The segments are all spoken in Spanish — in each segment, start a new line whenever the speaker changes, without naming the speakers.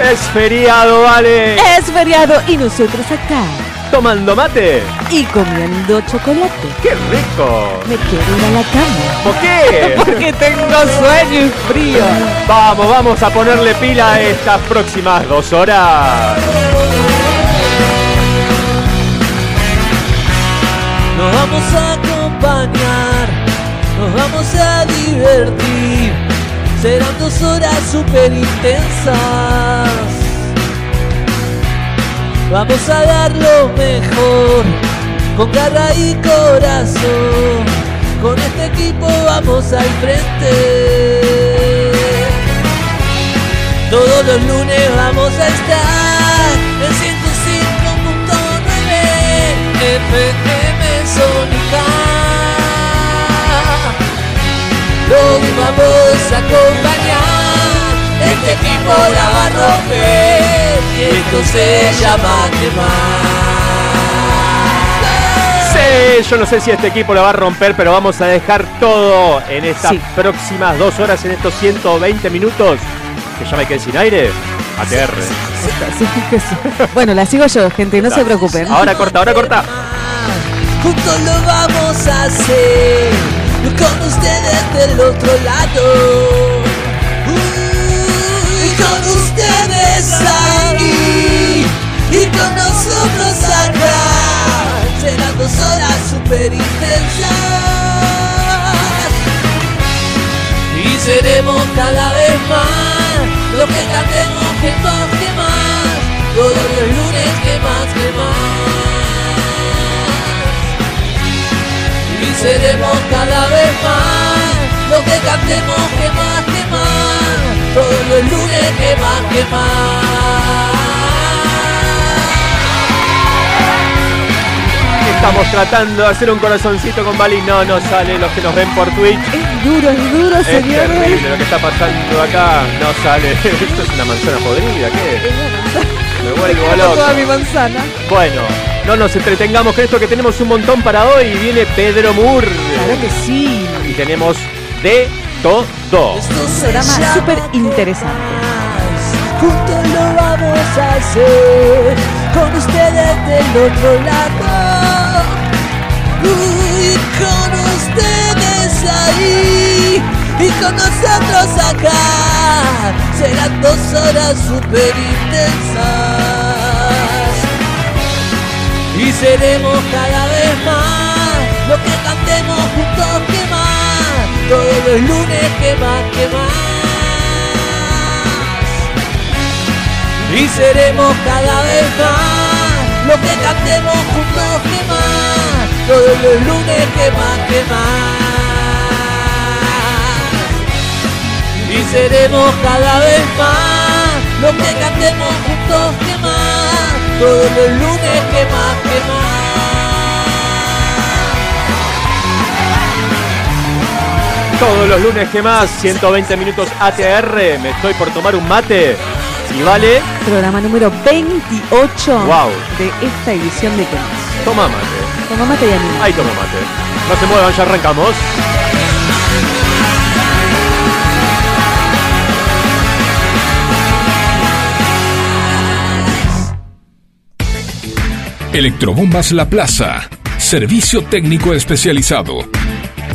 Es feriado, vale.
Es feriado y nosotros acá
Tomando mate.
y comiendo chocolate.
¡Qué rico!
Me quiero ir a la cama
¿Por qué?
porque tengo sueño y frío.
vamos, vamos a ponerle pila a estas próximas dos horas.
Nos vamos a acompañar, nos vamos a divertir. Serán dos horas súper intensas. Vamos a dar lo mejor, con garra y corazón. Con este equipo vamos al frente. Todos los lunes vamos a estar en 105.9 FM Sónica. Los vamos a acompañar, este equipo la va a romper y esto se llama quemar.
Sí, yo no sé si este equipo la va a romper, pero vamos a dejar todo en estas
Sí.
próximas dos horas, en estos 120 minutos. Que ya me quedé sin aire. ATR.
Así que sí. Bueno, la sigo yo, gente, no se preocupen.
Ahora corta, ahora corta.
Juntos lo vamos a hacer Con ustedes del otro lado Uh, Y con ustedes ahí Y con nosotros acá Serán dos horas super intensas y seremos cada vez más lo que cantemos que más que más todos los lunes que más que más y seremos cada vez más lo que cantemos que más que más todos los lunes que más que más
Estamos tratando de hacer un corazoncito con Bali. No nos sale los que nos ven por Twitch.
Es duro, es duro,
Es
señores.
terrible lo que está pasando acá. No sale. Esto es una manzana podrida, ¿qué? Me vuelvo
Como toda mi
loco.
manzana.
Bueno, no nos entretengamos con esto que tenemos un montón para hoy. Viene Pedro Mur.
Claro que sí.
Y tenemos de todo.
Esto se
Programa
llama
súper interesante.
más. Juntos lo vamos a hacer con ustedes del otro lado. Uy, con ustedes ahí y con nosotros acá. Serán dos horas súper intensas. Y seremos cada vez más lo que cantemos juntos que más. Todos los lunes que más, que más. Y seremos cada vez más lo que cantemos juntos que más. Todos los lunes que más, que más. Y seremos cada vez más lo que cantemos juntos que más. Todos los lunes que más, que más.
Todos los lunes que más, 120 minutos ATR. Me estoy por tomar un mate. Y vale,
Programa número 28
Wow.
de esta edición de Quemas.
toma mate.
Con mamá te animo.
Ahí toma mate. No se muevan, ya arrancamos.
Electrobombas La Plaza. Servicio técnico especializado.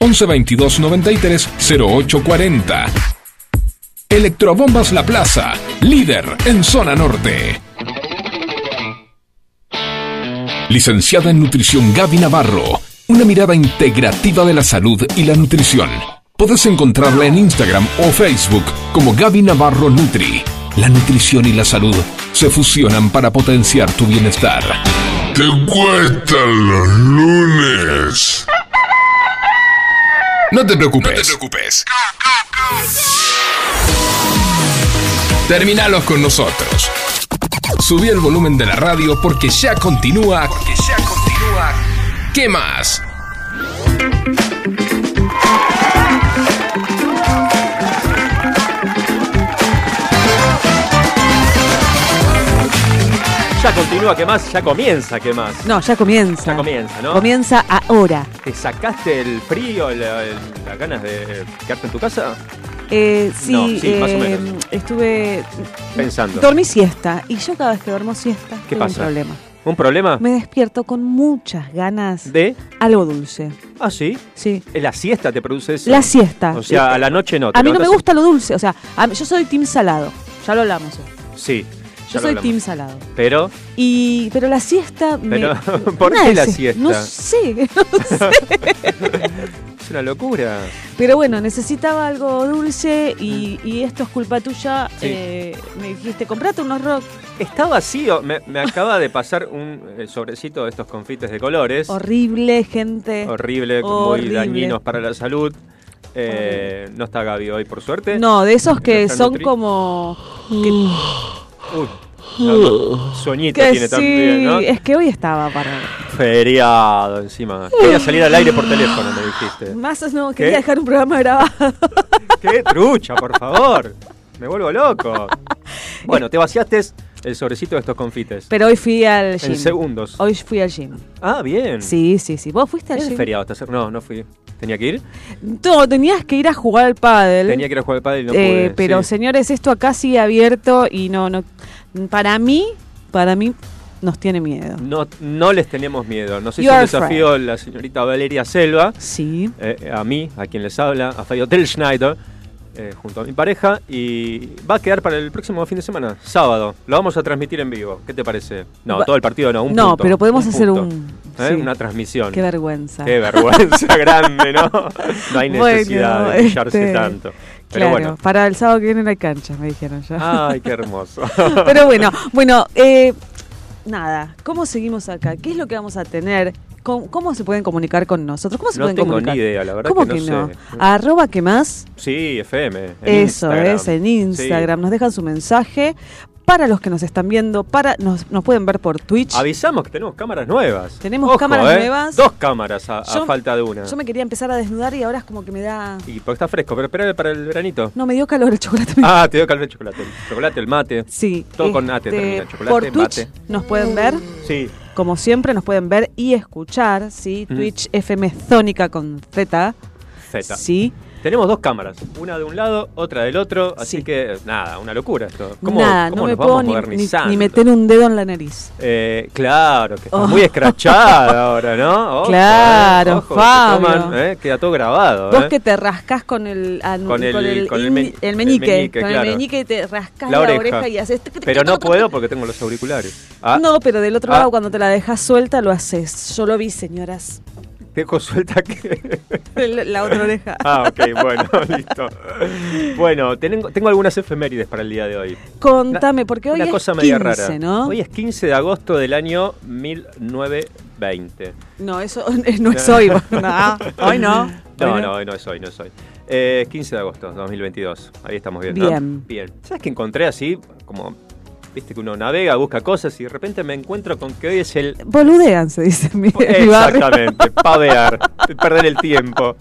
1122-93-0840. Electrobombas La Plaza, líder en zona norte. Licenciada en Nutrición Gaby Navarro. Una mirada integrativa de la salud y la nutrición. Podés encontrarla en Instagram o Facebook como Gaby Navarro Nutri. La nutrición y la salud se fusionan para potenciar tu bienestar.
¿Te cuestan los lunes?
No te preocupes. Terminalos con nosotros. Subí el volumen de la radio porque ya continúa. Porque ya continúa. ¿Qué más?
Ya continúa, ¿qué más? Ya comienza, ¿qué más?
No, ya comienza.
Ya comienza, ¿no?
Comienza ahora.
¿Te sacaste el frío, la- el- las ganas de quedarte en tu casa?
Eh, sí,
No, sí, más o
eh,
menos.
estuve.
Pensando.
Dormí siesta. Y yo cada vez que duermo siesta,
¿Qué
tengo
pasa?
un problema.
¿Un problema?
Me despierto con muchas ganas de
¿De?
algo dulce.
Ah, sí.
Sí.
¿La siesta te produce eso?
La siesta.
O sea, a la noche no. te
a mí no me
levantas-
gusta lo dulce. O sea, a mí- yo soy team salado. Ya lo hablamos. ya.
Sí. ya
Yo
lo
soy
hablamos.
team salado.
Pero,
Y, pero la siesta me.
Pero, ¿por
una
qué la
deses-
siesta?
No sé, no sé.
es una locura.
Pero bueno, necesitaba algo dulce y, y esto es culpa tuya.
Sí.
Eh, me dijiste, comprate unos rock
Está vacío. Me, me acaba de pasar un eh, sobrecito de estos confites de colores.
horrible, gente.
horrible, muy
Horrible.
dañinos para la salud. Eh, no está Gaby hoy, por suerte.
No, de esos que
Está
son
nutri-
como. Que, Mm.
Uy, no, sueñito
que
tiene
sí,
también, ¿no?
es que hoy estaba para.
Feriado encima. Quería salir al aire por teléfono, me dijiste.
Más no,
¿Qué?
quería dejar un programa grabado.
¡Qué trucha, por favor! Me vuelvo loco. Bueno, te vaciaste el sobrecito de estos confites.
Pero hoy fui al gym.
En segundos.
Hoy fui al gym.
Ah, bien.
Sí, sí, sí. ¿Vos fuiste al
¿Es
gym?
feriado hasta hacer? No, no fui. ¿Tenía que ir?
No, tenías que ir a jugar al pádel.
Tenía que ir a jugar al pádel y no
Eh,
pude.
pero
sí.
señores, esto acá sigue abierto y no, no. Para mí, para mí nos tiene miedo.
no, no les tenemos miedo. Nos
You
hizo un
are
desafío la señorita Valeria Selva,
Sí.
eh, a mí, a quien les habla, a Fabio Del Schneider, eh, junto a mi pareja, y va a quedar para el próximo fin de semana, sábado. Lo vamos a transmitir en vivo. ¿Qué te parece? No,
Va-
todo el partido no, un
No,
punto,
pero podemos hacer
punto.
un-
¿Eh?
sí.
Una transmisión.
Qué vergüenza.
Qué vergüenza grande, ¿no? No hay necesidad
Bueno,
de brillarse
este,
tanto. Pero
claro,
bueno.
para el sábado que viene no hay canchas, me dijeron ya.
Ay, qué hermoso.
Pero bueno, bueno, eh, nada, ¿cómo seguimos acá? ¿Qué es lo que vamos a tener? ¿Cómo, cómo se pueden comunicar con nosotros? ¿Cómo se
No
pueden
tengo
comunicar?
ni idea, la verdad
¿Cómo
que no sé.
Arroba que más,
Sí, FM. en
eso
Instagram.
es, en
Sí.
Instagram. Nos dejan su mensaje para los que nos están viendo, para nos, nos pueden ver por Twitch.
Avisamos que tenemos cámaras nuevas. ¿eh?
Tenemos cámaras nuevas.
Dos cámaras a, a
Yo-
falta de una.
Yo me quería empezar a desnudar y ahora es como que me da...
Y porque está fresco, pero espera para el veranito.
No, me dio calor el chocolate.
Ah, te dio calor el chocolate. El chocolate, el mate.
Sí.
Todo con mate
este,
termina. Chocolate,
Por Twitch
mate.
nos pueden ver.
Sí.
Como siempre, nos pueden ver y escuchar, ¿sí?
Mm.
Twitch FM Zónica con Z,
Z.
¿sí?
Tenemos dos cámaras. Una de un lado, otra del otro. Así
Sí.
que, nada, una locura esto. ¿Cómo,
Nada,
cómo
no me
nos
puedo
vamos
ni, ni,
modernizando?
ni meter un dedo en la nariz.
Eh, claro, que está
Oh.
muy escrachada ahora, ¿no? Ojo,
Claro,
eh, ojo, que
Fabio.
toman, eh, queda todo grabado.
Vos
eh.
que te rascás con el, an-
Con el- con el
indi-
men- el
meñique,
meñique,
con
claro.
el meñique te rascás
La
la,
oreja.
oreja. y haces...
Pero no puedo porque tengo los auriculares. Ah,
No, pero del otro
Ah.
lado cuando te la dejas suelta lo haces. Yo lo vi, señoras.
dejo suelta que.
El- La otra oreja.
ah, ok, bueno, listo. Bueno, tengo, tengo algunas efemérides para el día de hoy.
Contame, porque hoy
Una
es
cosa
15,
media rara.
¿no?
Hoy es 15 de agosto del año 1920.
No, eso no es hoy. No, hoy no.
No,
Hoy
no, hoy no es hoy, no es hoy. Eh, 15 de agosto 2022. Ahí estamos bien. ¿no?
Bien.
Bien. ¿Sabes que encontré así? Como, viste que uno navega, busca cosas y de repente me encuentro con que hoy es el.
Boludean, se dice en mi, en mi barrio.
Exactamente, pavear, perder el tiempo.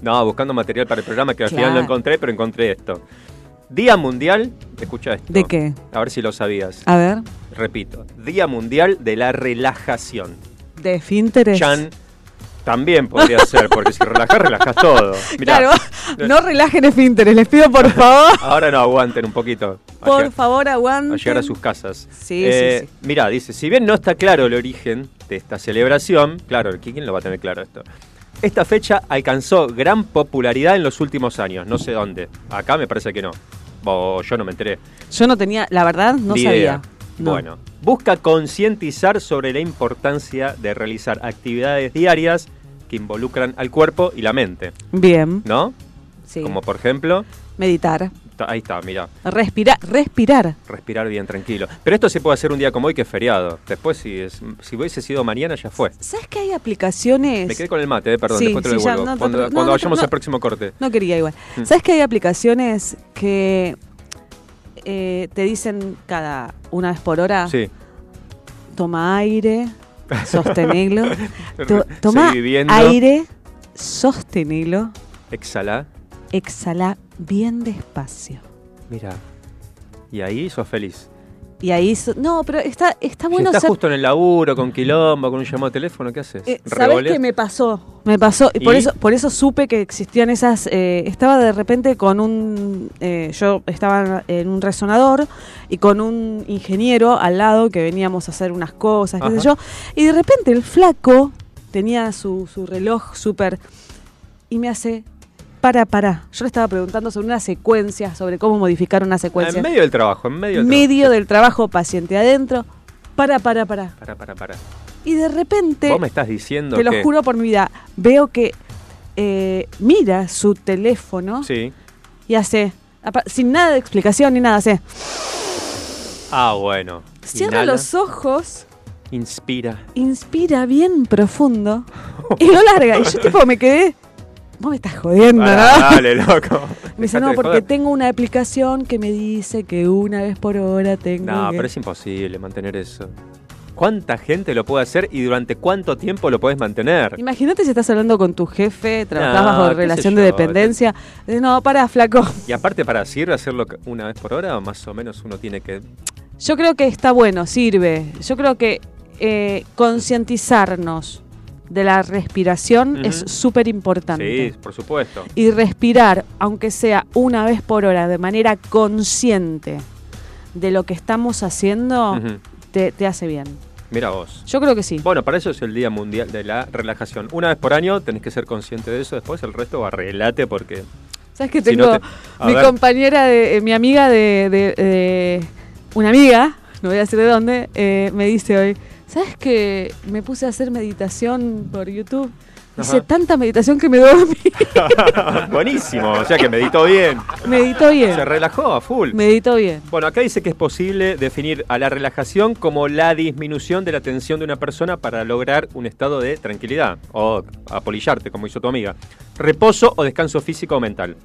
No, buscando material para el programa que al final no
Claro.
encontré, pero encontré esto. Día Mundial, escucha esto.
¿De qué?
A ver si lo sabías.
A ver,
Repito, Día Mundial de la Relajación.
de Finterest.
Chan también podría ser, porque si relajás, relajás todo. Mirá,
Claro, no relajen el Finterest, les pido por favor.
Ahora no aguanten un poquito. a
Por
lleg-
favor, aguanten.
a llegar a sus casas. Eh,
Sí, sí, sí.
Mirá, dice, si bien no está claro el origen de esta celebración, claro, ¿qui- ¿quién lo va a tener claro esto? Esta fecha alcanzó gran popularidad en los últimos años, no sé dónde. Acá me parece que no. O yo no me enteré.
Yo no tenía, la verdad, no
Ni
sabía.
idea.
No.
Bueno, busca concientizar sobre la importancia de realizar actividades diarias que involucran al cuerpo y la mente,
Bien,
¿no?
sí.
Como por ejemplo,
Meditar,
ta- ahí está, mira,
respirar, respirar.
respirar bien tranquilo. Pero esto se puede hacer un día como hoy que es feriado. Después si es, si hubiese sido mañana ya fue.
¿Sabes que hay aplicaciones?
Me quedé con el mate, eh, perdón,
Sí,
después te lo
sí, ya,
devuelvo.
no te-
cuando
no,
cuando
no,
vayamos
no.
al próximo corte.
No quería igual.
Mm.
¿Sabes que hay aplicaciones que eh, te dicen cada una vez por hora?
Sí.
Toma aire, sostenelo. To- toma
Seguí viviendo.
aire, sostenelo,
Exhala.
exhala bien despacio.
Mira. Y ahí sos feliz.
Y ahí, so- no, pero está, está
si
bueno
estás
ser-
justo en el laburo, con quilombo, con un llamado de teléfono, ¿qué haces?
Eh, ¿Sabes
¿Revoleas?
qué me pasó? Me pasó, y por
¿Y?
eso, por eso supe que existían esas. eh, estaba de repente con un. eh, yo estaba en un resonador y con un ingeniero al lado que veníamos a hacer unas cosas, qué sé
Ajá.
yo. Y de repente el flaco tenía su, su reloj súper. Y me hace. Para, para. Yo le estaba preguntando sobre una secuencia, sobre cómo modificar una
Ah,
secuencia.
en medio del trabajo, en medio del
Medio del trabajo, paciente adentro. Para, para, para.
trabajo. Para, para, para.
Y de repente.
Vos me estás diciendo
Te lo
que-
juro por mi vida. Veo que eh, mira su teléfono
Sí.
y hace, apa- sin nada de explicación ni nada, hace.
Ah, bueno.
Cierra
Inhala,
los ojos,
Inspira.
inspira bien profundo y lo larga. Y yo tipo me quedé, vos me estás jodiendo,
Pará,
¿no?
dale, loco.
Me dice,
Dejate
no,
de
porque
joder".
tengo una aplicación que me dice que una vez por hora tengo
No,
que-
pero es imposible mantener eso. ¿Cuánta gente lo puede hacer y durante cuánto tiempo lo podés mantener?
Imagínate si estás hablando con tu jefe, trabajás
No, qué
bajo
sé
relación
yo, eh.
de dependencia. Dices, No, pará, flaco.
Y aparte, para sirve hacerlo una vez por hora, o más o menos uno tiene que.
Yo creo que está bueno, sirve. Yo creo que eh, concientizarnos de la respiración
Ujú.
Mm, es súper importante.
Sí, por supuesto.
Y respirar, aunque sea una vez por hora, de manera consciente de lo que estamos haciendo,
Ujú.
te, te hace bien.
Mira vos.
Yo creo que sí.
Bueno, para eso es el Día Mundial de la Relajación. Una vez por año tenés que ser consciente de eso, después el resto arreglate porque.
¿Sabes que
si
tengo
no te- a
mi
ver.
compañera, de, eh, mi amiga de, de- de- Una amiga, no voy a decir de dónde, eh, me dice hoy, ¿sabes que me puse a hacer meditación por YouTube? Hice
Ajá.
tanta meditación que me dormí.
Buenísimo, o sea que meditó bien.
meditó bien,
Se relajó a full.
meditó bien.
Bueno, acá dice que es posible definir a la relajación como la disminución de la tensión de una persona para lograr un estado de tranquilidad o apolillarte, como hizo tu amiga. Reposo o descanso físico o mental.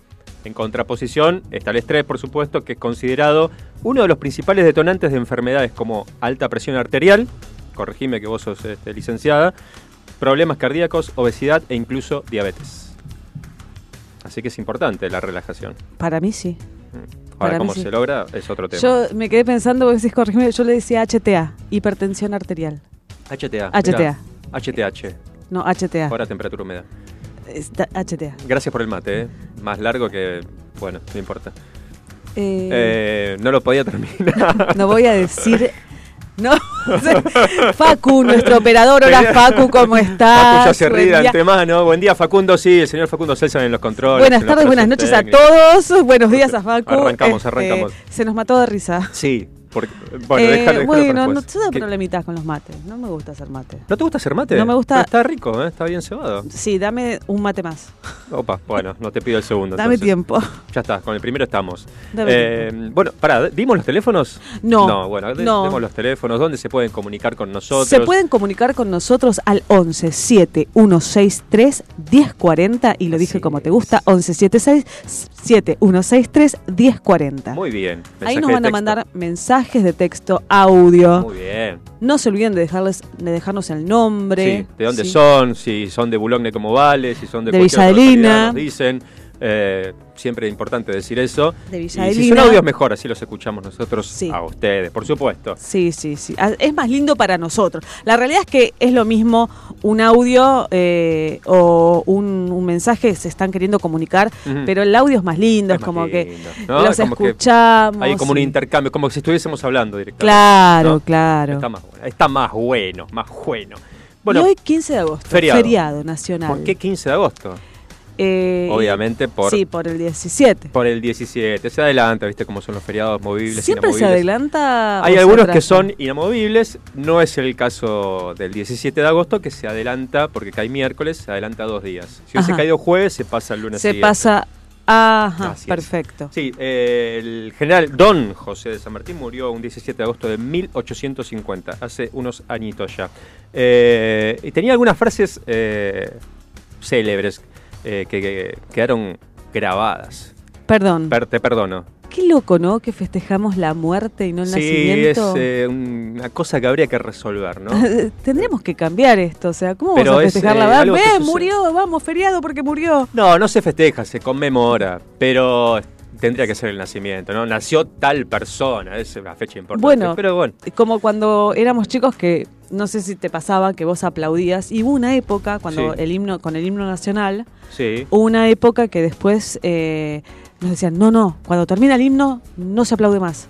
En contraposición está el estrés, por supuesto, que es considerado uno de los principales detonantes de enfermedades como alta presión arterial, corregime que vos sos este, licenciada, problemas cardíacos, obesidad e incluso diabetes. Así que es importante la relajación.
Para mí sí. Para mí
Ahora, cómo
sí.
se logra es otro tema.
Yo me quedé pensando, vos decís, corregime, yo le decía HTA, hipertensión arterial.
HTA.
HTA.
mirá. HTH.
No, HTA.
Ahora temperatura húmeda.
Está- HTA.
Gracias por el mate, ¿eh? Más largo que. Bueno, no importa.
Eh,
Eh, no lo podía terminar.
No voy a decir. No. Facu, nuestro operador. Hola, Facu, ¿cómo estás?
Facu ya se
Ah, Buen
ríe de
día.
antemano. Buen día, Facundo. Sí, el señor Facundo Celsa en los controles.
Buenas
en la
tardes, buenas noches
operación
a
técnica.
todos. Buenos días a Facu. Este,
Arrancamos, arrancamos.
Se nos mató de risa.
Sí, porque. Bueno,
Eh,
déjalo, déjalo para
bueno, no,
después.
yo tengo
¿Qué?
problemitas con los mates. No me gusta hacer mate.
¿No te gusta hacer mate?
No me gusta-
Pero está rico, ¿eh? está bien cebado.
Sí, dame un mate más.
Opa, bueno, no te pido el segundo.
Dame
entonces.
tiempo.
Ya está, con el primero estamos.
Dame
Eh, bueno, pará, ¿dimos los teléfonos?
No,
No, bueno, de-
no.
demos los teléfonos. ¿Dónde se pueden comunicar con nosotros?
Se pueden comunicar con nosotros al 11 7163 1040 y lo dije
Así
como te
es.
gusta, 11 76 7163 1040.
Muy bien.
Ahí
mensaje
nos
de
van a
texto.
mandar mensajes de texto, audio.
Muy bien.
No se olviden de dejarles, de dejarnos el nombre.
Sí, de dónde
Sí.
son, si son de Boulogne como Vale, si son de,
De Villa
cualquier otra
de
localidad,
Lina.
nos dicen. Eh, siempre es importante decir eso.
De Villa
y
de
si son
Lina.
audios, mejor, así los escuchamos nosotros
Sí.
a ustedes, por supuesto.
Sí, sí, sí. Ah, Es más lindo para nosotros. La realidad es que es lo mismo un audio eh, o un, un mensaje, se están queriendo comunicar,
Ujú.
pero el audio es más lindo, es,
Es más
como
lindo,
que
¿no?
los
Es como que
escuchamos.
Hay como un
y-
intercambio, como si estuviésemos hablando directamente.
Claro,
¿no?
claro.
Está más, bueno, está más bueno, más bueno.
y hoy 15 de agosto,
Feriado.
nacional.
¿Por qué 15 de agosto?
Eh,
Obviamente por,
Sí, por el 17.
por el 17. Se adelanta, viste cómo son los feriados movibles.
Siempre se
inamovibles.
adelanta. o
Hay
se
algunos que
atrasa?
son inamovibles, no es el caso del 17 de agosto que se adelanta porque cae miércoles, se adelanta dos días. Si hubiese
Ajá.
caído jueves, se pasa el lunes
Se
siguiente.
pasa. Ajá,
Así es.
perfecto.
Sí, eh, el general Don José de San Martín murió un 17 de agosto de 1850, hace unos añitos ya. Eh, y tenía algunas frases eh, célebres eh, que, que quedaron grabadas.
Perdón.
Per- te perdono.
Qué loco, ¿no? Que festejamos la muerte y no el
Sí, es
nacimiento.
eh, una cosa que habría que resolver, ¿no?
Tendríamos que cambiar esto, o sea, ¿cómo
Pero
vamos a
es,
festejar
eh,
la verdad?
algo que
¡Eh,
sucede.
murió! Vamos, feriado porque murió.
No, no se festeja, se conmemora, pero tendría que ser el nacimiento, ¿no? Nació tal persona, es una fecha importante.
Bueno.
pero bueno,
Como cuando éramos chicos que no sé si te pasaba que vos aplaudías y hubo una época cuando
Sí.
el himno con el himno nacional
sí.
hubo una época que después eh, nos decían no no cuando termina el himno no se aplaude más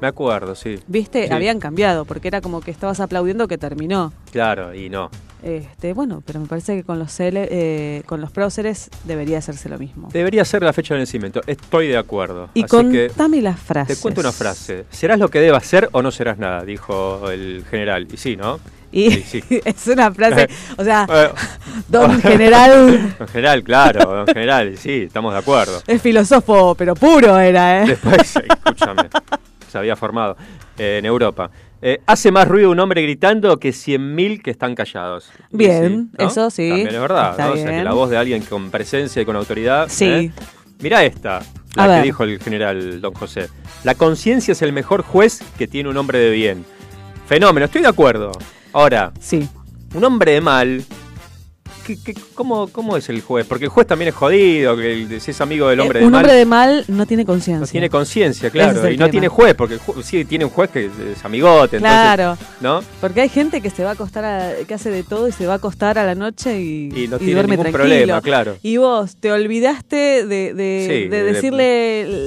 Me acuerdo, sí.
viste
Sí.
habían cambiado porque era como que estabas aplaudiendo que terminó
Claro, y no.
este bueno pero me parece que con los cele- eh, con los próceres debería hacerse lo mismo
Debería ser la fecha de nacimiento, estoy de acuerdo.
y
Así que
contame las frases
te cuento una frase. Serás lo que debas ser o no serás nada, dijo el general. Y sí, ¿no?
y
Sí, sí.
es una frase o sea
Bueno,
don general
en general, claro, en general, sí, estamos de acuerdo.
es filósofo pero puro era eh
Después, escúchame, se había formado eh, en Europa. Eh, hace más ruido un hombre gritando que 100.000 que están callados. Y
Bien, eso sí,
También es verdad,
está
¿no? O sea, que
bien.
la voz de alguien con presencia y con autoridad.
Sí.
¿eh? Mirá esta, la
A
que
ver.
dijo el general don José. La conciencia es el mejor juez que tiene un hombre de bien. Fenómeno, estoy de acuerdo. Ahora,
sí
un hombre de mal. ¿qué- qué- cómo, ¿Cómo es el juez? Porque el juez también es jodido, que el- si es amigo del hombre
Eh,
de
un
mal.
hombre de mal no tiene conciencia
No tiene conciencia,
Ese
claro.
es el
y no
tema.
tiene juez, porque el ju- sí tiene un juez que es, es amigote. Entonces,
claro
¿No?
Porque hay gente que se va a acostar, a- que hace de todo y se va a acostar a la noche y,
Y no
y
tiene
duerme tranquilo.
ningún problema, claro.
Y vos te olvidaste de, de- de
Sí, de-
decirle,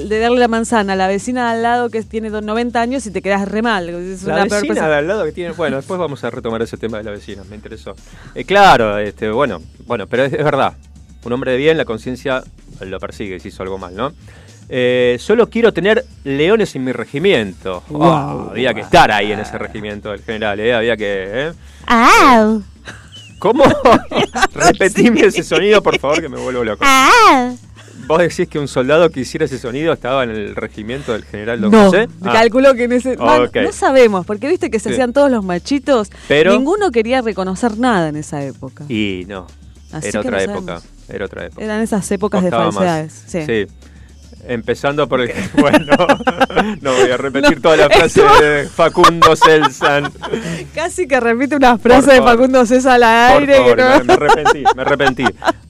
de darle la manzana a la vecina de al lado que tiene dos- 90 años y te quedás re mal. Es
La
una peor
vecina
persona.
de al lado que tiene. Bueno, después vamos a retomar ese tema de la vecina, me interesó. Eh, claro, este, bueno, bueno, pero es, es verdad. Un hombre de bien, la conciencia lo persigue si hizo algo mal, ¿no? Eh, solo quiero tener leones en mi regimiento. Oh,
Wow.
había que estar ahí en ese regimiento del general, ¿eh? Había que. ¿eh?
¡Ah!
¿Cómo? Repetime ese sonido, por favor, que me vuelvo loco.
¡Ah!
¿Vos decís que un soldado que hiciera ese sonido estaba en el regimiento del general Don
No,
José? Ah,
calculo que en ese. no,
Ok.
No sabemos, porque viste que se
Sí.
hacían todos los machitos.
Pero-
Ninguno quería reconocer nada en esa época.
y no,
Así
era
que
otra
no
época.
sabemos.
Era otra época.
Eran esas épocas
Costaba
de
más.
falsedades. Sí.
Empezando por el. Bueno, no voy a repetir
No,
toda la frase
estuvo-
de Facundo Celsan.
Casi que repite una frase de
favor.
Facundo César al
Por
aire.
favor,
que no-
me, me arrepentí, me arrepentí.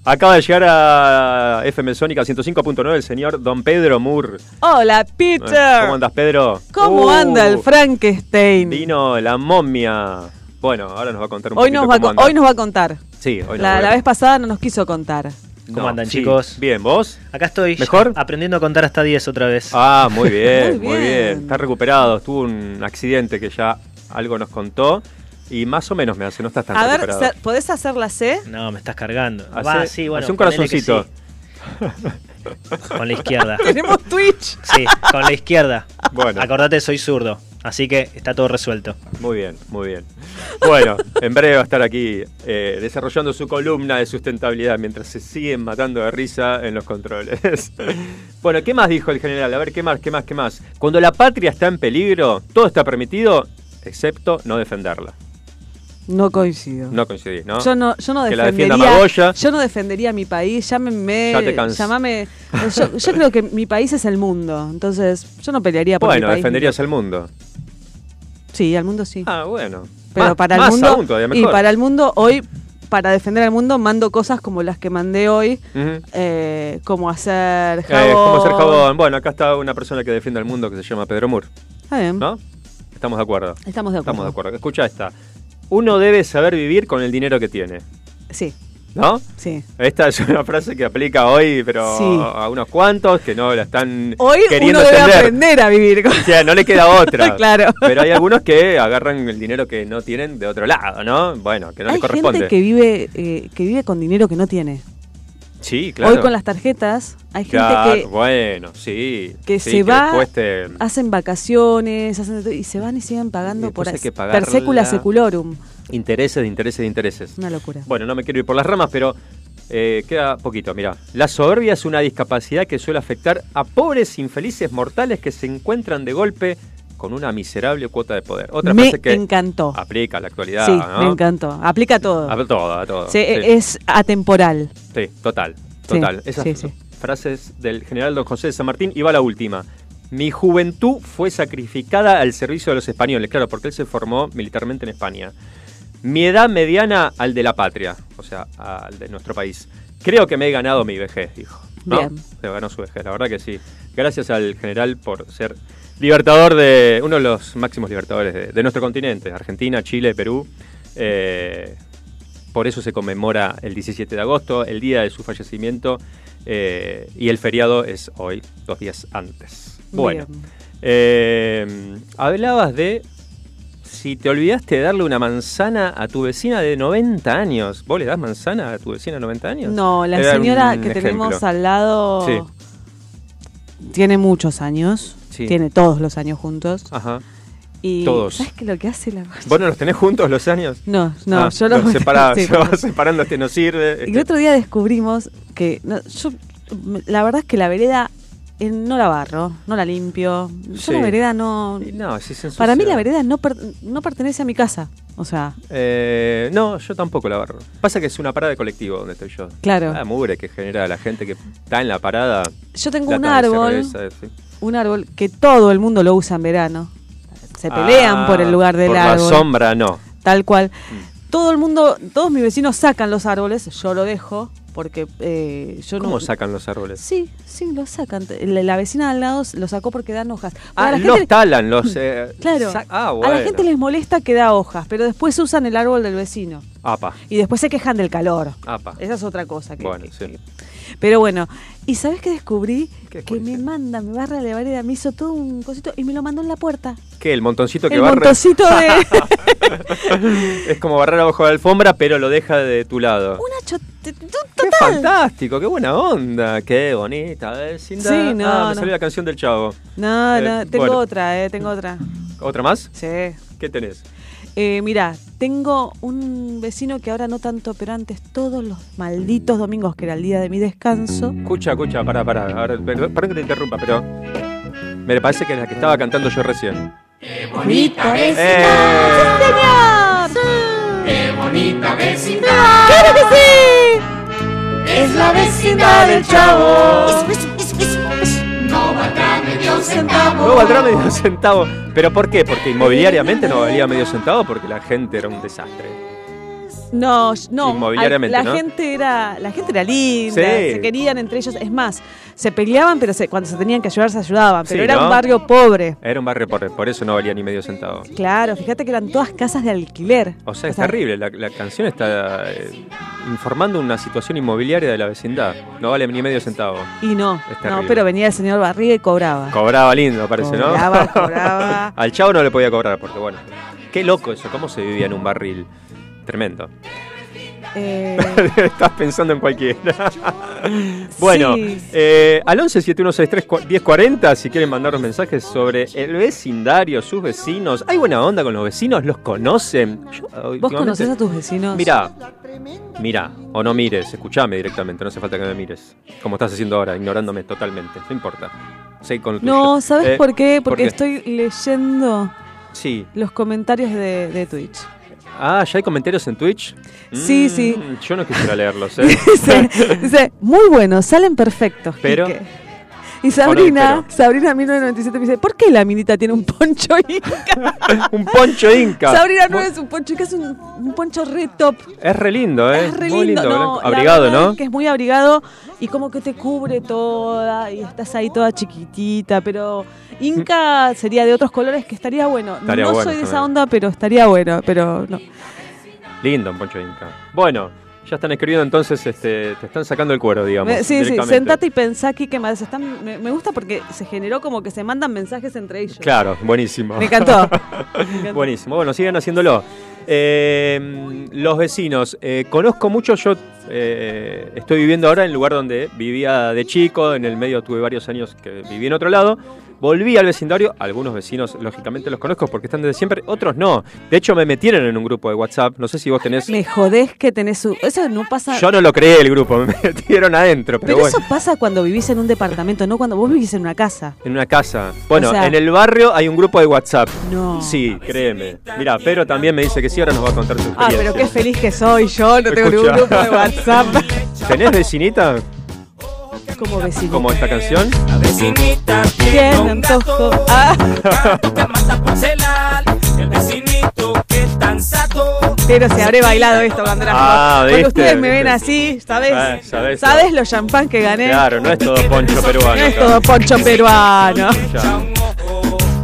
Acaba de llegar a FM Sónica 105.9 el señor Don Pedro Moore.
Hola, Peter.
¿Cómo andas, Pedro?
¿Cómo
Uh,
anda el Frankenstein?
Vino la momia. Bueno, ahora nos va a contar un
hoy,
poquito
nos va a,
cómo
co-
anda.
hoy nos va a contar.
Sí, hoy nos va
La,
a
la
ver.
vez pasada no nos quiso contar.
¿Cómo andan, chicos?
Bien, ¿vos?
Acá estoy.
¿Mejor?
Aprendiendo a contar hasta 10 otra vez.
Ah, muy bien,
Muy
muy bien.
bien.
Está recuperado. Tuvo un accidente que ya algo nos contó. Y más o menos me hace, no estás tan
A ver,
recuperado.
sa- ¿podés hacer la C?
No, me estás cargando.
Hace-
Va, sí, bueno.
hace un
ponele que
corazoncito.
sí. Con la izquierda.
Tenemos Twitch.
Sí, con la izquierda.
Bueno.
Acordate, soy zurdo. Así que está todo resuelto.
Muy bien, muy bien. Bueno, en breve va a estar aquí eh, desarrollando su columna de sustentabilidad mientras se siguen matando de risa en los controles. bueno, ¿qué más dijo el general? A ver, ¿qué más, qué más, qué más? Cuando la patria está en peligro, todo está permitido excepto no defenderla.
No coincido.
No coincidís, ¿no?
Yo no, yo no
Que la defienda
defendería.
Magoya.
yo no defendería mi país. Llámenme.
Ya te cansé.
Llámame. Yo, yo creo que mi país es el mundo. Entonces, yo no pelearía por
Bueno,
mi país.
defenderías el mundo.
Sí, al mundo sí.
Ah, bueno.
Pero
Más-
para el
más
mundo.
aún todavía
y
mejor.
para el mundo, hoy, para defender al mundo, mando cosas como las que mandé hoy.
Ujú.
eh, como hacer jabón.
Eh, ¿Cómo hacer jabón? Bueno, acá está una persona que defiende al mundo que se llama Pedro Moore,
Está bien.
¿no? Estamos de acuerdo.
Estamos de acuerdo.
Estamos de acuerdo. Escucha esta. Uno debe saber vivir con el dinero que tiene,
Sí,
¿no?
sí.
Esta es una frase que aplica hoy, pero
Sí.
a unos cuantos que no la están
Hoy
queriendo
uno debe
entender.
aprender a vivir con.
O sea, no le queda otra.
Claro.
Pero hay algunos que agarran el dinero que no tienen de otro lado, ¿no? Bueno, que no
Hay
le corresponde.
gente que vive, eh, que vive con dinero que no tiene.
Sí, claro.
Hoy con las tarjetas hay gente
Claro,
que
bueno, sí.
que
sí,
se va,
después te-
hacen vacaciones, hacen de todo, y se van y siguen
Y
pagando
después
por
pues hay
ahí.
que pagarla.
per secula seculorum.
Intereses, de intereses, de intereses.
Una locura.
Bueno, no me quiero ir por las ramas, pero eh, queda poquito. Mira, la soberbia es una discapacidad que suele afectar a pobres infelices mortales que se encuentran de golpe con una miserable cuota de poder. Otra
me
frase que
encantó.
aplica a la actualidad,
sí,
¿no?
me encantó. Aplica todo.
A todo, a todo.
Sí, e Es atemporal.
Sí, total, total.
Sí,
Esas
sí, sí.
frases del general don José de San Martín. Y va la última. Mi juventud fue sacrificada al servicio de los españoles, claro, porque él se formó militarmente en España. Mi edad mediana al de la patria, o sea, al de nuestro país. Creo que me he ganado mi vejez, dijo. ¿no?
Bien.
Se ganó su vejez, la verdad que sí. Gracias al general por ser libertador de uno de los máximos libertadores de, de nuestro continente, Argentina, Chile, Perú. Eh, por eso se conmemora el 17 de agosto, el día de su fallecimiento, eh, y el feriado es hoy, dos días antes. Bueno,
Bien.
eh, hablabas de si te olvidaste de darle una manzana a tu vecina de 90 años. ¿Vos le das manzana a tu vecina de 90 años?
No, la
Era
señora
un
que tenemos
ejemplo.
al lado
Sí.
tiene muchos años.
Sí.
Tiene todos los años juntos.
Ajá.
y
todos.
¿Sabes qué lo que hace la
¿Vos no los tenés juntos los años?
No, no,
Ah,
yo los
los separás,
sí,
se va
bueno.
separando, este no sirve.
Y
este-
el otro día descubrimos que no, yo m- la verdad es que la vereda eh, no la barro, no la limpio. Yo
Sí.
la vereda no.
Y No, sí se
Para mí
ensucia.
la vereda no, per- no pertenece a mi casa. O sea,
Eh, no, yo tampoco la barro. Pasa que es una parada de colectivo donde estoy yo.
Claro.
La mugre que genera la gente que está en la parada.
yo tengo un
trata de ser
árbol,
esa, sí.
un árbol que todo el mundo lo usa en verano. Se pelean
Ah,
por el lugar del
por
árbol.
la sombra, Mm. no.
Tal cual. Todo el mundo, todos mis vecinos sacan los árboles, yo lo dejo porque eh, yo no.
¿Cómo sacan los árboles?
Sí, sí, lo sacan. La, la vecina de al lado lo sacó porque dan hojas. Porque a
Ah,
la
los
gente- Mm.
talan, los... eh,
Claro.
sa- Ah, bueno.
A la gente les molesta que da hojas, pero después usan el árbol del vecino.
Apa,
Y después se quejan del calor.
apa.
Esa es otra cosa. que-
Bueno,
que-
sí.
Pero bueno, ¿y sabes qué descubrí?
¿Qué
que me
descubriste?
manda, me barra la vereda, me hizo todo un cosito y me lo mandó en la puerta.
¿Qué? ¿El montoncito que
El
barre?
montoncito de...
es como barrer abajo de la alfombra, pero lo deja de tu lado.
Una cho- t- t-
¡Qué
total.
fantástico! ¡Qué buena onda! ¡Qué bonita vecindad!
Sí, no,
Ah,
no.
me salió la canción del chavo.
No, no,
Eh,
tengo
bueno.
otra, eh, tengo otra.
¿Otra más?
Sí.
¿Qué tenés?
Eh, mirá, tengo un vecino que ahora no tanto, pero antes todos los malditos domingos, que era el día de mi descanso,
Escucha, escucha, pará, pará. Ahora, perdón, perdón que te interrumpa, pero. Me parece que es la que estaba cantando yo recién.
Bonita vecindad,
¡Eh!
¡Señor!
qué bonita vecindad,
¡Claro que sí!
es la vecindad del chavo.
No
No valdrá medio centavo.
No valdrá medio centavo. ¿Pero por qué? Porque inmobiliariamente no valía medio centavo porque la gente era un desastre.
no,
Inmobiliariamente,
la
¿no?
gente era, la gente era linda,
Sí.
se querían entre ellos, es más, se peleaban, pero se- cuando se tenían que ayudar se ayudaban, pero
Sí,
era
¿no?
un barrio pobre.
Era un barrio pobre, por eso no valía ni medio centavo.
Claro, fíjate que eran todas casas de alquiler.
O sea, es terrible. La, la canción está eh, informando una situación inmobiliaria de la vecindad. No vale ni medio centavo.
Y no, no,
terrible.
pero venía el señor Barriga y cobraba.
Cobraba lindo, parece, ¿no?
Cobraba, cobraba.
Al chavo no le podía cobrar porque, bueno. Qué loco eso, cómo se vivía en un barril. Tremendo.
Eh,
Estás pensando en cualquiera. bueno,
Sí.
eh, al 11 7163 cua- 1040, si quieren mandarnos mensajes sobre el vecindario, sus vecinos. ¿Hay buena onda con los vecinos? ¿Los conocen? Yo, ah,
¿Vos
últimamente-
conocés a tus vecinos?
Mirá, mirá, o no mires, escuchame directamente, no hace falta que me mires. Como estás haciendo ahora, ignorándome totalmente, no importa. Seguí con lo
No,
tuyo.
¿sabes
Eh,
por qué? Porque
qué?
estoy leyendo
Sí.
los comentarios de, de Twitch.
Ah, ¿ya hay comentarios en Twitch?
Sí,
Mm,
sí.
Yo no quisiera leerlos, ¿eh?
dice, dice, muy buenos, salen perfectos.
Pero-
Quique". Y Sabrina,
pero.
Sabrina 1997 me dice, ¿por qué la minita tiene un poncho inca?
un poncho inca.
Sabrina no es un poncho inca, es un, un poncho re top.
Es re lindo, ¿eh?
Es re
Muy
lindo,
lindo,
no,
blanco.
la
Abrigado,
verdad
¿no?
es que es muy abrigado y como que te cubre toda y estás ahí toda chiquitita, pero Inca sería de otros colores que estaría bueno.
Mm. Estaría
no
bueno
soy de esa
también.
onda, pero estaría bueno, pero no.
Lindo un poncho inca. Bueno, ya están escribiendo entonces, este, te están sacando el cuero, digamos.
Me- Eh, sí, sí,
directamente.
sentate y pensá aquí que más están, me, me gusta porque se generó como que se mandan mensajes entre ellos.
Claro, buenísimo.
Me encantó. Me encantó.
buenísimo. Bueno, sigan haciéndolo. Eh, los vecinos, eh, conozco mucho, yo eh, estoy viviendo ahora en el lugar donde vivía de chico, en el medio tuve varios años que viví en otro lado, volví al vecindario, algunos vecinos lógicamente los conozco porque están desde siempre, otros no, de hecho me metieron en un grupo de WhatsApp, no sé si vos tenés...
Me jodés que tenés su. Eso no pasa.
Yo no lo creé el grupo, me metieron adentro, pero,
pero
bueno.
eso pasa cuando vivís en un departamento, no cuando vos vivís en una casa.
En una casa. Bueno,
O sea-
en el barrio hay un grupo de WhatsApp.
No.
Sí, créeme. Mira, Pedro también me dice que sí, ahora nos va a contar su
Ah,
experiencia.
pero qué feliz que soy yo, no tengo ningún grupo
Escucha.
de WhatsApp.
¿Tenés vecinita
Como vecino.
como esta canción?
vecinita
Bien,
tiene un
antojo.
gato
Ah.
Tanto que mata por celar El vecinito que es tan sato
Pero se habré bailado esto cuando era
Ah,
joven.
viste,
Cuando ustedes me
viste.
ven así, ¿sabes?
Ah, sabés.
¿Sabes los champán que gané?
Claro, no es todo poncho
No
peruano.
es
claro.
todo poncho peruano.
Ya.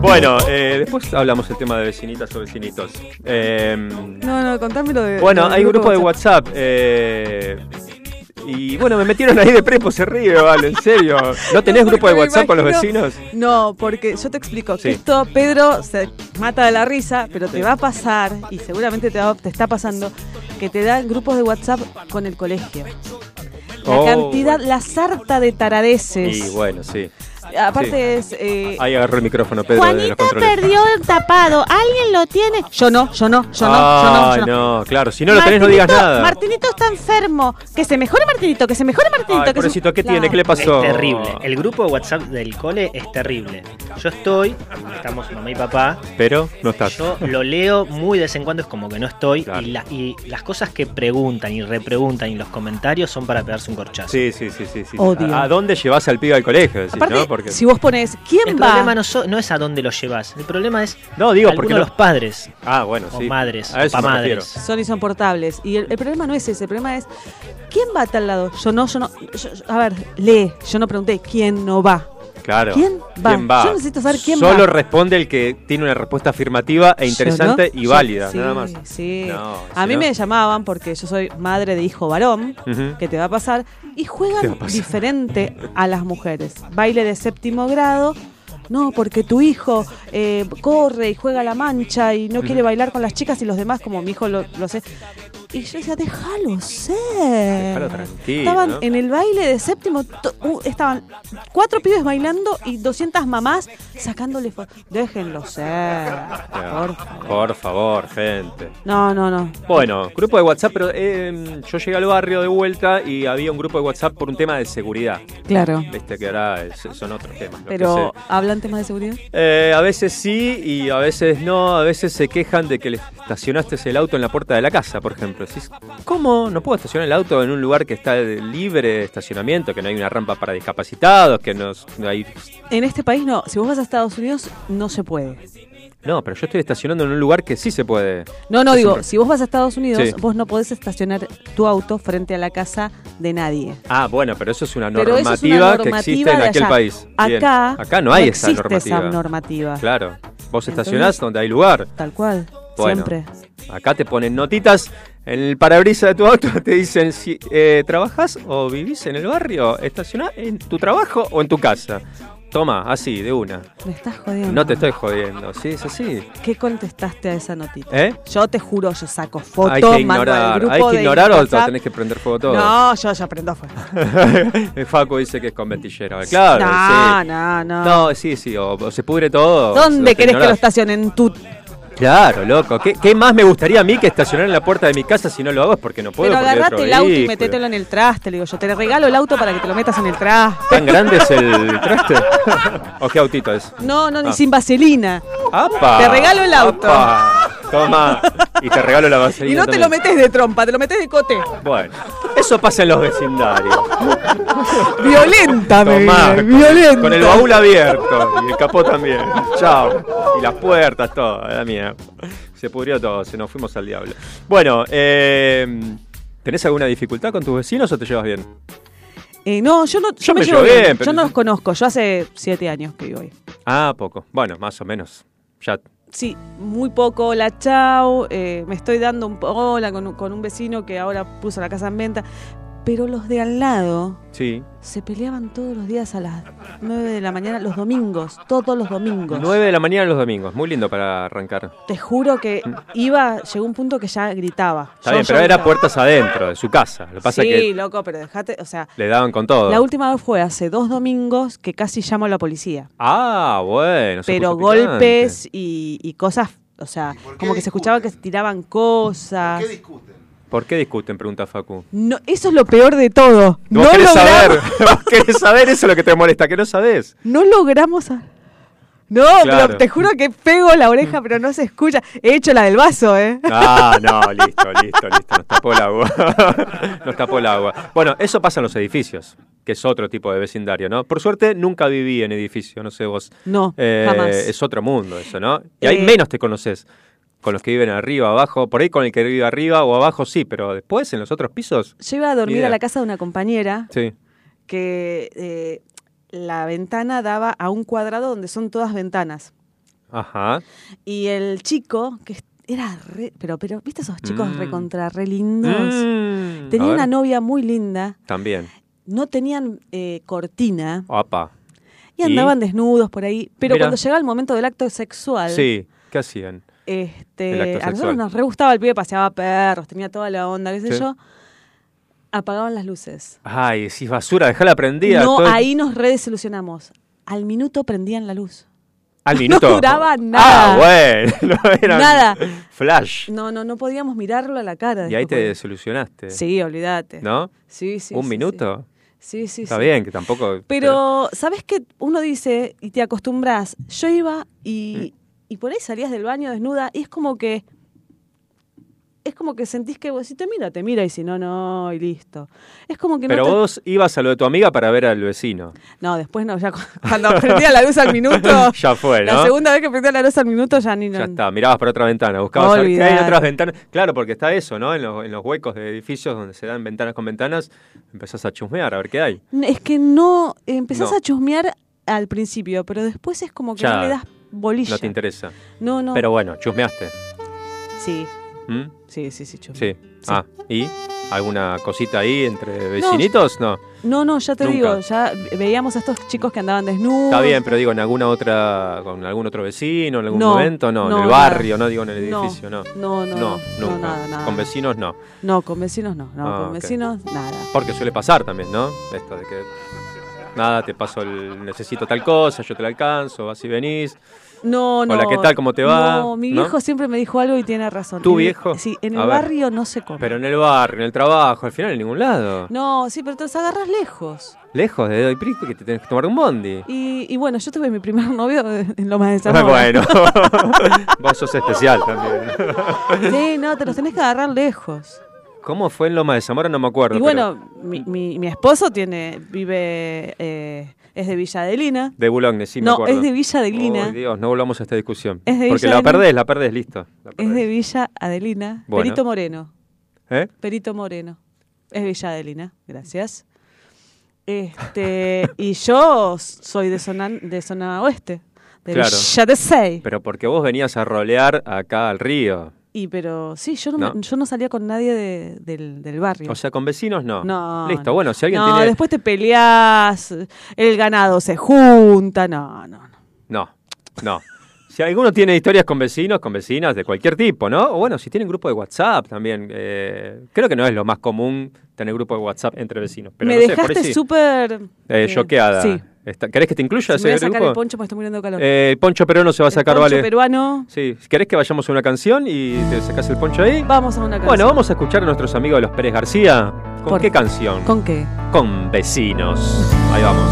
Bueno, eh, después hablamos el tema de vecinitas o vecinitos. Eh,
No, no, contámelo de.
Bueno,
del
hay un grupo de WhatsApp. eh, y bueno, me metieron ahí de prepo, se ríe, vale, en serio. ¿No tenés
No,
grupo
porque
de
me
WhatsApp con los
imagino-
vecinos?
No, porque yo te explico
Sí.
que esto Pedro se mata de la risa, pero te va a pasar, y seguramente te, va- te está pasando, que te dan grupos de WhatsApp con el colegio. La
Oh,
cantidad,
bueno.
la sarta de
Y
taradeces.
bueno, sí.
Aparte es. eh,
Ahí agarró el micrófono, Pedro, de los
Juanita
controles.
perdió el tapado. ¿Alguien lo tiene?
yo no, yo no, yo no,
Ah,
yo no, yo no.
claro. Si no lo tenés, no digas
Martinito-
nada.
Martinito está enfermo.
Que se mejore Martinito, que se mejore Martinito.
Ay,
que se-
pobrecito, ¿qué
Claro.
tiene? ¿Qué le
Es
pasó?
terrible. El grupo de WhatsApp del cole es terrible. Yo estoy, estamos mamá y papá,
Pero no estás.
yo lo leo muy de vez en cuando, es como que no estoy.
Claro.
Y, la- y las cosas que preguntan y repreguntan y los comentarios son para pegarse un corchazo.
Sí, sí, sí, sí. sí.
Odio.
¿A a dónde llevas al pibe al colegio? Decís,
Aparte,
¿no? Porque...
si vos pones, ¿quién
El
va?
problema no, so- no es a dónde lo llevas, el problema es
No, digo,
alguno
porque
de
no-
los padres.
Ah, bueno,
o
sí.
madres,
A eso
o
me
pamadres.
refiero.
Son insoportables. Y el, el problema no es ese, el problema es ¿quién va a tal lado? Yo no, yo no. yo- yo- a ver, lee. Yo no pregunté quién no va.
Claro.
¿Quién va? Yo necesito saber quién
Solo
va.
responde el que tiene una respuesta afirmativa e interesante
Yo no-
y válida,
yo- sí,
nada más.
Sí.
No,
a
si
mí
no-
me llamaban porque yo soy madre de hijo varón,
Ujú.
que te va a pasar, y
Te va a
juegan
pasar.
diferente a las mujeres. Baile de séptimo grado. No, porque tu hijo eh, corre y juega a la mancha y no quiere bailar con las chicas y los demás, como mi hijo lo, lo sé. Y yo decía, déjalo ser.
Déjalo tranquilo,
Estaban
¿no?
en el baile de séptimo, to- uh, estaban cuatro pibes bailando y 200 mamás sacándole fotos. Déjenlo ser, por favor.
Por favor, gente.
No, no, no.
Bueno, grupo de WhatsApp, pero eh, yo llegué al barrio de vuelta y había un grupo de WhatsApp por un tema de seguridad.
Claro.
Viste que ahora es- son otros temas. lo que
Pero,
sé.
¿hablan temas de seguridad?
Eh, a veces sí y a veces no. A veces se quejan de que le estacionaste el auto en la puerta de la casa, por ejemplo. Decís, ¿Cómo? ¿No puedo estacionar el auto en un lugar que está de- libre de estacionamiento, que no hay una rampa para discapacitados, que no, no hay...
En este país no. Si vos vas a Estados Unidos, no se puede.
No, pero yo estoy estacionando en un lugar que sí se puede.
No, no,
Es
digo,
un-
si vos vas a Estados Unidos,
Sí.
vos no podés estacionar tu auto frente a la casa de nadie.
Ah, bueno, pero eso es una
Pero
normativa,
eso es una
que existe
normativa
en
de
aquel
allá.
país. Bien.
Acá,
Acá no hay esa
existe
normativa.
esa normativa.
Claro. Vos
Entonces-
estacionás donde hay lugar.
Tal cual.
Bueno.
Siempre.
Acá te ponen notitas en el parabrisas de tu auto, te dicen si eh, trabajás o vivís en el barrio, estacionás en tu trabajo o en tu casa. Toma, así, de una.
Me estás jodiendo.
No te estoy jodiendo, sí, es así.
¿Qué contestaste a esa notita?
¿Eh?
Yo te juro, yo saco fotos,
hay que
mando al
ignorar,
grupo
hay que
de
ignorar o te
WhatsApp.
tenés que prender fuego todo.
No, yo ya prendo fuego.
El Facu dice que es con ventillera. Claro,
no,
sí.
no, no,
No, sí, sí, o, o se pudre todo. o se-
¿Dónde
te
querés que lo
ignorás.
estacionen? En tu
Claro, loco. ¿Qué, qué más me gustaría a mí que estacionar en la puerta de mi casa si no lo hago? Es porque no puedo.
Pero
porque hay otro
agarrate el auto y
vehículo.
metételo en el traste, le digo yo. Te regalo el auto para que te lo metas en el traste.
¿Tan grande es el traste? ¿O qué autito es?
No, no, ni
Ah.
sin vaselina.
¡Apa!
Te regalo el auto.
¡Apa! Toma. Y te regalo la vaselina.
Y no te
también.
lo metes de trompa, te lo metes de cote.
Bueno, eso pasa en los vecindarios.
Violenta, me
Tomá,
viene,
con-
violenta.
Con el baúl abierto y el capó también. Chao. Y las puertas, todo, a la mierda. Se pudrió todo, se nos fuimos al diablo. Bueno, eh, ¿tenés alguna dificultad con tus vecinos o te llevas bien?
Eh, no, yo no, yo,
Yo
me,
me
llevo
llevo
bien.
bien, pero-
Yo no los conozco. Yo hace siete años que vivo ahí.
Ah, poco. Bueno, más o menos. Ya.
Sí, muy poco. Hola, chau. eh, me estoy dando un po- hola con, un- con un vecino que ahora puso la casa en venta. Pero los de al lado
Sí.
se peleaban todos los días a las 9 de la mañana, los domingos, todos los domingos.
9 de la mañana los domingos. Muy lindo para arrancar.
Te juro que iba, llegó un punto que ya gritaba. Yo-
Está bien,
yo
pero era
gritaba.
puertas adentro, de su casa. Lo que pasa
sí,
es que
loco, pero dejate, o sea,
le daban con todo.
la última vez fue hace dos domingos que casi llamo a la policía.
Ah, bueno. se
pero
puso picante.
golpes y, y cosas, o sea,
por qué
como que se
discuten?
escuchaba que se tiraban
¿Qué
cosas.
discuten?
¿Por qué discuten? Pregunta Facu.
No, eso es lo peor de todo.
Vos
No
querés
logramos,
saber. Vos querés saber eso es lo que te molesta, que no sabés.
no logramos a- No,
Claro.
pero te juro que pego la oreja, pero no se escucha. He hecho la del vaso, ¿eh?
Ah, no, listo, listo, listo. Nos tapó el agua. Nos tapó el agua. Bueno, eso pasa en los edificios, que es otro tipo de vecindario, ¿no? Por suerte nunca viví en edificio, no sé vos.
No,
Eh,
jamás.
Es otro mundo eso, ¿no? Y ahí
Eh,
menos te conoces. Con los que viven arriba, abajo. Por ahí con el que vive arriba o abajo sí, pero después en los otros pisos.
Yo iba a dormir
idea.
a la casa de una compañera
Sí.
que eh, la ventana daba a un cuadrado donde son todas ventanas.
Ajá.
Y el chico, que es- era re- pero, pero, ¿viste esos chicos
Mm.
recontra, re lindos?
Mm, a
Tenía
ver.
una novia muy linda,
También.
no tenían eh, cortina
Opa.
y
¿Y?
andaban desnudos por ahí. Pero
Mira.
cuando llegaba el momento del acto sexual,
Sí. ¿Qué hacían?
este,
El acto
a nosotros
sexual.
nos re gustaba, el pibe paseaba perros, tenía toda la onda, qué sé
Sí.
yo, apagaban las luces.
Ay, si es basura, dejala prendida.
No,
todo-
ahí nos redesilusionamos. Al minuto prendían la luz.
Al minuto.
duraba nada.
Ah, bueno. no eran
Nada.
Flash.
No, no, no podíamos mirarlo a la cara.
Y ahí te
después.
desilusionaste.
Sí, olvídate.
¿No?
Sí, sí.
¿Un
sí,
minuto?
Sí, sí. sí,
Está
sí.
bien, que tampoco.
Pero, ¿sabes qué? Uno dice y te acostumbras. Yo iba y,
Mm.
y por ahí salías del baño desnuda y es como que. Es como que sentís que vos, si te mira, te mira y si no, no, y listo. Es como que no.
Pero
te-
vos ibas a lo de tu amiga para ver al vecino.
No, después no, ya cu- cuando prendía la luz al minuto.
ya fue, ¿no?
La segunda vez que prendía la luz al minuto ya ni no.
Ya está, mirabas para otra ventana, buscabas a ver qué hay en
Olvidate.
otras ventanas. Claro, porque está eso, ¿no? En los, en los huecos de edificios donde se dan ventanas con ventanas, empezás a chusmear a ver qué hay.
N- Es que no. Empezás
No.
a chusmear al principio, pero después es como que
Ya.
no le das bolilla.
No te interesa.
No, no.
Pero bueno, chusmeaste.
Sí,
¿Mm?
sí, sí, sí, chusmear.
Sí. Ah, ¿y? ¿Alguna cosita ahí entre vecinitos? No.
No, no, ya te
Nunca.
digo, ya veíamos a estos chicos que andaban desnudos.
Está bien, pero digo, en alguna otra, con algún otro vecino, en algún
No,
momento, no,
no,
en el
nada.
barrio, no digo en el
No,
edificio, no.
No, no, no,
nunca.
no, nada, nada.
Con vecinos no.
No, con vecinos no, no,
Ah,
con
ok.
vecinos nada.
Porque suele pasar también, ¿no? Esto de que nada, te paso el necesito tal cosa, yo te la alcanzo, vas y venís.
No, no.
Hola, ¿qué tal? ¿Cómo te va?
No, mi
¿No?
viejo siempre me dijo algo y tiene razón.
¿Tu
En el-
viejo?
Sí, en
A
el
ver.
barrio no se come.
Pero en el barrio, en el trabajo, al final en ningún lado.
No, sí, pero te los agarras lejos.
Lejos de Doy Prisco que te tenés que tomar un bondi.
Y, y bueno, yo tuve mi primer novio en Lomas de
Ah,
Zamora.
bueno, vos sos especial también.
Sí, no, te los tenés que agarrar lejos.
¿Cómo fue en Loma de Zamora? No me acuerdo.
Y
pero- mm.
bueno, mi, mi- mi esposo tiene, vive, eh, es de Villa Adelina.
de Boulogne, sí, me
no,
acuerdo.
es de Villa Adelina.
Uy, Dios, no volvamos a esta discusión.
Es de
Porque
Villa
la
Adelina.
perdés, la perdés, listo. la
Es de
perdés.
Villa Adelina.
Bueno.
Perito Moreno.
¿Eh?
Perito Moreno. Es Villa Adelina. Gracias. Este, y yo soy de zona, de zona oeste. De
Claro.
Villa de Sei.
Pero porque vos venías a rolear acá al río.
Y pero sí, yo no, me-
No.
yo no salía con nadie de- del, del barrio.
O sea, con vecinos no.
no.
Listo,
no.
bueno, si alguien
no,
tiene.
después te peleás, el ganado se junta, no, no, no.
No, no. Si alguno tiene historias con vecinos, con vecinas de cualquier tipo, ¿no? O bueno, si tienen grupo de WhatsApp también. eh, creo que no es lo más común tener grupo de WhatsApp entre vecinos. Pero
me
no sé, por ahí
dejaste
sí.
súper...
Eh,
eh,
choqueada.
Sí.
Está- ¿Querés que te
Me
incluya
voy
ese
a sacar el
grupo?
poncho porque estoy muriendo de calor.
Eh, el poncho peruano se va a
El
sacar,
poncho
vale.
peruano.
Sí, ¿querés que vayamos a una canción y te sacás el poncho ahí?
Vamos a una canción.
Bueno, vamos a escuchar a nuestros amigos de los Pérez García. ¿Con
Por-
qué canción?
¿Con qué?
con vecinos. Ahí vamos.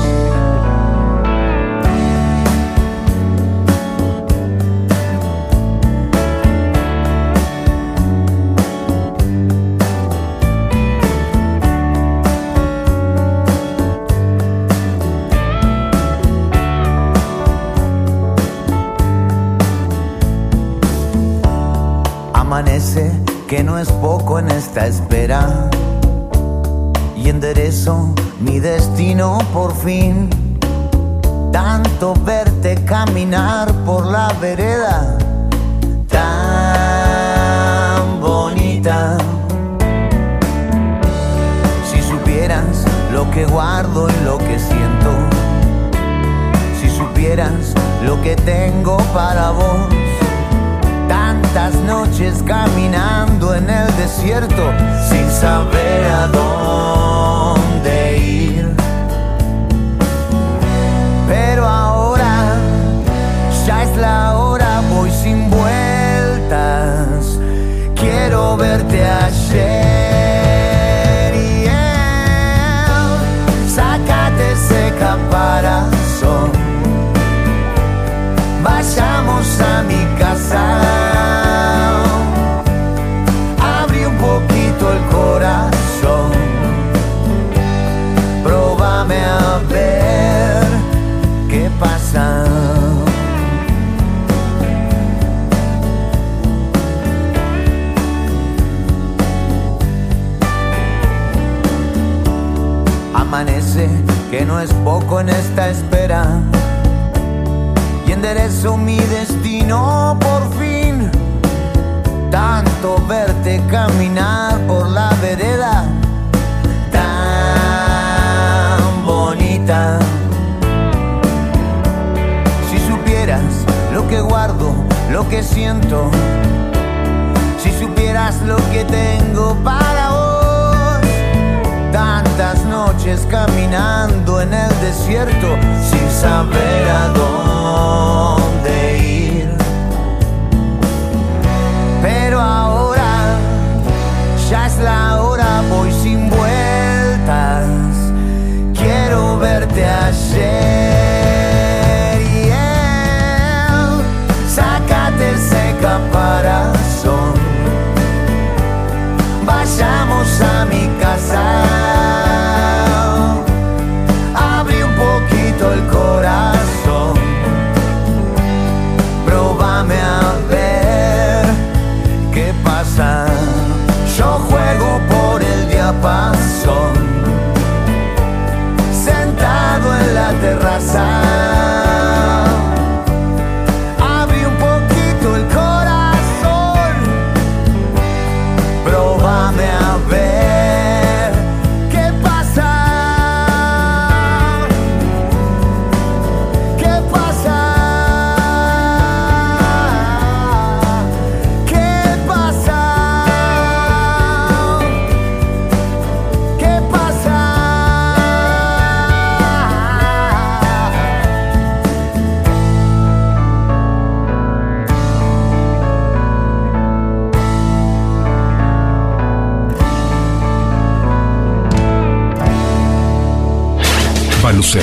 Amanece, que no es poco en esta espera. Y enderezo mi destino por fin. Tanto verte caminar por la vereda. Tan bonita. Si supieras para vos. Tantas noches caminando en el desierto sin saber a dónde ir. Pero ahora ya es la hora, voy sin vueltas. Quiero verte ayer y él, sácate ese caparazón. Vayamos a mi casa. Abre un poquito el corazón. Próbame a ver qué pasa. Amanece, que no es poco en esta espera. Y enderezo mi destino por fin. Tanto verte caminar por la vereda. Tan bonita. Si supieras lo que guardo, lo que siento. Si supieras lo que tengo para vos. Tantas noches caminando en el desierto sin saber a dónde ir. Pero ahora ya es la hora, voy sin vueltas. Quiero verte ayer y él, sácate ese caparazón. Vayamos a mi casa. Abre un poquito el corazón. Próbame a ver qué pasa. Yo juego por el diapasón. Sentado en la terraza. Abre un poquito el corazón. Próbame a ver qué pasa. ¿Qué pasa? ¿Qué pasa? ¿Qué pasa?
Balucel,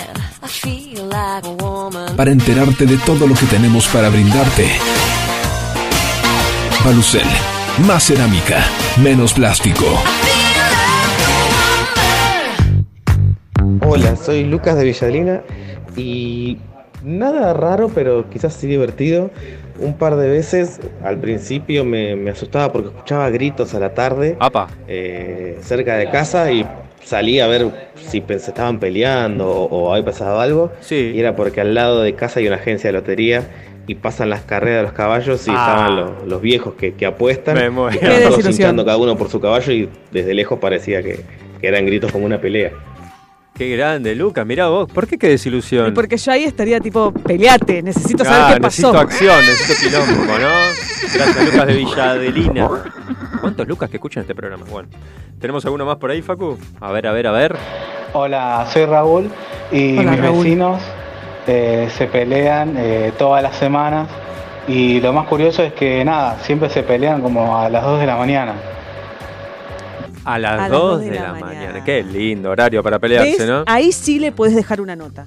para enterarte de todo lo que tenemos para brindarte. Balucel, más cerámica, menos plástico.
Hola, soy Lucas de Villalina y nada raro, pero quizás sí divertido. Un par de veces al principio me, me asustaba porque escuchaba gritos a la tarde eh, cerca de casa y salí a ver si pe- se estaban peleando o, o ahí pasaba algo. Y era porque al lado de casa hay una agencia de lotería y pasan las carreras de los caballos y
Ah.
estaban los, los viejos que, que apuestan.
Me muero.
Y estaban
Qué
todos
desilusión.
hinchando cada uno por su caballo y desde lejos parecía que, que eran gritos como una pelea.
Qué grande, Lucas. Mirá vos, ¿por qué qué desilusión?
Porque yo ahí estaría tipo, peleate, necesito
Ah,
saber qué pasó.
necesito acción, necesito quilombo, ¿no? Gracias, Lucas de Villadelina. ¿Cuántos Lucas que escuchan este programa? Bueno, ¿tenemos alguno más por ahí, Facu? A ver, a ver, a ver.
Hola, soy Raúl y
Hola,
mis
Raúl.
vecinos eh, se pelean eh, todas las semanas y lo más curioso es que nada, siempre se pelean como a las 2 de la mañana.
A las 2 de, la, mañana. Qué lindo horario para
¿Ves?
pelearse, ¿no?
Ahí sí le puedes dejar una nota.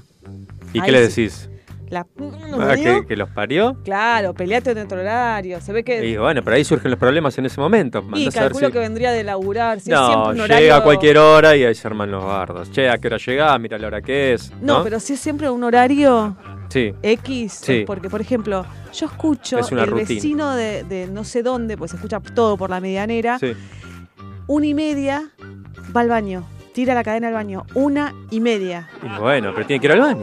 ¿Y
ahí
qué le
sí.
decís?
La p- ¿no
Ah,
te digo?
que, que los parió.
Claro, peleate en otro horario. Se ve que.
Y bueno, pero ahí surgen los problemas en ese momento.
Y
Mandás a ver
calculo
si-
que vendría de laburar. Si es siempre
No,
un horario...
llega a cualquier hora y ahí se arman los bardos. Che, ¿a qué hora llegás? Mira la hora que es.
No,
No,
pero si es siempre un horario
Sí.
X.
Sí.
Porque, por ejemplo, yo escucho
Es una
el
rutina.
vecino de, de no sé dónde, pues se escucha todo por la medianera.
Sí.
Una y media va al baño. Tira la cadena al baño. Una y media.
Y bueno, pero tiene que ir al baño.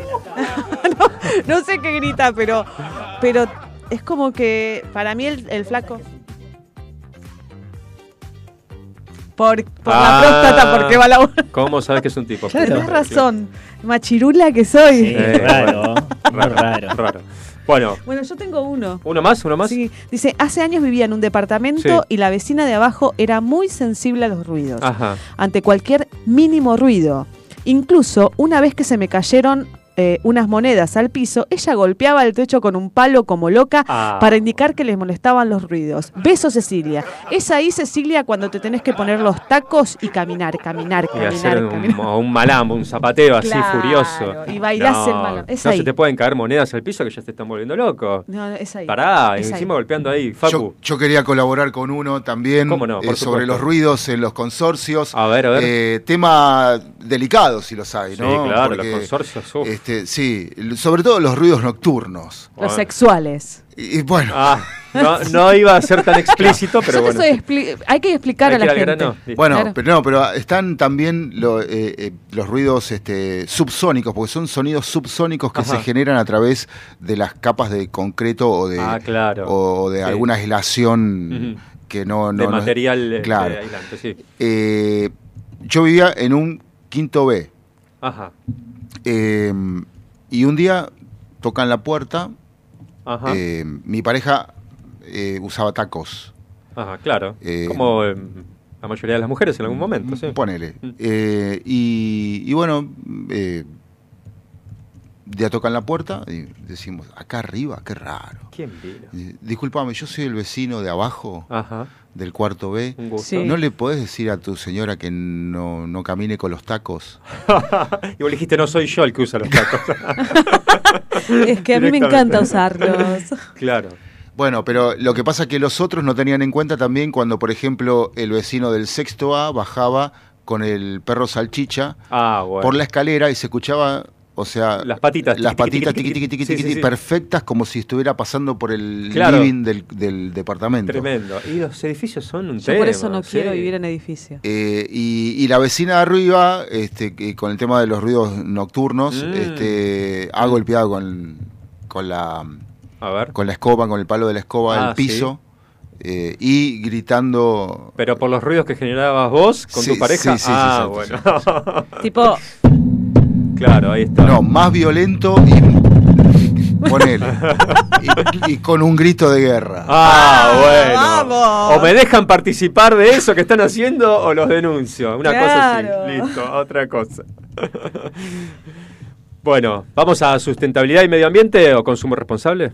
No sé qué grita, pero, pero es como que para mí el, el flaco. Por, por
Ah.
la próstata, porque va la.
¿Cómo sabes que es un tipo?
Tenés razón, machirula que soy.
Eh, bueno, raro, raro, Bueno,
Bueno, yo tengo uno.
¿uno más? ¿Uno más?
Sí. Dice, hace años vivía en un departamento
Sí.
y la vecina de abajo era muy sensible a los ruidos,
Ajá.
ante cualquier mínimo ruido. Incluso una vez que se me cayeron eh, unas monedas al piso, ella golpeaba el techo con un palo como loca
Ah.
para indicar que les molestaban los ruidos. Beso Cecilia. Es ahí Cecilia cuando te tenés que poner los tacos y caminar, caminar,
Y
caminar.
hacer un, o un malambo, un zapateo así
Claro,
furioso.
y bailás
no,
el malambo. Es
no
ahí.
se te pueden caer monedas al piso que ya te están volviendo loco.
No, no, es ahí.
Pará,
Es ahí.
encima golpeando ahí. Facu.
Yo quería colaborar con uno también eh,
por
sobre
supuesto.
los ruidos en los consorcios.
A ver, a ver.
Eh, tema delicado, si los hay,
Sí,
¿no?
claro,
Porque,
los consorcios. uf.
este, sí, l- sobre todo los ruidos nocturnos.
Los sexuales.
Y, y bueno.
Ah, no- no iba a ser tan explícito,
Yo te soy expli- hay que explicar a la gente.
Bueno,
Claro.
pero no, pero están también lo- eh, eh, los ruidos este, subsónicos, porque son sonidos subsónicos que
Ajá.
se generan a través de las capas de concreto o de,
Ah, claro.
o de
Sí.
alguna aislación que no, no-
de
no-
material eh,
claro.
eh, aislante, sí.
Eh, yo vivía en un quinto B.
Ajá.
eh, y un día tocan la puerta.
Ajá.
eh, mi pareja eh, usaba tacos.
Ajá, claro.
Eh, mm,
Como eh, la mayoría de las mujeres en algún momento, sí.
Ponele. Eh, y, y bueno, eh, ya tocan la puerta y decimos, acá arriba, qué raro.
¿Quién vino?
Eh, Disculpame, yo soy el vecino de abajo
Ajá.
del cuarto B.
Un gusto. Sí.
¿No le podés decir a tu señora que no, no camine con los tacos?
Y vos le dijiste, no soy yo el que usa los tacos.
Es que a mí me
Directamente.
encanta usarlos.
Claro.
Bueno, pero lo que pasa es que los otros no tenían en cuenta también cuando, por ejemplo, el vecino del sexto A bajaba con el perro salchicha
Ah, bueno.
por la escalera y se escuchaba, o sea,
Las patitas.
las
tiqui, tiqui,
patitas
tiqui,
tiqui, tiqui, tiqui,
Sí, sí,
tiqui,
sí.
perfectas como si estuviera pasando por el
Claro.
living del, del departamento.
Tremendo. Y los edificios son un
Yo por eso no
sí.
quiero vivir en edificio.
Eh, y, y la vecina de arriba, este, que con el tema de los ruidos nocturnos,
Mm.
este, ha golpeado con, con la con la escoba, con el palo de la escoba
Ah,
al piso eh, y gritando.
Pero por los ruidos que generabas vos con
Sí,
tu pareja.
sí, sí,
ah,
sí, sí,
bueno.
Tipo,
claro, ahí está.
No, más violento y ponele. y, y con un grito de guerra.
Ah, bueno.
vamos.
O me dejan participar de eso que están haciendo o los denuncio. Una cosa
Claro.
así. Listo, otra cosa. bueno, ¿vamos a sustentabilidad y medio ambiente o consumo responsable?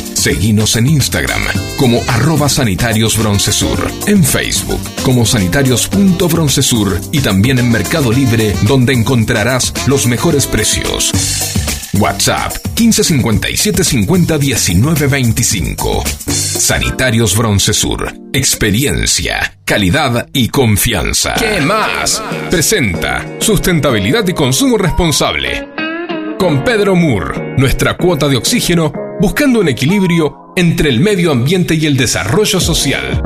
Seguinos en Instagram como arroba sanitarios broncesur, en Facebook como sanitarios.broncesur y también en Mercado Libre donde encontrarás los mejores precios. WhatsApp 1557 50 19 25. Sanitarios Broncesur. Experiencia, calidad y confianza. ¿Qué más? Presenta Sustentabilidad y Consumo Responsable. Con Pedro Moore, nuestra cuota de oxígeno, buscando un equilibrio entre el medio ambiente y el desarrollo social.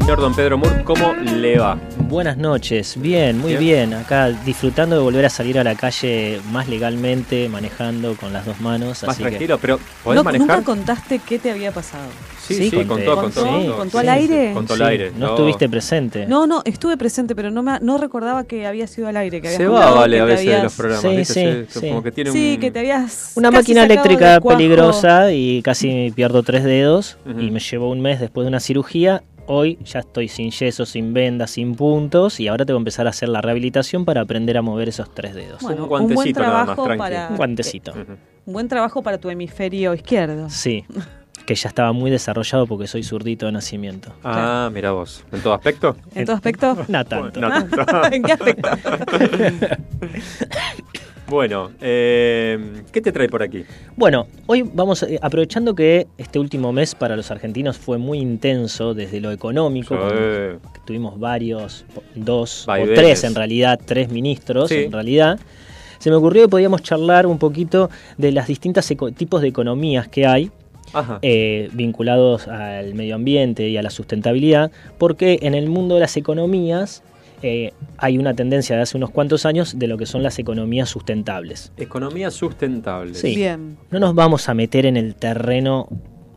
Señor Don Pedro Moore, ¿cómo le va?
Buenas noches, bien, muy bien. Acá disfrutando de volver a salir a la calle más legalmente, manejando con las dos manos.
Más
así
tranquilo,
que...
pero ¿podés
No,
manejar?
Nunca contaste qué te había pasado.
Sí, sí,
conté.
contó, contó,
¿Contó?
contó.
¿Contó al
Sí, sí,
aire?
contó al
Sí,
aire,
No
no.
estuviste presente.
No, no, estuve presente, pero no, me, no recordaba que había sido al aire. Que habías
Se va,
contado
vale,
que
a
te
veces de
habías-
los programas,
Sí,
¿viste?
sí,
Se-
sí.
Como que tiene
Sí,
un...
que te habías.
Una
casi
máquina
sacado
eléctrica
del cuajo.
peligrosa y casi pierdo tres dedos y me llevó un mes después de una cirugía. Hoy ya estoy sin yeso, sin vendas, sin puntos y ahora tengo que empezar a hacer la rehabilitación para aprender a mover esos tres dedos.
Bueno, Un guantecito un buen nada más, trabajo tranqui. para-
Un guantecito.
Un buen trabajo para tu hemisferio izquierdo.
Sí, que ya estaba muy desarrollado porque soy zurdito de nacimiento.
Ah, mira vos. ¿En todo aspecto?
¿En todo aspecto?
No tanto.
No tanto.
¿En qué aspecto?
Bueno, eh, ¿qué te trae por aquí?
Bueno, hoy vamos, eh, aprovechando que este último mes para los argentinos fue muy intenso desde lo económico,
Sí.
con- tuvimos varios, po- dos
Vaivenes.
o tres en realidad, tres ministros
Sí.
en realidad, se me ocurrió que podíamos charlar un poquito de las distintas eco- tipos de economías que hay.
Ajá.
eh, vinculados al medio ambiente y a la sustentabilidad, porque en el mundo de las economías eh, hay una tendencia de hace unos cuantos años de lo que son las economías sustentables.
Economía sustentable.
Sí. No nos vamos a meter en el terreno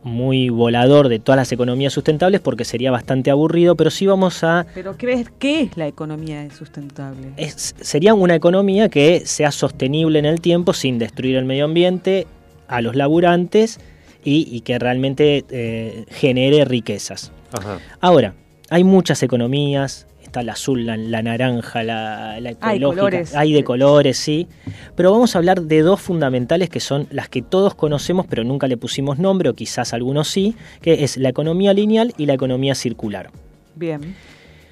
muy volador de todas las economías sustentables porque sería bastante aburrido, pero sí vamos a...
Pero ¿crees qué es la economía sustentable?
es- sería una economía que sea sostenible en el tiempo sin destruir el medio ambiente, a los laburantes y, y que realmente eh, genere riquezas.
Ajá.
Ahora, hay muchas economías. Está la azul, la, la naranja, la, la
Hay
ecológica.
colores.
Hay de colores, sí. Pero vamos a hablar de dos fundamentales que son las que todos conocemos, pero nunca le pusimos nombre, o quizás algunos sí, que es la economía lineal y la economía circular.
Bien.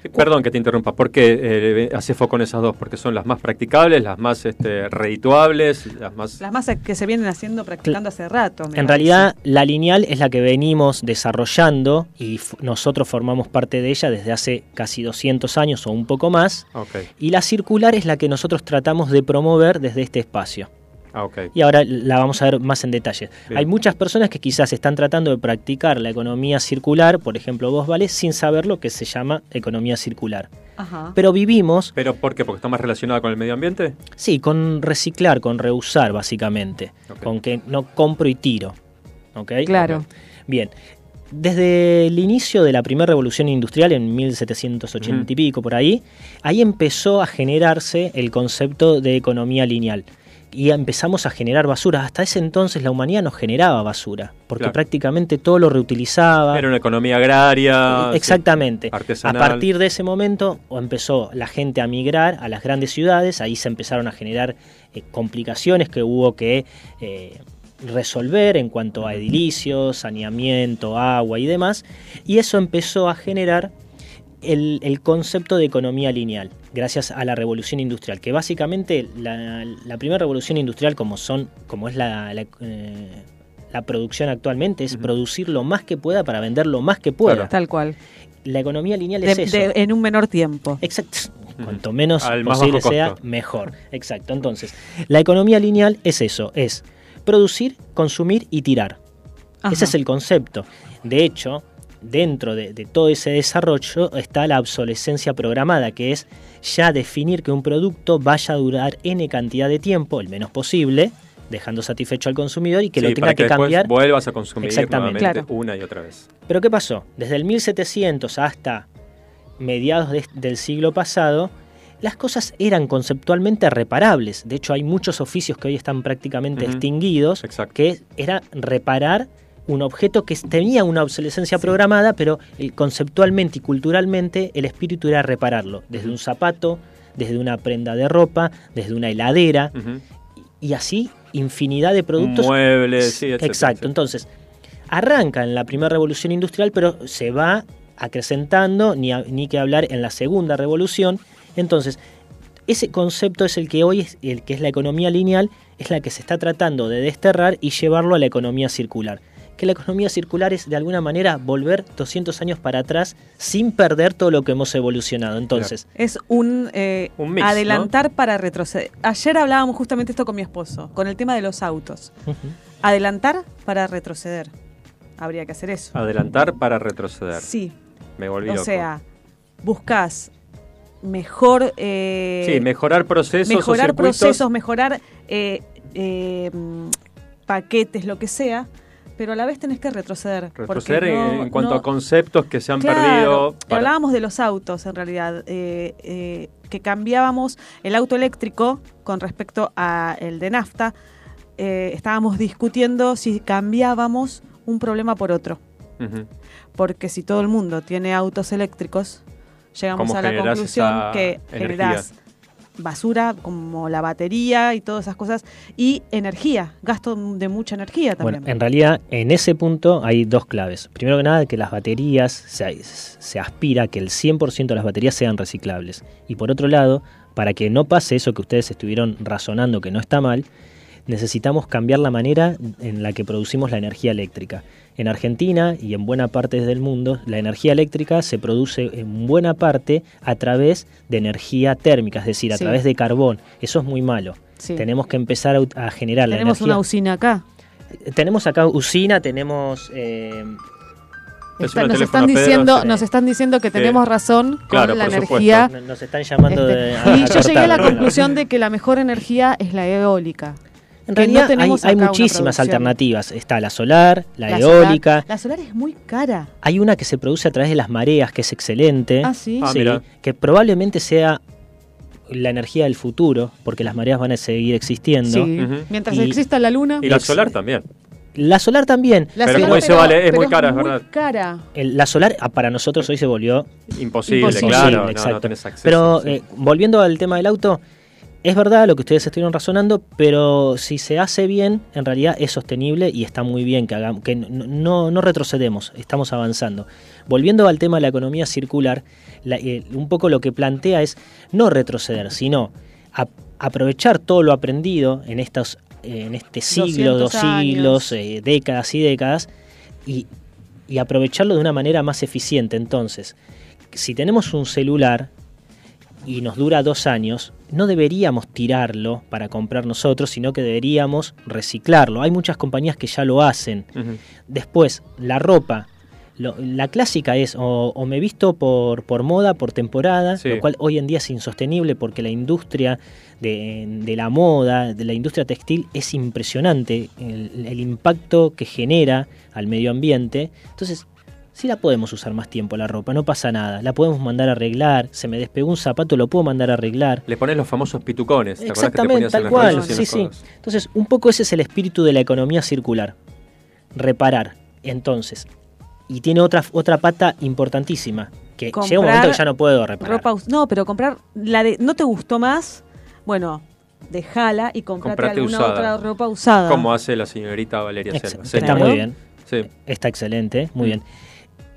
Eh, Perdón que te interrumpa, ¿por qué eh, haces foco en esas dos? Porque son las más practicables, las más este, redituables, las más...
Las masas que se vienen haciendo, practicando hace rato. me
En
parece.
realidad, la lineal es la que venimos desarrollando y f- nosotros formamos parte de ella desde hace casi 200 años o un poco más.
Ok,
Y la circular es la que nosotros tratamos de promover desde este espacio.
ah, ok.
Y ahora la vamos a ver más en detalle.
Bien.
Hay muchas personas que quizás están tratando de practicar la economía circular, por ejemplo vos, ¿vale? Sin saber lo que se llama economía circular.
Ajá.
Pero vivimos,
¿Pero por qué? ¿Porque está más relacionada con el medio ambiente?
sí, con reciclar, con reusar básicamente, con que no compro y tiro. ¿Ok?
Claro.
Bien. Desde el inicio de la primera revolución industrial, en 1780 y pico por ahí, ahí empezó a generarse el concepto de economía lineal. Y empezamos a generar basura. Hasta ese entonces la humanidad no generaba basura, porque
Claro.
prácticamente todo lo reutilizaba.
Era una economía agraria. Ah, sí,
Exactamente.
artesanal.
A partir de ese momento o empezó la gente a migrar a las grandes ciudades, ahí se empezaron a generar eh, complicaciones que hubo que eh, resolver en cuanto a edilicios, saneamiento, agua y demás, y eso empezó a generar el, el concepto de economía lineal, gracias a la revolución industrial, que básicamente la, la primera revolución industrial, como, son, como es la, la, eh, la producción actualmente, es producir lo más que pueda para vender lo más que pueda.
Tal cual.
La economía lineal
De-
es eso.
de- en un menor tiempo.
Exacto. Cuanto menos
Al más
posible
bajo costo.
sea, mejor. Exacto. Entonces, la economía lineal es eso, es producir, consumir y tirar.
Ajá.
Ese es el concepto. De hecho, dentro de, de todo ese desarrollo está la obsolescencia programada, que es ya definir que un producto vaya a durar n cantidad de tiempo, el menos posible, dejando satisfecho al consumidor y que
Sí,
lo tenga
para
que,
después
cambiar.
vuelvas a consumir
Exactamente.
nuevamente
Claro.
una y otra vez.
Pero ¿qué pasó? Desde el 1700 hasta mediados de- del siglo pasado, las cosas eran conceptualmente reparables. De hecho, hay muchos oficios que hoy están prácticamente
Ujú.
extinguidos, que era reparar un objeto que tenía una obsolescencia programada, pero eh, conceptualmente y culturalmente el espíritu era repararlo. Desde un zapato, desde una prenda de ropa, desde una heladera, y así infinidad de productos.
Muebles, sí, etcétera,
Exacto. Entonces, arranca en la primera revolución industrial, pero se va acrecentando, ni, a- ni que hablar en la segunda revolución. Entonces, ese concepto es el que hoy es el que es la economía lineal, es la que se está tratando de desterrar y llevarlo a la economía circular. Que la economía circular es de alguna manera volver 200 años para atrás sin perder todo lo que hemos evolucionado. Entonces,
Es un, eh,
Un mix,
adelantar para retroceder. Ayer hablábamos justamente esto con mi esposo, con el tema de los autos. Adelantar para retroceder. Habría que hacer eso.
Adelantar para retroceder.
Sí.
Me volví
O
loco.
sea, buscas mejor... eh,
sí, mejorar procesos o
mejorar
circuitos.
procesos, mejorar eh, eh, mm, paquetes, lo que sea, pero a la vez tenés que retroceder. porque
Retroceder en-
no-
en cuanto
no-
a conceptos que se han
Claro,
perdido. para-
Hablábamos de los autos en realidad, eh, eh, que cambiábamos el auto eléctrico con respecto a el de nafta. eh, estábamos discutiendo si cambiábamos un problema por otro,
Ujú.
porque si todo el mundo tiene autos eléctricos, llegamos
¿Cómo
a la
generás
conclusión
esa
que generás basura como la batería y todas esas cosas y energía, gasto de mucha energía
Bueno,
también.
en realidad en ese punto hay dos claves. Primero que nada, que las baterías, se, se aspira a que el 100% de las baterías sean reciclables. Y por otro lado, para que no pase eso que ustedes estuvieron razonando que no está mal, necesitamos cambiar la manera en la que producimos la energía eléctrica. En Argentina y en buena parte del mundo, la energía eléctrica se produce en buena parte a través de energía térmica, es decir, a
Sí.
través de carbón. Eso es muy malo.
Sí.
Tenemos que empezar a, ut- a generar la
Tenemos
energía
una usina acá.
tenemos acá usina, tenemos... eh,
Está- nos, están diciendo, nos están diciendo que
Sí.
tenemos razón con
Claro,
la
por supuesto.
energía. Este,
N- nos están llamando de- a- a
y yo llegué a la
cortar, ¿no?
conclusión de que la mejor energía es la eólica.
En
Que no
realidad hay-
tenemos
hay,
acá una
muchísimas
producción.
alternativas. Está la solar, la,
solar-
eólica.
la solar es muy cara.
Hay una que se produce a través de las mareas, que es excelente.
Ah, sí. Ah,
mira.
que probablemente sea la energía del futuro, porque las mareas van a seguir existiendo.
Sí.
Ujú.
Mientras
Y-
exista la luna.
Y la solar también.
La solar también.
La
Pero
solar,
como dice
pero-
Vale, es
pero
muy cara, es verdad.
cara.
El- la solar ah, para nosotros hoy se volvió
Imposible, claro, no, no tenés acceso,
Pero
sí.
eh, volviendo al tema del auto, es verdad lo que ustedes estuvieron razonando, pero si se hace bien, en realidad es sostenible y está muy bien que, hagamos, que no, no, no retrocedemos, estamos avanzando. Volviendo al tema de la economía circular, la- eh, un poco lo que plantea es no retroceder, sino ap- aprovechar todo lo aprendido en, estos, eh, en este siglo,
200
dos siglos, eh, décadas y décadas, y, y aprovecharlo de una manera más eficiente. Entonces, si tenemos un celular y nos dura dos años, no deberíamos tirarlo para comprar nosotros, sino que deberíamos reciclarlo. Hay muchas compañías que ya lo hacen. Después, la ropa. Lo- la clásica es o, o me visto por, por moda, por temporada,
Sí.
lo cual hoy en día es insostenible porque la industria de, de la moda, de la industria textil, es impresionante el, el impacto que genera al medio ambiente. Entonces, sí la podemos usar más tiempo la ropa, no pasa nada. La podemos mandar a arreglar, se me despegó un zapato, lo puedo mandar a arreglar.
Le pones los famosos pitucones. ¿te acordás que te
Exactamente,
ponías en
tal
las
cual.
redes y en
Sí,
las
sí.
cosas?
Entonces, un poco ese es el espíritu de la economía circular. Reparar. Entonces, y tiene otra, otra pata importantísima, que llega un momento
Comprar
que ya no puedo reparar.
Ropa us- no, pero comprar la de no te gustó más, bueno, dejala y comprate
Comprate
alguna
usada.
otra ropa usada.
Como hace la señorita Valeria
Ex-
Selva.
Está
Selva.
muy bien.
Sí. Mm.
Está excelente, muy bien.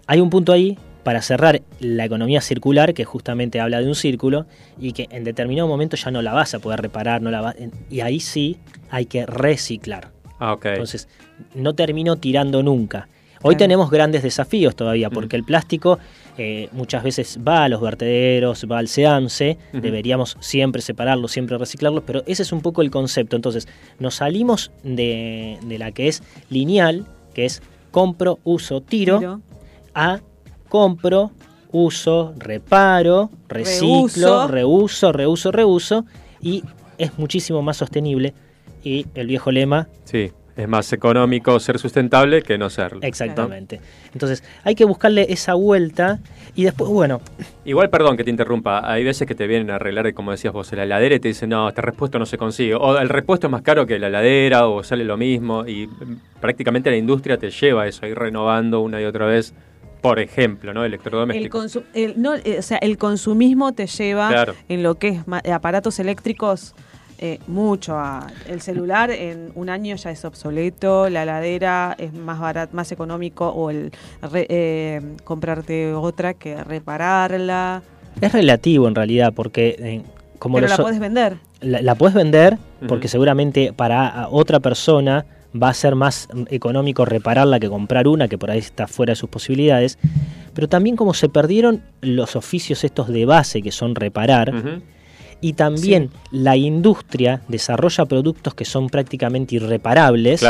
Hay un punto ahí para cerrar la economía circular que justamente habla de un círculo y que en determinado momento ya no la vas a poder reparar, no la va- y ahí sí hay que reciclar.
Ah, ok.
Entonces, no termino tirando nunca. Hoy tenemos grandes desafíos
Mm.
todavía, porque el plástico eh, muchas veces va a los vertederos, va al SEAMSE,
Ujú.
deberíamos siempre separarlo, siempre reciclarlo, pero ese es un poco el concepto. Entonces, nos salimos de, de la que es lineal, que es compro, uso, tiro,
Tiro.
a compro, uso, reparo, reciclo,
Reuso.
reuso, reuso, reuso, y es muchísimo más sostenible. Y el viejo lema,
Sí, es más económico ser sustentable que no serlo. ¿no?
Exactamente. Entonces, hay que buscarle esa vuelta y después, bueno,
Igual, perdón que te interrumpa, hay veces que te vienen a arreglar, como decías vos, la heladera y te dicen, no, este repuesto no se consigue. O el repuesto es más caro que la heladera o sale lo mismo. Y mm, prácticamente la industria te lleva a eso, a ir renovando una y otra vez, por ejemplo, ¿no?
El,
Electrodomésticos.
consu- el- no, eh, o sea, el consumismo te lleva
Claro.
en lo que es ma- eh, aparatos eléctricos eh, mucho. a- el celular en un año ya es obsoleto, la heladera es más barat, más económico o el re- eh, comprarte otra que repararla,
es relativo en realidad porque eh, como
pero
los
la
o-
puedes vender.
la, la puedes vender
Ujú.
porque seguramente para a otra persona va a ser más mm, económico repararla que comprar una que por ahí está fuera de sus posibilidades. Pero también como se perdieron los oficios estos de base que son reparar, y también la industria desarrolla productos que son prácticamente irreparables.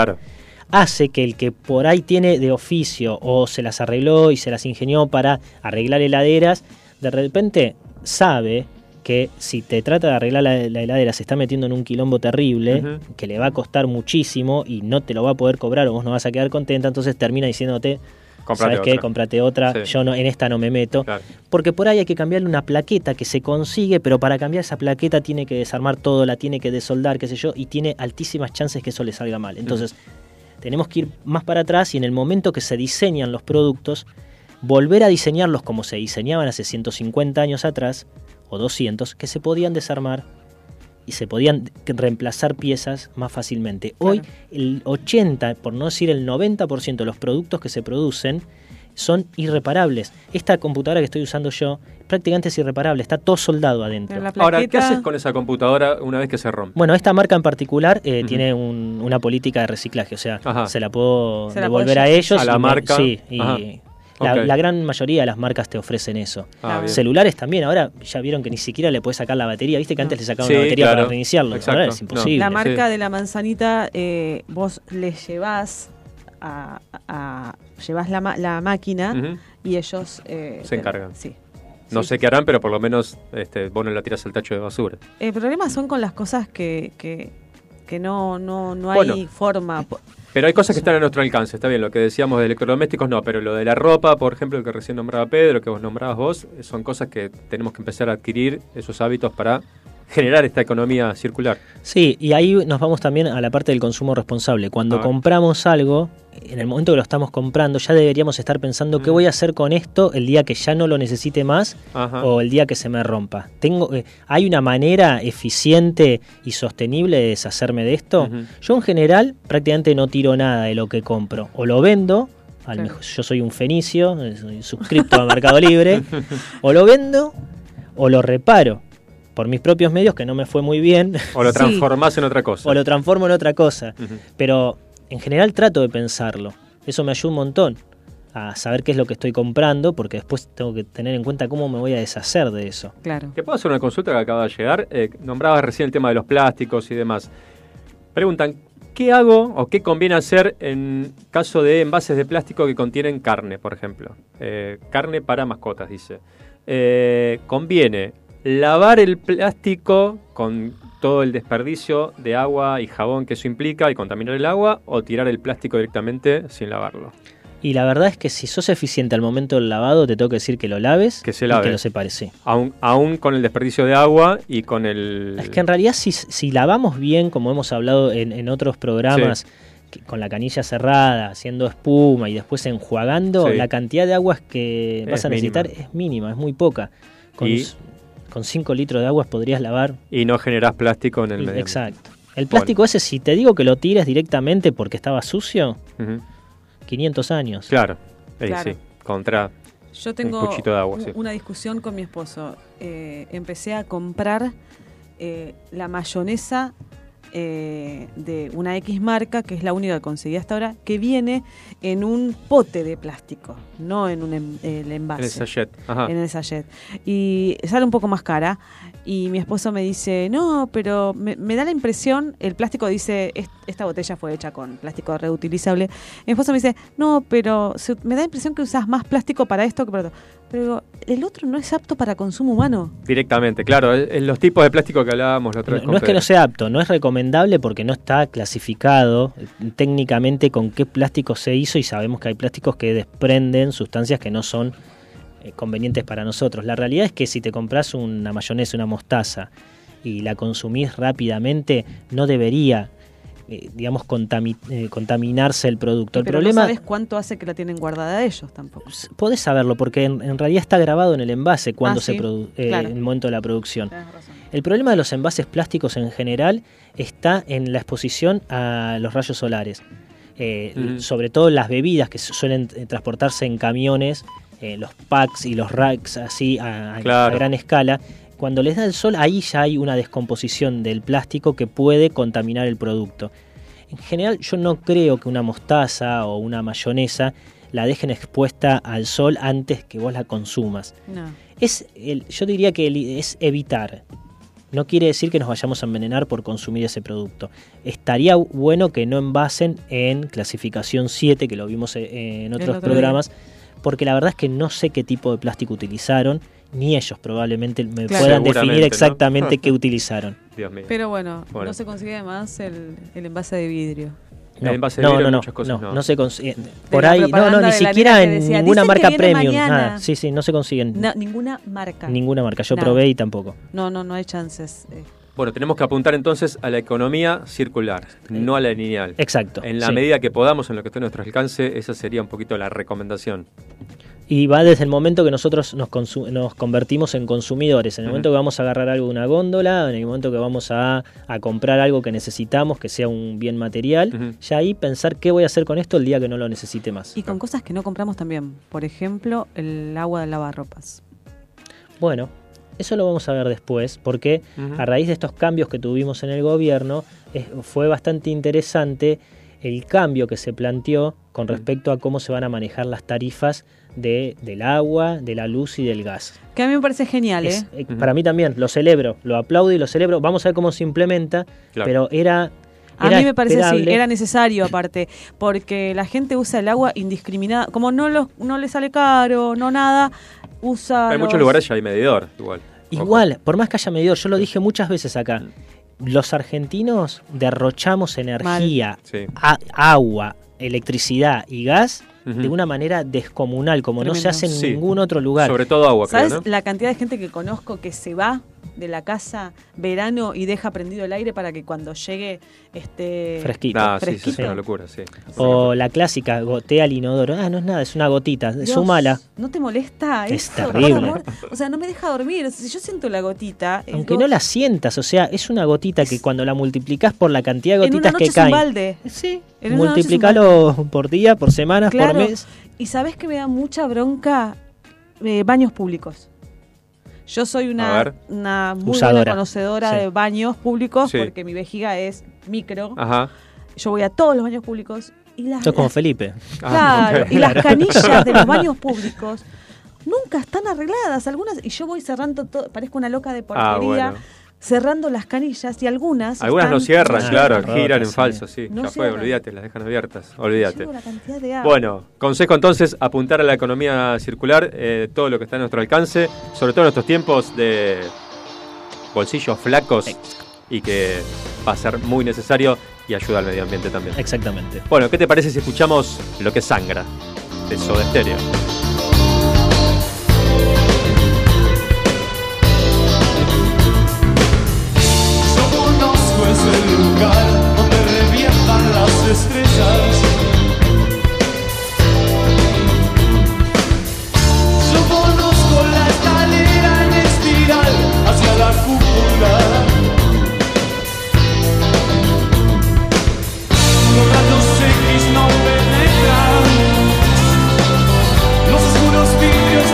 Hace que el que por ahí tiene de oficio o se las arregló y se las ingenió para arreglar heladeras, de repente sabe que si te trata de arreglar la, la heladera se está metiendo en un quilombo terrible,
Ujú.
que le va a costar muchísimo y no te lo va a poder cobrar o vos no vas a quedar contenta, entonces termina diciéndote,
Comprate
¿sabes qué?
otra".
Comprate otra,
Sí.
yo no, en esta no me meto. Porque por ahí hay que cambiarle una plaqueta que se consigue, pero para cambiar esa plaqueta tiene que desarmar todo, la tiene que desoldar, qué sé yo, y tiene altísimas chances que eso le salga mal. Entonces, tenemos que ir más para atrás y en el momento que se diseñan los productos, volver a diseñarlos como se diseñaban hace 150 años atrás, o 200, que se podían desarmar y se podían reemplazar piezas más fácilmente. Hoy el 80, por no decir el 90% de los productos que se producen son irreparables. Esta computadora que estoy usando yo prácticamente es irreparable, está todo soldado adentro.
Ahora, ¿qué haces con esa computadora una vez que se rompe?
Bueno, esta marca en particular eh, tiene un- una política de reciclaje, o sea,
Ajá.
se la puedo
Se la
devolver
puedes-
a ellos.
A la
y me-
marca.
Sí, y
Ajá.
la,
Ok.
la gran mayoría de las marcas te ofrecen eso.
Ah, bien.
Celulares también, ahora ya vieron que ni siquiera le puedes sacar la batería, viste que antes le sacaban
Sí,
la batería
claro.
para reiniciarlo,
Exacto.
ahora es
No.
imposible.
La marca de la manzanita, eh, vos le llevas a, a- llevas la, ma- la máquina
Ujú.
y ellos eh,
Se
te-
encargan.
Sí.
No
Sí.
sé qué harán, pero por lo menos este, vos no la tirás al tacho de basura.
El problema son con las cosas que, que, que no, no, no hay
Bueno.
forma. Po-
Pero hay cosas que están a nuestro alcance, está bien, lo que decíamos de electrodomésticos no, pero lo de la ropa, por ejemplo, el que recién nombraba Pedro, que vos nombrabas vos, eh, son cosas que tenemos que empezar a adquirir esos hábitos para generar esta economía circular.
Sí, y ahí nos vamos también a la parte del consumo responsable. Cuando
A ver.
compramos algo, en el momento que lo estamos comprando, ya deberíamos estar pensando qué voy a hacer con esto el día que ya no lo necesite más
Ajá.
o el día que se me rompa. Tengo, eh, ¿Hay una manera eficiente y sostenible de deshacerme de esto? Yo en general prácticamente no tiro nada de lo que compro. O lo vendo, al mejor- yo soy un fenicio, eh, soy suscripto a Mercado
eh,
Libre, o lo vendo o lo reparo por mis propios medios que no me fue muy bien.
O lo
Sí.
transformás en otra cosa.
O lo transformo en otra cosa.
Ujú.
Pero en general trato de pensarlo. Eso me ayuda un montón a saber qué es lo que estoy comprando, porque después tengo que tener en cuenta cómo me voy a deshacer de eso.
Claro.
Te puedo hacer una consulta que acaba de llegar. Eh, nombrabas recién el tema de los plásticos y demás. Preguntan, ¿qué hago o qué conviene hacer en caso de envases de plástico que contienen carne, por ejemplo? Eh, carne para mascotas, dice. Eh, conviene lavar el plástico con todo el desperdicio de agua y jabón que eso implica y contaminar el agua o tirar el plástico directamente sin lavarlo.
Y la verdad es que si sos eficiente al momento del lavado, te tengo que decir que lo laves
Que se
y
lave.
que lo separes. sí.
Aún, aún con el desperdicio de agua y con el...
Es que en realidad si, si lavamos bien, como hemos hablado en, en otros programas, que- con la canilla cerrada, haciendo espuma y después enjuagando,
Sí.
la cantidad de aguas que
Es
vas a necesitar
mínima.
es mínima, es muy poca. Con,
Y-
s- con 5 litros de aguas podrías lavar.
Y no generás plástico en el medio. ambiente.
Exacto. El plástico ese, si te digo que lo tires directamente porque estaba sucio,
Ujú.
500 años.
Claro, Eh,
Claro.
sí, contra
Yo tengo
un cuchito de agua.
u-
sí.
una discusión con mi esposo. Eh, empecé a comprar eh, la mayonesa eh, de una X marca, que es la única que conseguí hasta ahora, que viene en un pote de plástico, no en un em- el envase.
En el sachet, ajá.
En el sachet. Y sale un poco más cara. Y mi esposo me dice, no, pero me, me da la impresión, el plástico dice, "Est- esta botella fue hecha con plástico reutilizable. Mi esposo me dice, no, pero se- me da la impresión que usas más plástico para esto que para otro. Pero digo, el otro no es apto para consumo humano.
Directamente, claro, eh, en los tipos de plástico que hablábamos la otra
No,
vez.
no es que no sea apto, no es recomendable porque no está clasificado eh, técnicamente con qué plástico se hizo y sabemos que hay plásticos que desprenden sustancias que no son eh, convenientes para nosotros. La realidad es que si te compras una mayonesa, una mostaza y la consumís rápidamente, no debería, eh, digamos, contami- eh, contaminarse el producto. El
pero
problema
no sabes cuánto hace que la tienen guardada ellos tampoco.
podés saberlo porque en, en realidad está grabado en el envase cuando
Ah,
se
sí,
produ- eh,
claro.
en el momento de la producción. El problema de los envases plásticos en general está en la exposición a los rayos solares. Eh,
Mm.
Sobre todo las bebidas que su- suelen eh, transportarse en camiones, eh, los packs y los racks así a, a-
Claro.
a gran escala. Cuando les da el sol, ahí ya hay una descomposición del plástico que puede contaminar el producto. En general, yo no creo que una mostaza o una mayonesa la dejen expuesta al sol antes que vos la consumas.
No.
Es el- yo diría que el- es evitar. No quiere decir que nos vayamos a envenenar por consumir ese producto. Estaría bueno que no envasen en clasificación 7, que lo vimos eh, en otros
otro
programas, porque la verdad es que no sé qué tipo de plástico utilizaron ni ellos probablemente me
Claro.
puedan
Seguramente,
definir
¿no?
exactamente qué utilizaron.
Dios mío.
Pero bueno,
Eh, Bueno.
no se consigue más el, el envase de vidrio.
No,
En base de
no,
vidrio
no,
hay
no,
muchas cosas,
no,
no.
no se consigue.
De
Por
la
ahí, no, no,
propaganda
ni
de la
siquiera
nena
en
que decía, "Dicen
ninguna
que
marca
viene
premium.
mañana".
nada. sí, sí, no se consiguen.
No, ninguna marca.
Ninguna marca. Yo
Nada.
probé y tampoco.
No, no, no hay chances. eh.
Bueno, tenemos que apuntar entonces a la economía circular, no a la lineal.
Este, Exacto,
En la
sí.
medida que podamos, en lo que esté a nuestro alcance, esa sería un poquito la recomendación.
Y va desde el momento que nosotros nos, consu- nos convertimos en consumidores, en el
Ujú.
momento que vamos a agarrar algo de una góndola, en el momento que vamos a, a comprar algo que necesitamos, que sea un bien material, ya ahí pensar qué voy a hacer con esto el día que no lo necesite más.
Y con cosas que no compramos también. Por ejemplo, el agua de lavarropas.
Bueno, eso lo vamos a ver después, porque
Ujú.
a raíz de estos cambios que tuvimos en el gobierno, es- fue bastante interesante el cambio que se planteó con respecto a cómo se van a manejar las tarifas de, del agua, de la luz y del gas.
Que a mí me parece genial,
Es-
¿eh?
eh, Para mí también, lo celebro, lo aplaudo y lo celebro. Vamos a ver cómo se implementa, pero era...
A
era
mí me parece sí,
esperable.
era necesario aparte, porque la gente usa el agua indiscriminada, como no los, no le sale caro, no nada, usa
Hay muchos
los-
lugares ya hay medidor, igual.
Igual, por más que haya medidor, yo lo dije muchas veces acá,
Mm.
los argentinos derrochamos energía,
Sí.
a- agua, electricidad y gas
Ujú.
de una manera descomunal, como no se
Tremendo.
hace en
Sí.
ningún otro lugar.
Sobre todo agua, creo,
¿Sabes
¿no?
la cantidad de gente que conozco que se va de la casa verano y deja prendido el aire para que cuando llegue este
Fresquito.
Ah, sí, sí,
Fresquito.
es una locura, sí.
O la clásica, gotea al inodoro. Ah, no es nada, es una gotita,
Dios,
sumala.
¿No te molesta
Es
eso? por
terrible.
amor? O sea, no me deja dormir. Si yo siento la gotita, es
Aunque
como-
no la sientas, o sea, es una gotita que cuando la multiplicás por la cantidad de
en una
gotitas
noche
que
es un
caen,
balde. Sí.
multiplicalo por día, por semanas, por mes.
Y sabes que me da mucha bronca eh, baños públicos. Yo soy
A
una,
ver.
una muy
Usadora.
buena conocedora
Sí.
de baños públicos
Sí.
porque mi vejiga es micro.
Ajá.
Yo voy a todos los baños públicos y las,
Yo como
las-
Felipe.
Ah,
Claro, y las canillas de los baños públicos nunca están arregladas algunas y yo voy cerrando todo, parezco una loca de porquería.
Ah, bueno.
Cerrando las canillas y algunas.
Algunas no
están-
cierran,
Ah,
claro,
rotas,
giran en
sí.
falso, sí.
No
ya fue,
cierran.
olvídate, las dejan abiertas, olvídate.
Llevo la cantidad de agua.
Bueno, consejo entonces, apuntar a la economía circular, eh, todo lo que está a nuestro alcance, sobre todo en estos tiempos de bolsillos flacos y que va a ser muy necesario y ayuda al medio ambiente también.
Exactamente.
Bueno, ¿qué te parece si escuchamos lo que sangra de Soda Stereo?
Yo conozco ese lugar donde revientan las estrellas. Yo conozco la escalera en espiral hacia la cúpula. Los rayos X no penetran. Los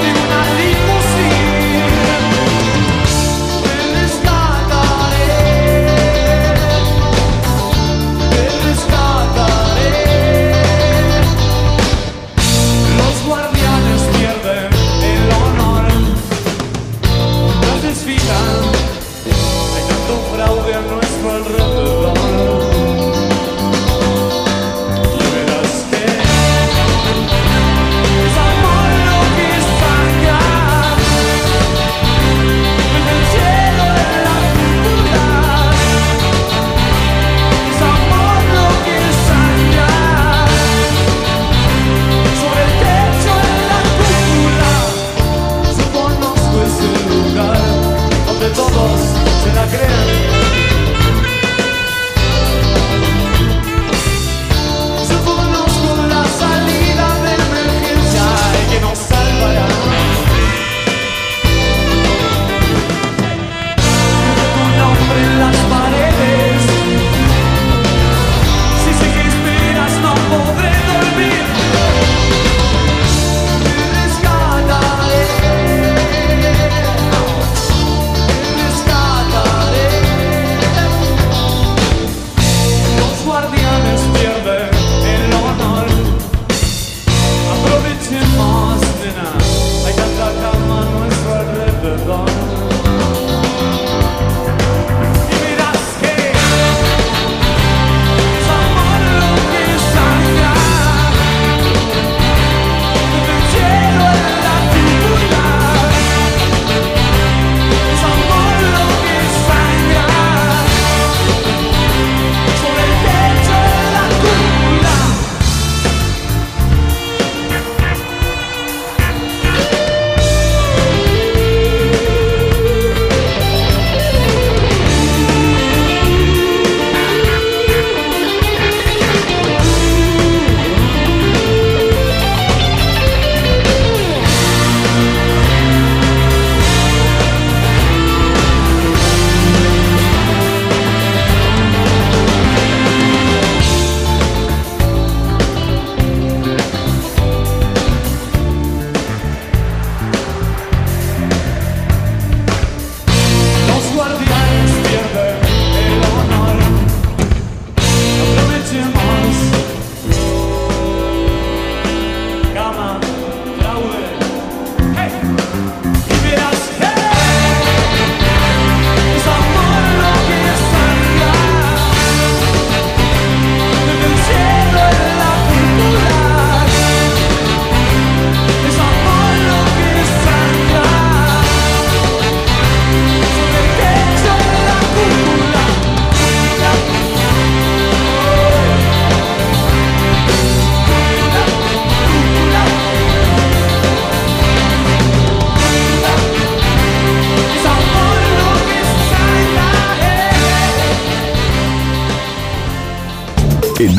En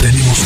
Tenemos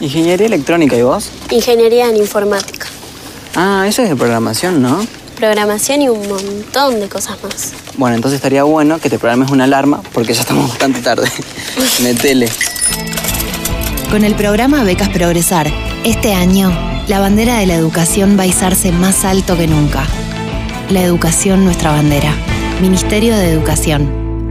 Ingeniería electrónica, ¿y vos?
Ingeniería en informática,
Ah, eso es de programación, ¿no?
programación y un montón de cosas más.
Bueno, entonces estaría bueno que te programes una alarma porque ya estamos bastante tarde. Metele.
Con el programa Becas Progresar, este año, la bandera de la educación va a izarse más alto que nunca. La educación, nuestra bandera. Ministerio de Educación.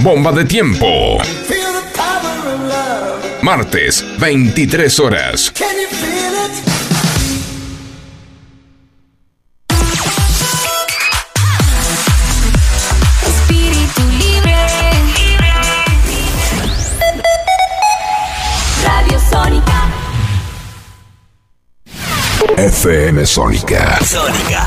Bomba de tiempo. Martes, 23 horas.
Espíritu libre. Radio Sónica.
FM Sónica.
Sónica.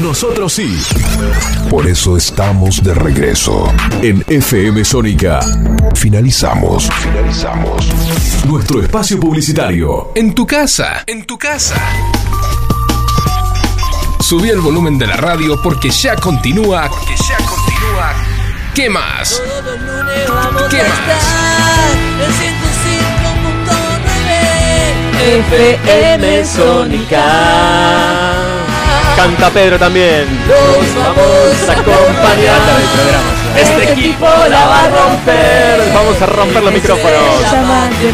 Nosotros sí. Por eso estamos de regreso. En FM Sónica. Finalizamos. Finalizamos. Nuestro espacio publicitario.
En tu casa. En tu casa. Subí el volumen de la radio porque ya continúa. Porque ya continúa. ¿Qué más?
Vamos
¿Qué
a
más?
estar en 105.9
FM Sónica. Canta Pedro también. Los vamos a acompañar al programa. Este equipo la va a romper. Vamos a romper los micrófonos.
Llaman de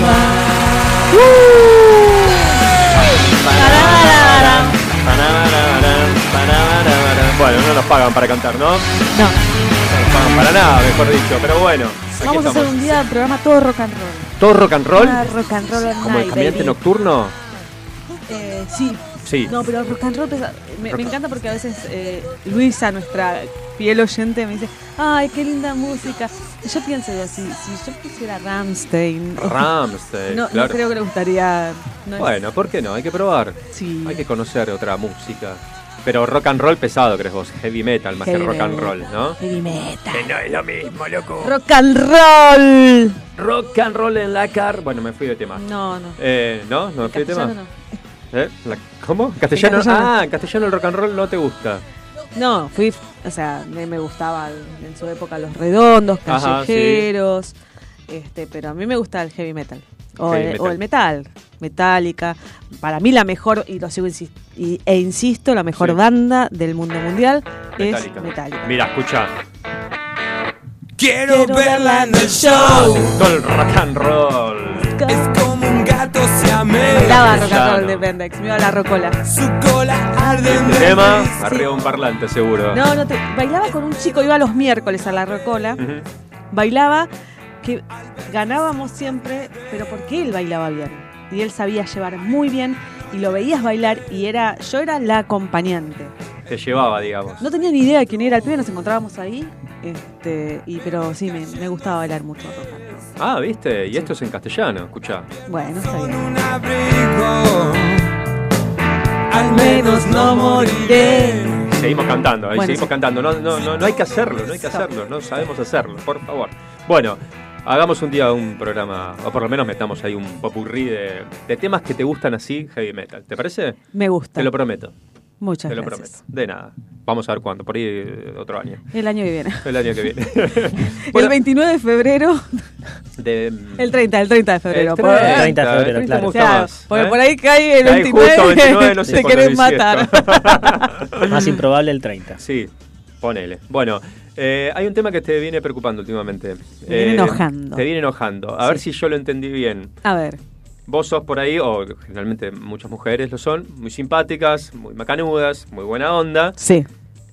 Panamarabarán, panamarabarán. Bueno, no nos pagan para cantar, ¿no? No. nos pagan para nada, mejor dicho. Pero bueno, aquí
Vamos a hacer
estamos.
un día de programa todo rock and roll.
¿Todo rock and roll?
Una rock and roll all
¿Como el
night,
caminante
baby.
nocturno?
Eh, sí.
Sí.
No, pero rock and roll pesa- me,
Rock
me
and-
encanta porque a veces eh, Luisa, nuestra fiel oyente, me dice, ay, qué linda música. Y Yo pienso así, si yo pusiera Ramstein,
Ramstein,
no, no
Eh, claro.
creo que le gustaría... no es-
Bueno, ¿por qué no? Hay que probar.
Sí.
Hay que conocer otra música. Pero rock and roll pesado, crees vos. Heavy metal más
Heavy
que rock and
metal.
roll, ¿no?
Heavy metal.
Que no es lo mismo, loco.
Rock and roll.
Rock and roll en la car. Bueno, me fui de tema.
No, no.
Eh, ¿No? ¿No me fui de tema?
Castellano
¿Eh? La- ¿Cómo? ¿Castellano?
En castellano.
Ah, en castellano el rock and roll no te gusta.
No, fui, o sea, me, me gustaba en su época los redondos,
Ajá, sí.
callejeros, este, pero a mí me gusta el heavy metal. O,
Heavy
el,
metal.
o el metal, Metallica. Para mí la mejor, y lo sigo insis- y- e insisto, la mejor
Sí.
banda del mundo mundial
Metallica.
es Metallica.
Mira, escucha.
Quiero verla en el
Ah,
show.
todo el rock and roll.
Es como un gato se amé.
Me daba rock and roll de Pendex, me iba a la rocola.
Su cola arde en
Este
el
tema,
mes.
arriba un parlante seguro.
No, no te, bailaba con un chico, iba los miércoles a la rocola,
Ujú.
bailaba, que ganábamos siempre, pero porque él bailaba bien. Y él sabía llevar muy bien y lo veías bailar y era, yo era la acompañante.
Te llevaba, digamos.
No tenía ni idea de quién era el pibe, nos encontrábamos ahí, este, y, pero sí, me, me gustaba bailar mucho. rock and roll.
Ah, viste, y esto es en castellano, escucha.
Bueno, está bien.
Al menos no moriré.
Seguimos cantando, ahí
Bueno,
seguimos
sí.
cantando. No, no, no, no hay que hacerlo, no hay que hacerlo, no sabemos hacerlo, por favor. Bueno, hagamos un día un programa, o por lo menos metamos ahí un popurrí de, de temas que te gustan así, heavy metal. ¿Te parece?
Me gusta.
Te lo prometo.
Muchas
Te lo prometo.
gracias.
De nada. Vamos a ver cuándo, por ahí eh, otro año.
El año que viene.
El año que viene.
el 29 de febrero,
De,
el 30, el 30 de febrero.
El
por-
30,
El 30 de febrero,
me
claro.
gusta
Claro,
más,
porque
¿eh?
por ahí cae el
Cae justo
29,
29, no sé
te
cuándo
quieren
lo hicieron.
Más improbable el 30.
Sí, ponele. Bueno, eh, hay un tema que te viene preocupando últimamente.
Me viene
Eh,
enojando. Ah.
Te viene enojando. A ver si yo lo entendí bien.
A ver.
Vos sos por ahí, o generalmente muchas mujeres lo son, muy simpáticas, muy macanudas, muy buena onda.
Sí.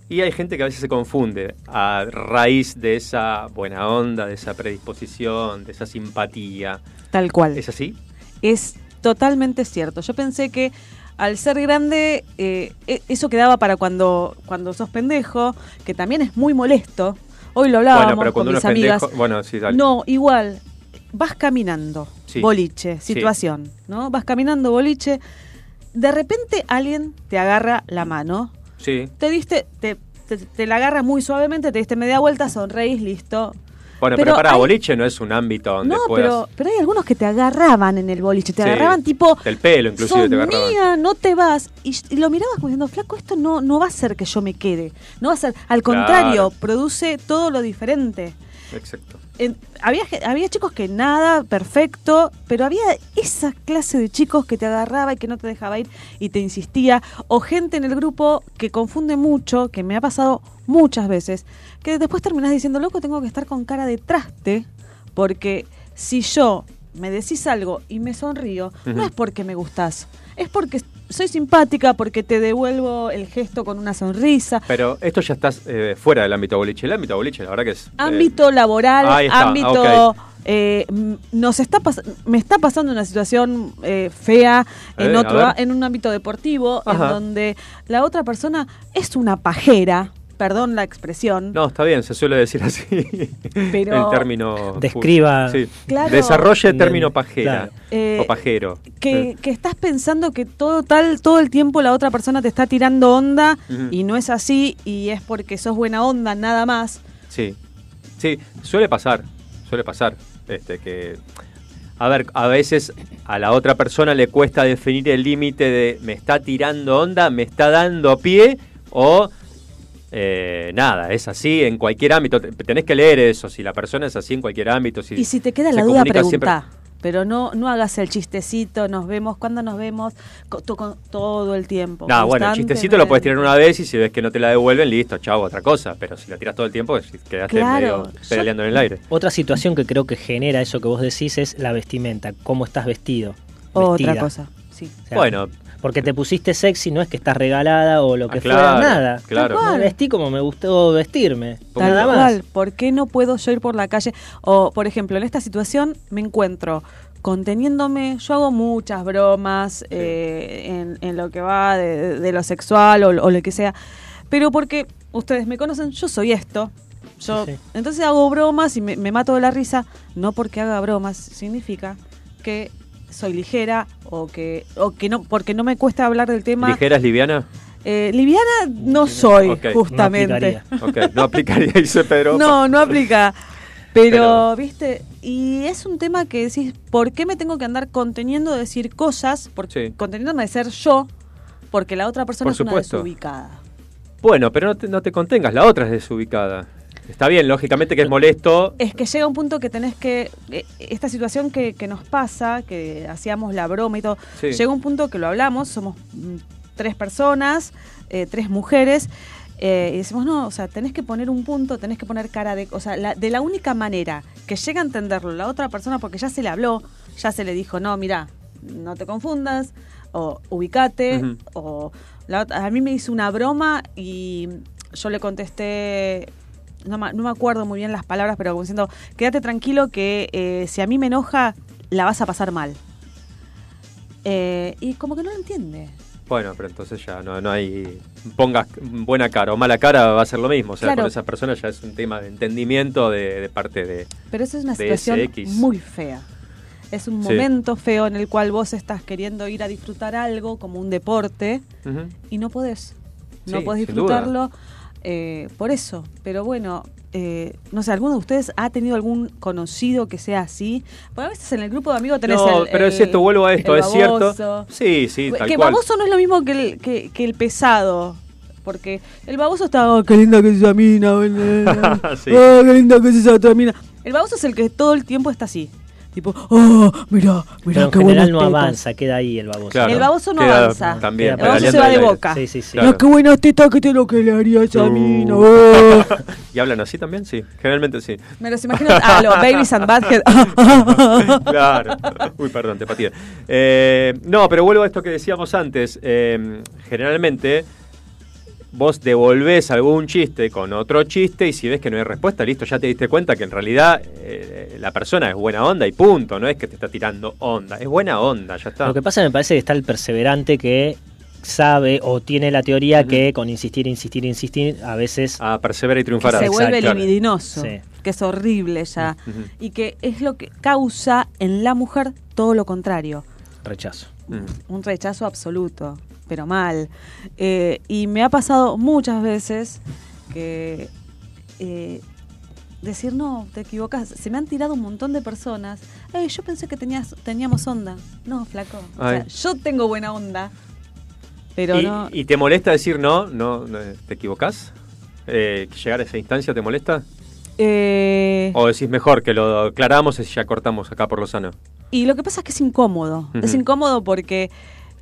Y hay gente que a veces se confunde a raíz de esa buena onda, de esa predisposición, de esa simpatía.
Tal cual.
¿Es así?
Es totalmente cierto. Yo pensé que al ser grande, eh, e- eso quedaba para cuando, cuando sos pendejo, que también es muy molesto. Hoy lo hablábamos
bueno, pero
con
cuando uno
mis
es pendejo.
amigas.
Bueno, sí, dale.
No, igual, vas caminando,
Sí.
boliche,
Sí.
situación, ¿no? Vas caminando, boliche, de repente alguien te agarra la mano,
Sí.
te diste, te, te- te la agarra muy suavemente, te diste media vuelta, sonreís, listo.
Bueno, pero,
Pero
para
hay-
boliche no es un ámbito donde
No,
puedas.
pero, pero hay algunos que te agarraban en el boliche, te
Sí.
agarraban tipo,
Del pelo, inclusive,
sos
te agarraban.
mía, no te vas. Y, y lo mirabas como diciendo, flaco, esto no, no va a ser que yo me quede. No va a ser, al contrario,
Claro.
produce todo lo diferente.
Exacto.
En- había, ge- había chicos que nada, perfecto, pero había esa clase de chicos que te agarraba y que no te dejaba ir y te insistía, o gente en el grupo que confunde mucho, que me ha pasado muchas veces, que después terminás diciendo, loco, tengo que estar con cara de traste, porque si yo me decís algo y me sonrío,
Ujú.
no es porque me gustás, es porque soy simpática, porque te devuelvo el gesto con una sonrisa.
Pero esto ya estás eh, fuera del ámbito boliche. El ámbito boliche, la verdad que es. eh,
ámbito laboral,
ahí está,
ámbito...
ok.
eh, m- nos está pas- me está pasando una situación eh, fea en
Eh, a
otro
ver.
a- en un ámbito deportivo
Ajá.
en donde la otra persona es una pajera perdón la expresión
No, está bien, se suele decir así.
Pero-
el término.
Describa.
Sí.
Claro.
Desarrolle el término pajera.
Claro.
Eh,
o pajero.
que,
Eh,
que estás pensando que todo tal todo el tiempo la otra persona te está tirando onda
Ujú.
y no es así y es porque sos buena onda nada más
Sí. Sí, suele pasar. Suele pasar. Este, que. A ver, a veces a la otra persona le cuesta definir el límite de me está tirando onda, me está dando pie o. eh, nada, es así en cualquier ámbito. Te- Tenés que leer eso. Si la persona es así en cualquier ámbito. Si
Y si te queda
se
la duda,
comunica siempre-
pregunta. Pero no, no hagas el chistecito, nos vemos, cuando nos vemos? Co- to- con- todo el tiempo.
No, bueno, el chistecito lo puedes tirar una vez y si ves que no te la devuelven, listo, chavo, otra cosa. Pero si la tiras todo el tiempo, es- quedaste
Claro,
medio
yo-
peleando en el aire.
Otra situación que creo que genera eso que vos decís es la vestimenta, cómo estás vestido.
Otra
vestida.
cosa, sí.
O sea,
Bueno.
Porque te pusiste sexy, no es que estás regalada o lo que
Ah, claro,
fuera, nada.
claro. Tal
Me
cual.
vestí como me gustó vestirme.
Tal
nada más.
cual, ¿por qué no puedo yo ir por la calle? O, por ejemplo, en esta situación me encuentro conteniéndome, yo hago muchas bromas eh, en, en lo que va de, de lo sexual o, o lo que sea, pero porque ustedes me conocen, yo soy esto. Yo,
Sí, sí.
Entonces hago bromas y me, me mato de la risa, no porque haga bromas, significa que soy ligera o que, o que no, porque no me cuesta hablar del tema.
¿Ligera es liviana?
Eh, liviana no soy,
Ok.
justamente.
Ok, no aplicaría, dice Pedro.
No, no aplica. Pero,
Pero-
viste, y es un tema que decís, ¿por qué me tengo que andar conteniendo de decir cosas? Por,
Sí.
Conteniéndome de ser yo, porque la otra persona
Por
es
supuesto.
una desubicada.
Bueno, pero no te, no te contengas, la otra es desubicada. Está bien, lógicamente que es molesto.
Es que llega un punto que tenés que. eh, Esta situación que, que nos pasa, que hacíamos la broma y todo,
Sí.
llega un punto que lo hablamos, somos mm, tres personas, eh, tres mujeres. eh, y decimos, no, o sea, tenés que poner un punto, tenés que poner cara de... O sea, la- de la única manera que llega a entenderlo la otra persona, porque ya se le habló, ya se le dijo, no, mira, no te confundas, o ubicate,
Ujú.
o... la ot- a mí me hizo una broma y yo le contesté, no, ma- no me acuerdo muy bien las palabras, pero como diciendo, quédate tranquilo que eh, si a mí me enoja, la vas a pasar mal. Eh, y como que no lo entiende.
Bueno, pero entonces ya no, no hay. Pongas buena cara o mala cara, va a ser lo mismo. O sea,
Claro.
con esa persona ya es un tema de entendimiento de, de parte de.
Pero eso es una
de
situación
SX.
muy fea. Es un
Sí.
momento feo en el cual vos estás queriendo ir a disfrutar algo como un deporte
Ujú.
y no podés. No
Sí,
podés
sin duda.
disfrutarlo eh, por eso. Pero bueno, eh, no sé, ¿alguno de ustedes ha tenido algún conocido que sea así? Porque a veces en el grupo de amigos tenés
No,
el-
pero es
el-
cierto, vuelvo a esto,
el
es cierto.
baboso.
Sí, sí, tal
que
cual.
baboso no es lo mismo que el, que, que el pesado. Porque el baboso está, "Oh, qué linda que es esa mina, boludo.
Ah, Sí.
Oh, qué linda que es esa otra mina. El baboso es el que todo el tiempo está así. Tipo, oh, mira,
Pero
mira,
en
qué buena.
general no avanza, queda ahí el baboso.
El baboso no avanza. el baboso se va de boca.
Sí, sí, sí.
No, qué buena teta que te lo que le harías a mí. No. oh".
¿Y hablan así también? Sí, generalmente sí.
Me los imagino a los Babies and Badhead.
claro. Uy, perdón, te patí. Eh, no, pero vuelvo a esto que decíamos antes. Eh, generalmente, vos devolvés algún chiste con otro chiste y si ves que no hay respuesta, listo, ya te diste cuenta que en realidad eh, la persona es buena onda y punto. No es que te está tirando onda, es buena onda, ya está.
Lo que pasa me parece que está el perseverante que sabe o tiene la teoría que con insistir, insistir, insistir, a veces...
A Ah, persevera y triunfará.
Se vuelve
Exacto.
libidinoso,
Sí.
que es horrible ya.
Ujú.
Y que es lo que causa en la mujer todo lo contrario.
Rechazo.
un rechazo absoluto, pero mal. Eh, y me ha pasado muchas veces que eh, decir, no, te equivocas. Se me han tirado un montón de personas. "Ey, yo pensé que tenías, teníamos onda. No, flaco. O sea,
Ay.
yo tengo buena onda. Pero
y,
no.
y te molesta decir no? no, no, ¿Te equivocás? Eh, ¿Llegar a esa instancia te molesta?
Eh,
¿O decís mejor que lo aclaramos y ya cortamos acá por lo sano?
Y lo que pasa es que es incómodo. Es
Ujú.
incómodo porque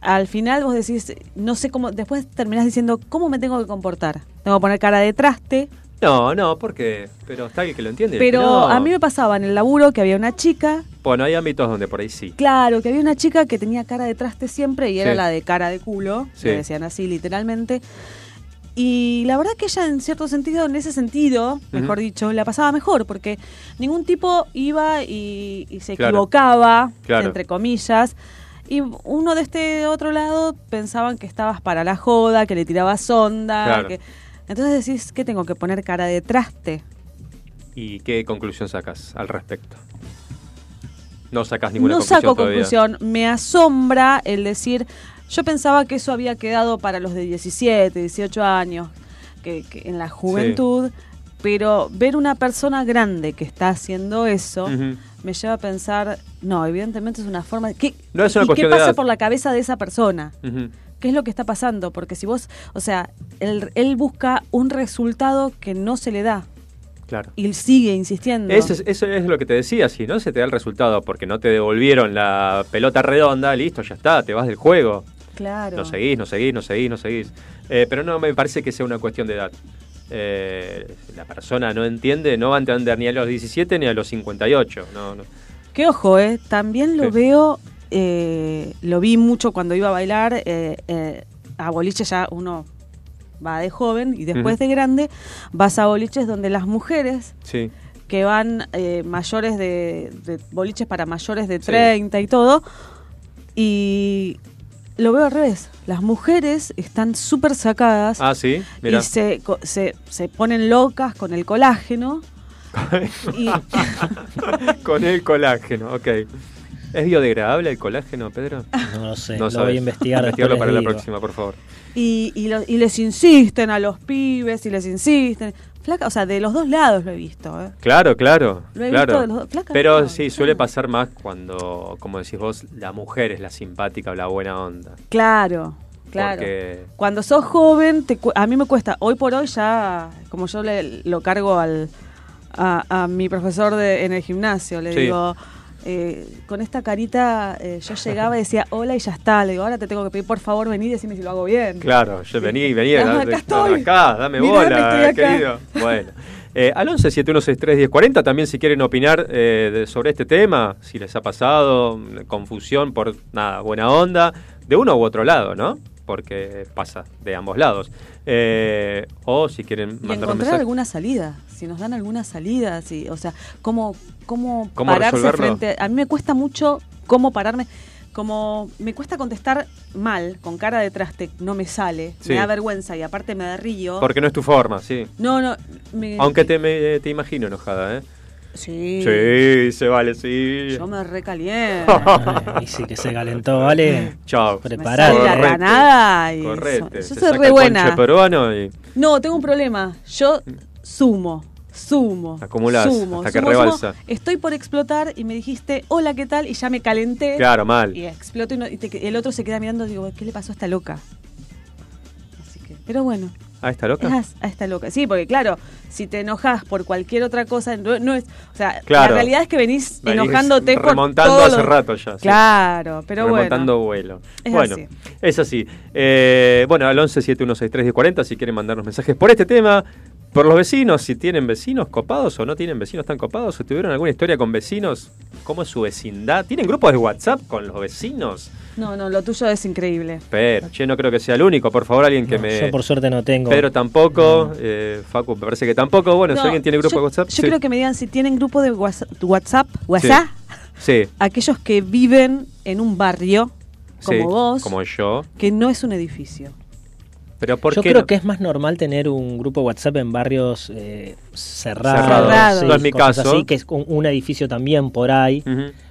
al final vos decís, no sé cómo. Después terminás diciendo, ¿cómo me tengo que comportar? Tengo que poner cara de traste,
No, no, porque. Pero está el que lo entiende. el que
Pero
no.
a mí me pasaba en el laburo que había una chica,
Bueno, hay ámbitos donde por ahí sí.
claro, que había una chica que tenía cara de traste siempre y era
Sí.
la de cara de culo,
Sí.
le decían así literalmente. Y la verdad que ella en cierto sentido, en ese sentido, mejor dicho, la pasaba mejor porque ningún tipo iba y, y se
Claro.
equivocaba,
Claro.
entre comillas. Y uno de este otro lado pensaban que estabas para la joda, que le tirabas onda.
Claro.
que- Entonces decís, ¿qué tengo que poner cara de traste?
¿Y qué conclusión sacas al respecto? No sacas ninguna
no
conclusión.
saco
todavía.
conclusión. Me asombra el decir, yo pensaba que eso había quedado para los de 17, 18 años, que, que en la juventud, pero ver una persona grande que está haciendo eso
Ujú.
me lleva a pensar, no, evidentemente es una forma... ¿qué,
No es una
¿Y qué
cuestión de
pasa
edad.
por la cabeza de esa persona?
Ujú.
¿Qué es lo que está pasando? Porque si vos, o sea, él, él busca un resultado que no se le da
Claro.
y sigue insistiendo.
Eso es, eso es lo que te decía, si no se te da el resultado porque no te devolvieron la pelota redonda, listo, ya está, te vas del juego.
Claro.
No seguís, no seguís, no seguís, no seguís. Eh, pero no me parece que sea una cuestión de edad. Eh, la persona no entiende, no va a entender ni a los 17 ni a los 58. No, no.
Que ojo, ¿eh? También lo
Sí.
veo, eh, lo vi mucho cuando iba a bailar, eh, eh, a boliche ya uno va de joven y después
Ujú.
de grande vas a boliches donde las mujeres
Sí.
que van eh, mayores de, de boliches para mayores de 30 y todo, y lo veo al revés, las mujeres están súper sacadas
Ah, sí, mira.
y se, co- se, se ponen locas con el colágeno. y-
Con el colágeno, ok. ¿Es biodegradable el colágeno, Pedro?
No lo sé, lo
sabes.
voy a investigar. después
Investigarlo
les
para la
digo.
próxima, por favor.
Y, y, lo- y les insisten a los pibes y les insisten. Flaca, o sea, de los dos lados lo he visto. ¿eh?
Claro, claro.
Lo he visto
claro.
de los dos- flaca,
Pero
no,
sí, suele pasar más cuando, como decís vos, la mujer es la simpática o la buena onda.
Claro, claro.
Porque
Cuando sos joven, te cu- a mí me cuesta. Hoy por hoy ya, como yo le, lo cargo al, a, a mi profesor de, en el gimnasio, le
Sí.
digo, eh, con esta carita eh, yo llegaba y decía hola y ya está. Le digo, ahora te tengo que pedir por favor vení y decime si lo hago bien.
Claro, yo vení, vení,
Ajá,
dame-
acá estoy.
acá, dame
Mirá,
bola,
estoy acá.
querido. Bueno. Eh, al 11 7163 1040 también si quieren opinar eh, de- sobre este tema, si les ha pasado mm, confusión por nada, buena onda, de uno u otro lado, ¿no? Porque pasa de ambos lados. Eh, o si quieren
Y
mandar un
encontrar
mensaje.
alguna salida, si nos dan alguna salida, si, o sea, cómo, cómo,
¿Cómo
pararse
resolverlo?
frente. A mí me cuesta mucho cómo pararme, como me cuesta contestar mal, con cara de traste, no me sale,
Sí.
me da vergüenza y aparte me da río.
Porque no es tu forma, sí.
No, no, me-
Aunque te, me- te imagino enojada, ¿eh?
Sí.
Sí, se vale, sí.
yo me recaliento.
Eh, y sí que se calentó, ¿vale?
Chao.
Preparate.
Me sale la
Correcto.
granada y
Correcto.
eso- yo
se
soy
saca
re
el
buena.
ponche peruano y
No, tengo un problema. Yo sumo, sumo.
Acumulás
sumo,
hasta que
sumo, sumo.
rebalsa.
Estoy por explotar y me dijiste, hola, ¿qué tal? Y ya me calenté.
Claro, mal.
Y exploto y, no- y te- el otro se queda mirando y digo, ¿qué le pasó a esta loca? Así que, pero bueno,
Ah, ¿está
es
loca?
as- a esta loca. Sí, porque claro, si te enojas por cualquier otra cosa, no, no es. O sea,
Claro.
la realidad es que venís,
Venís
enojándote por.
remontando
todo
hace
lo-
rato ya, sí.
Claro, pero
Remontando
bueno.
vuelo.
Es
bueno,
así.
es así. Eh, bueno, al 11 7163 1040 si quieren mandarnos mensajes por este tema, por los vecinos, si tienen vecinos copados o no tienen vecinos tan copados, o tuvieron alguna historia con vecinos, ¿cómo es su vecindad? ¿Tienen grupos de WhatsApp con los vecinos?
No, no, lo tuyo es increíble.
Pero, yo no creo que sea el único, por favor, alguien que me...
Yo por suerte no tengo.
Pedro tampoco, eh, Facu me parece que tampoco. Bueno,
No,
si alguien tiene grupo
yo-
de WhatsApp.
Yo
sí.
creo que me digan si tienen grupo de WhatsApp, WhatsApp,
Sí.
WhatsApp,
Sí.
aquellos que viven en un barrio como
sí,
vos,
Como yo.
que no es un edificio.
Pero ¿por
Yo
qué
creo
no?
que es más normal tener un grupo WhatsApp en barrios eh, cerrados.
Cerrados. No es mi
cosas
caso.
Así, que es un, un edificio también por ahí.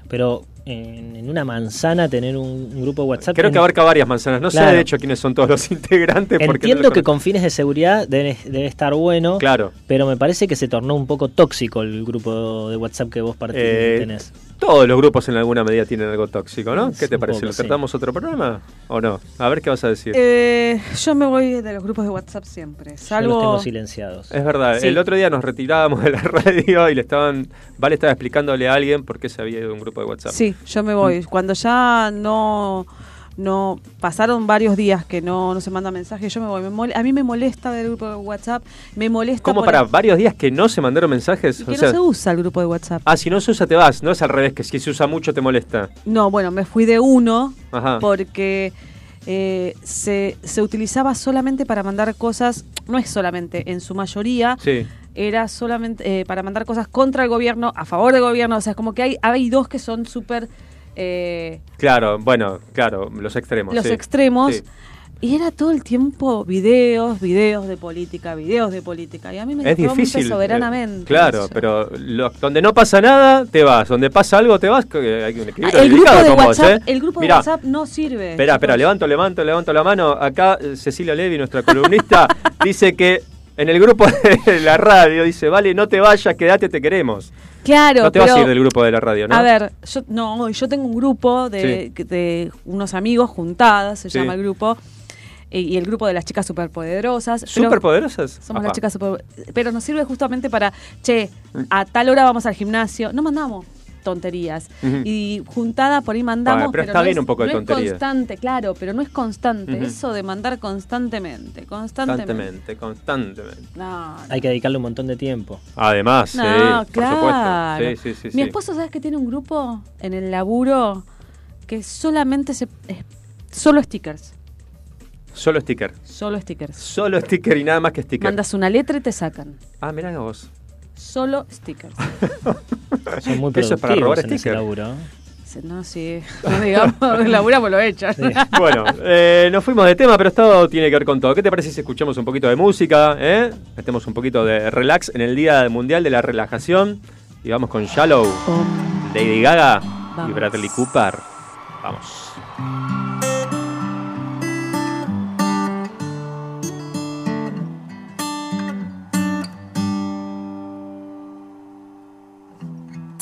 Pero en, en una manzana tener un, un grupo WhatsApp.
Creo
en-
que abarca varias manzanas. No sé
Claro.
de hecho quiénes son todos los integrantes. Porque
Entiendo que
no
con fines de seguridad debe, debe estar bueno.
Claro.
Pero me parece que se tornó un poco tóxico el grupo de WhatsApp que vos part-
Eh,
tenés.
Todos los grupos en alguna medida tienen algo tóxico, ¿no? ¿Qué te
un
parece?
poco,
¿Lo
sí.
tratamos otro programa o no? A ver qué vas a decir.
Eh, yo me voy de los grupos de WhatsApp siempre, salvo...
silenciados.
Es verdad,
Sí.
el otro día nos retirábamos de la radio y le estaban. Vale estaba explicándole a alguien por qué se había ido de un grupo de WhatsApp.
Sí, yo me voy.
Mm.
Cuando ya no... No, pasaron varios días que no, no se manda mensaje, yo me voy. Me mol- a mí me molesta del grupo de WhatsApp, me molesta...
¿Cómo
por-
para varios días que no se mandaron mensajes?
Que no se usa el grupo de WhatsApp.
Ah, si no se usa te vas, no es al revés, que si se usa mucho te molesta.
No, bueno, me fui de uno
Ajá.
porque eh, se, se utilizaba solamente para mandar cosas, no es solamente, en su mayoría
Sí.
era solamente eh, para mandar cosas contra el gobierno, a favor del gobierno, o sea, es como que hay, hay dos que son súper eh,
Claro, bueno, claro, los extremos.
los
sí.
extremos.
Sí.
Y era todo el tiempo videos, videos de política, videos de política. Y a mí me
Es
enojaba mucho
difícil. eh,
soberanamente.
Claro, pero lo- donde no pasa nada, te vas. Donde pasa algo, te vas. que Hay un
Ah,
equilibrio
el, grupo
delicado
de
con vos,
WhatsApp,
¿eh?
el grupo de
Mirá,
WhatsApp no sirve.
Espera, espera,
chicos.
levanto, levanto, levanto la mano. Acá eh, Cecilia Levi, nuestra columnista, dice que en el grupo de la radio dice, vale, no te vayas, quédate, te queremos.
Claro,
no te vas a
pero-
ir del grupo de la radio, ¿no?
A ver, yo, no, yo tengo un grupo de, de unos amigos juntadas, se
Sí.
llama el grupo, y, y el grupo de las chicas superpoderosas. pero-
¿Superpoderosas?
Somos
Apa.
las chicas superpoderosas. Pero nos sirve justamente para, che, a tal hora vamos al gimnasio, no mandamos tonterías.
Ujú.
Y juntada por ahí mandamos.
Bueno, pero está
no
bien
es-
un poco de
no
tontería.
Es constante, claro, pero no es constante.
Ujú.
Eso de mandar constantemente, constantemente.
Constantemente, constantemente. Ah,
No,
Hay que dedicarle un montón de tiempo.
Además,
No,
sí,
Ah, claro.
por supuesto. Sí, sí, sí,
Mi
sí.
esposo, ¿sabes que tiene un grupo en el laburo que solamente se. es- solo stickers.
Solo sticker.
Solo stickers.
Solo sticker y nada más que sticker.
Mandas una letra y te sacan.
Ah, mirá vos.
Solo stickers.
Son muy
Eso es para
productivos
robar
en ese
sticker.
laburo.
Dice, No, sí. No digamos, laburamos lo echan.
Bueno, eh, nos fuimos de tema, pero esto tiene que ver con todo. ¿Qué te parece si escuchamos un poquito de música? Eh? Metemos un poquito de relax en el Día Mundial de la Relajación y vamos con Shallow. Lady Gaga. y
Vamos.
Bradley Cooper. Vamos.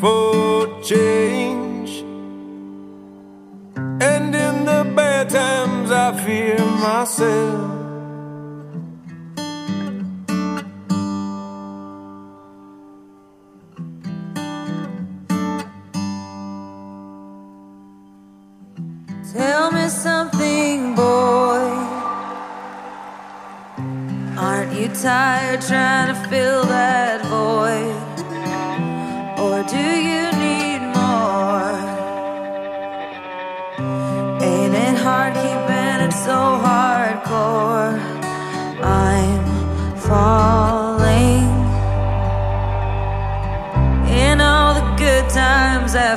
for change. And in the bad times, I fear myself.
Tell me something, boy. Aren't you tired trying to fill that void? Or do you need more? Ain't it hard keeping it so hardcore? I'm falling. In all the good times, I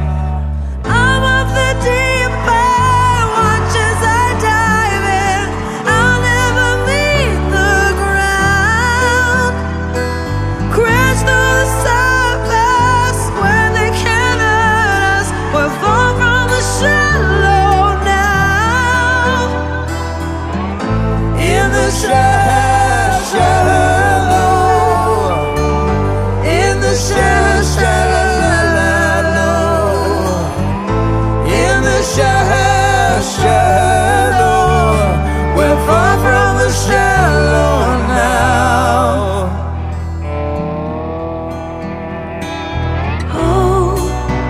I'm of the deep end, watch as I dive in. I'll never meet the ground. Crash through the surface when they can hurt us. We're far from the shallow now. In the sha- shallow, in the sha- shallow, in the sha- shallow, we're far from the shallow now. Oh,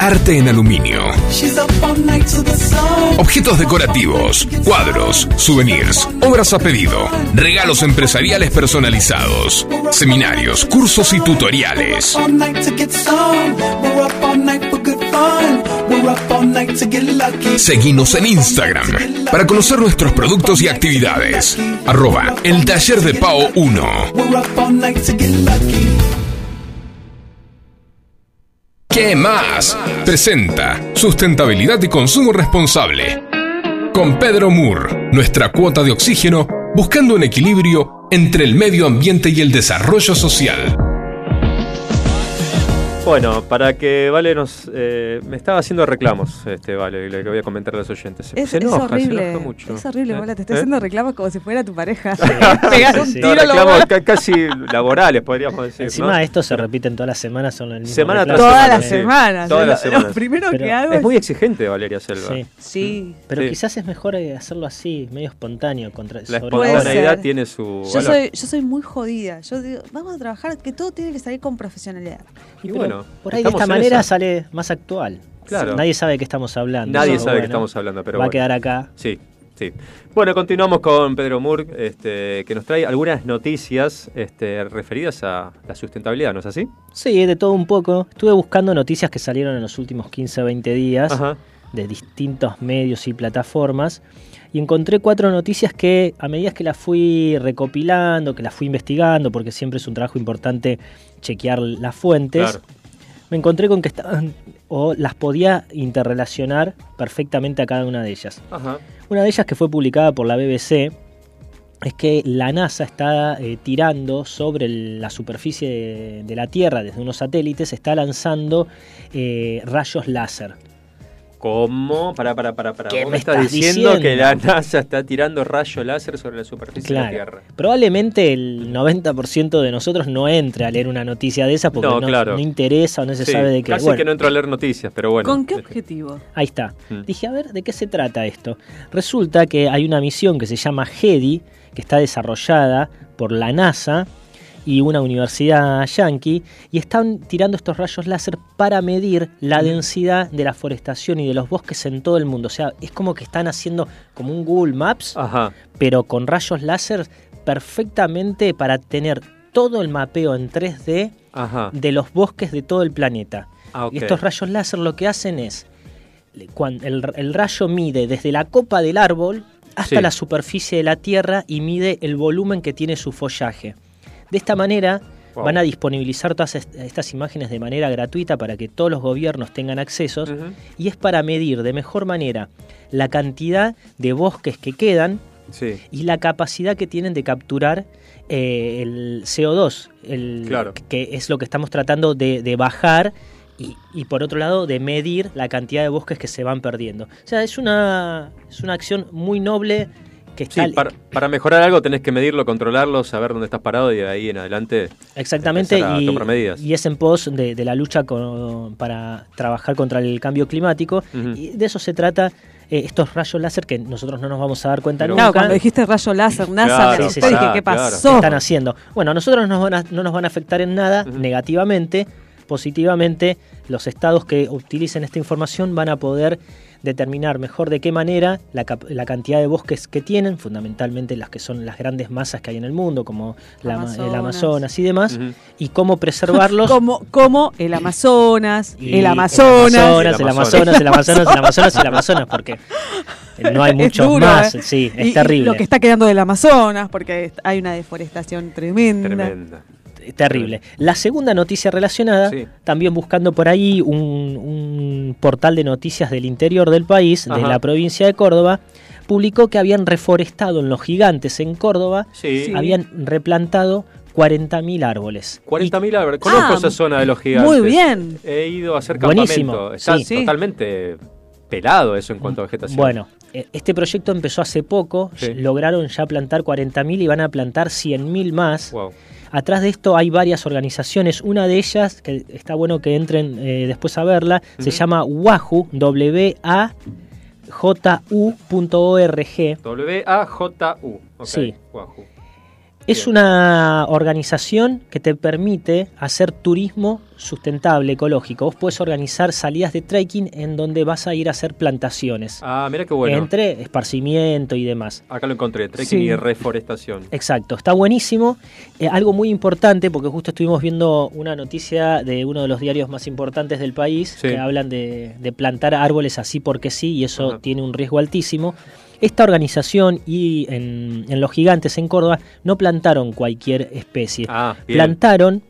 arte en aluminio.
She's up all night to the sun.
Objetos decorativos, cuadros, souvenirs, obras a pedido, regalos empresariales personalizados, seminarios, cursos y tutoriales.
All night to get some. We're up all night for good fun. We're up all night to get lucky.
Seguinos en Instagram para conocer nuestros productos y actividades. Arroba el taller de Pao 1.
We're up all night to get lucky.
¿Qué más? Presenta Sustentabilidad y Consumo Responsable. Con Pedro Moore, nuestra cuota de oxígeno, buscando un equilibrio entre el medio ambiente y el desarrollo social.
Bueno, para que Vale nos. eh, me estaba haciendo reclamos, este Vale, le que voy a comentar a los oyentes. Se,
Es,
se
es
enoja, se
horrible.
enoja mucho.
Es horrible,
¿Eh?
Mola, te estoy
¿Eh?
haciendo reclamos como si fuera tu pareja.
Sí,
Pegar un
Este, sí.
tiro
No,
lo
reclamos
volás.
ca- casi laborales, podríamos decir.
Encima
¿no?
esto se repiten todas las semanas, son el mismo
Semana tras
reclamo.
semana, sí. Todas las semanas.
Pero
Es muy exigente Valeria Selva.
Sí.
Sí.
Pero
Sí.
quizás es mejor eh, hacerlo así, medio espontáneo. Contra,
La
sobre-
Puede ser.
espontaneidad tiene su.
Yo
valor.
soy, yo soy muy jodida. Yo digo, vamos a trabajar, que todo tiene que salir con profesionalidad.
Y
Pero
bueno,
por ahí de
estamos
esta
en
manera
esa.
sale más actual.
Claro.
Nadie sabe de qué estamos hablando.
Nadie
Pero
sabe de qué
bueno,
estamos hablando, pero
Va
bueno.
a quedar acá.
Sí, sí. Bueno, continuamos con Pedro Moore, este, que nos trae algunas noticias este, referidas a la sustentabilidad, ¿no es así?
Sí, de todo un poco. Estuve buscando noticias que salieron en los últimos 15 20 días
Ajá.
de distintos medios y plataformas y encontré cuatro noticias que a medida que las fui recopilando, que las fui investigando, porque siempre es un trabajo importante chequear las fuentes,
Claro.
me encontré con que estaban o las podía interrelacionar perfectamente a cada una de ellas.
Ajá.
Una de ellas que fue publicada por la BBC es que la NASA está eh, tirando sobre el- la superficie de, de la Tierra desde unos satélites, está lanzando eh, rayos láser.
¿Cómo? Para, para, para, para.
¿Qué
Vos
me
estás
estás
diciendo,
diciendo?
que la NASA está tirando rayo láser sobre la superficie de la Tierra.
Probablemente el 90% de nosotros no entre a leer una noticia de esa porque
No,
no,
claro.
no interesa o no se
Sí,
sabe de qué.
Casi
Bueno,
que no entro a leer noticias, pero bueno. este,
¿Con qué objetivo?
Ahí está.
Mm.
Dije, a ver, ¿de qué se trata esto? Resulta que hay una misión que se llama HEDI, que está desarrollada por la NASA y una universidad yankee, y están tirando estos rayos láser para medir
Hmm.
la densidad de la forestación y de los bosques en todo el mundo. O sea, es como que están haciendo como un Google Maps, pero con rayos láser perfectamente para tener todo el mapeo en 3D
Ajá.
de los bosques de todo el planeta.
Ah, ok.
Y estos rayos láser lo que hacen es, cuando el, el rayo mide desde la copa del árbol hasta
Sí.
la superficie de la tierra y mide el volumen que tiene su follaje. De esta manera
Wow.
van a disponibilizar todas est- estas imágenes de manera gratuita para que todos los gobiernos tengan acceso y es para medir de mejor manera la cantidad de bosques que quedan
Sí.
y la capacidad que tienen de capturar eh, el CO2, el-
Claro.
que es lo que estamos tratando de, de bajar y, y por otro lado de medir la cantidad de bosques que se van perdiendo. O sea, es una, es una acción muy noble que
Sí,
está...
para, para mejorar algo tenés que medirlo, controlarlo, saber dónde estás parado y de ahí en adelante.
Exactamente,
empezar a
y,
tomar medidas.
y es en pos de, de la lucha con- para trabajar contra el cambio climático. Y de eso se trata eh, estos rayos láser que nosotros no nos vamos a dar cuenta
Claro,
nunca.
cuando dijiste rayo láser, NASA, me asusté, dije, ¿qué pasó?
¿Qué están haciendo? Bueno, a nosotros no nos van a, no nos van a afectar en nada negativamente. Positivamente, los estados que utilicen esta información van a poder determinar mejor de qué manera la, cap- la cantidad de bosques que tienen, fundamentalmente las que son las grandes masas que hay en el mundo, como la ma- el
Amazonas.
Amazonas y demás, y cómo preservarlos.
como, como el Amazonas,
Y
el Amazonas.
El Amazonas, el Amazonas, el Amazonas, el Amazonas, porque no hay
Es
muchos
duro,
más.
¿eh?
Sí, es
Y- y
terrible.
lo que está quedando del Amazonas, porque hay una deforestación tremenda.
terrible. La segunda noticia relacionada, también buscando por ahí un, un portal de noticias del interior del país, de
Ajá.
la provincia de Córdoba, publicó que habían reforestado en los gigantes en Córdoba,
Sí.
habían replantado 40.000 árboles.
40.000 árboles. Conozco
Ah,
esa zona de los gigantes.
muy bien.
He ido a hacer
Buenísimo,
campamento. Está
sí.
totalmente pelado eso en cuanto a vegetación.
Bueno, eh, este proyecto empezó hace poco,
Sí.
lograron ya plantar 40.000 y van a plantar 100.000 más. Atrás de esto hay varias organizaciones, una de ellas, que está bueno que entren eh, después a verla, se
Ujú.
llama Wahoo, W-A-J-U.org.
W-A-J-U. Ok,
Sí.
Wahoo.
Es una organización que te permite hacer turismo sustentable, ecológico. Vos puedes organizar salidas de trekking en donde vas a ir a hacer plantaciones.
Ah, mira qué bueno.
Entre esparcimiento y demás.
Acá lo encontré, trekking
Sí. Eh,
y reforestación.
Exacto, está buenísimo. Eh, algo muy importante, porque justo estuvimos viendo una noticia de uno de los diarios más importantes del país,
Sí.
que hablan de, de plantar árboles así porque sí, y eso tiene un riesgo altísimo. Esta organización y en, en Los Gigantes, en Córdoba, no plantaron cualquier especie.
Ah, bien.
plantaron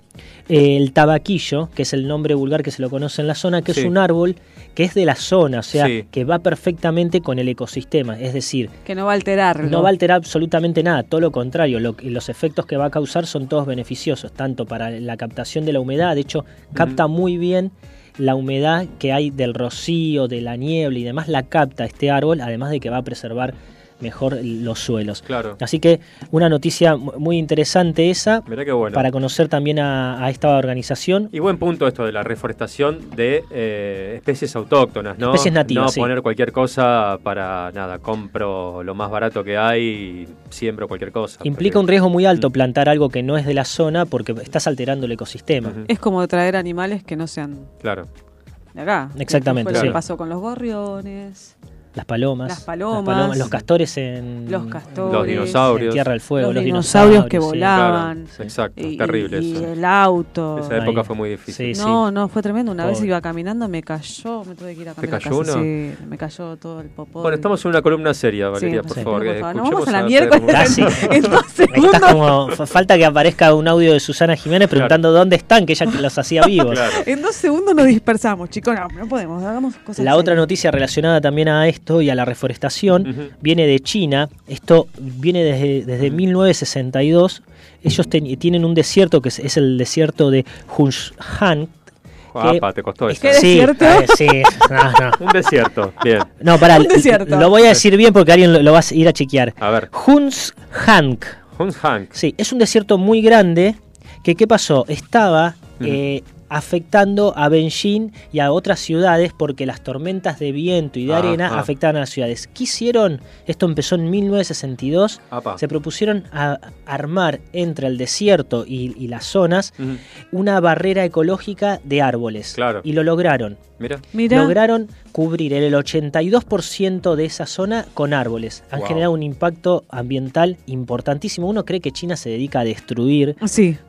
eh, el tabaquillo, que es el nombre vulgar que se lo conoce en la zona, que
Sí.
es un árbol que es de la zona, o sea,
Sí.
que va perfectamente con el ecosistema. Es decir,
Que no va a alterarlo.
no va a alterar absolutamente nada, todo lo contrario, lo que- los efectos que va a causar son todos beneficiosos, tanto para la captación de la humedad, de hecho capta muy bien la humedad que hay del rocío, de la niebla y demás, la capta este árbol, además de que va a preservar mejor los suelos.
Claro.
Así que una noticia mu- muy interesante esa,
Mirá qué bueno.
para conocer también a, a esta organización.
Y buen punto esto de la reforestación de eh, especies autóctonas, ¿no?
Especies nativas,
No
sí.
poner cualquier cosa para nada, compro lo más barato que hay y siembro cualquier cosa.
Implica un riesgo muy alto plantar algo que no es de la zona porque estás alterando el ecosistema.
Es como traer animales que no sean
Claro.
de acá.
Exactamente,
Fue lo que
sí.
pasó con los gorriones,
Las palomas.
Las palomas.
los castores en.
Los castores.
Los dinosaurios.
En Tierra del Fuego.
Los
Los,
dinosaurios que
sí.
volaban.
Claro, exacto,
Y-
terrible
y
eso.
el auto.
Esa época fue muy difícil.
no, no, fue tremendo. Una vez
Pobre.
iba caminando, me cayó, me tuve que ir a cambiar. a
cayó
casa,
uno?
sí, me cayó todo el popó.
Bueno, estamos en una columna seria,
Sí,
Valeria,
no
por
sé,
favor.
por
que
favor, no, vamos a la
escuchemos
miércoles.
Casi.
En dos
Ah, Estás como, fa- falta que aparezca un audio de Susana Jiménez preguntando dónde están, que ella que los hacía vivos.
En dos segundos nos dispersamos, chicos. No, no podemos, hagamos cosas.
La otra noticia relacionada también a esto y a la reforestación viene de China. Esto viene desde, desde 1962. Ellos ten- tienen un desierto que es, es el desierto de Hunshan.
Guapa, te costó eso.
eso. Sí, eh, sí, no, no.
un desierto, bien.
No, pará,
Un desierto.
lo voy a decir bien porque alguien lo, lo va a ir a chequear.
A ver.
Hunshank.
Hunshank.
Sí, es un desierto muy grande que, ¿qué pasó? Estaba eh, afectando a Beijing y a otras ciudades porque las tormentas de viento y de arena
Ajá.
afectaban a las ciudades. ¿Qué hicieron? Esto empezó en 1962.
Apa.
Se propusieron a armar entre el desierto y, y las zonas una barrera ecológica de árboles. Y lo lograron.
Mira.
Lograron cubrir el 82% de esa zona con árboles. Han
Wow.
generado un impacto ambiental importantísimo. Uno cree que China se dedica a destruir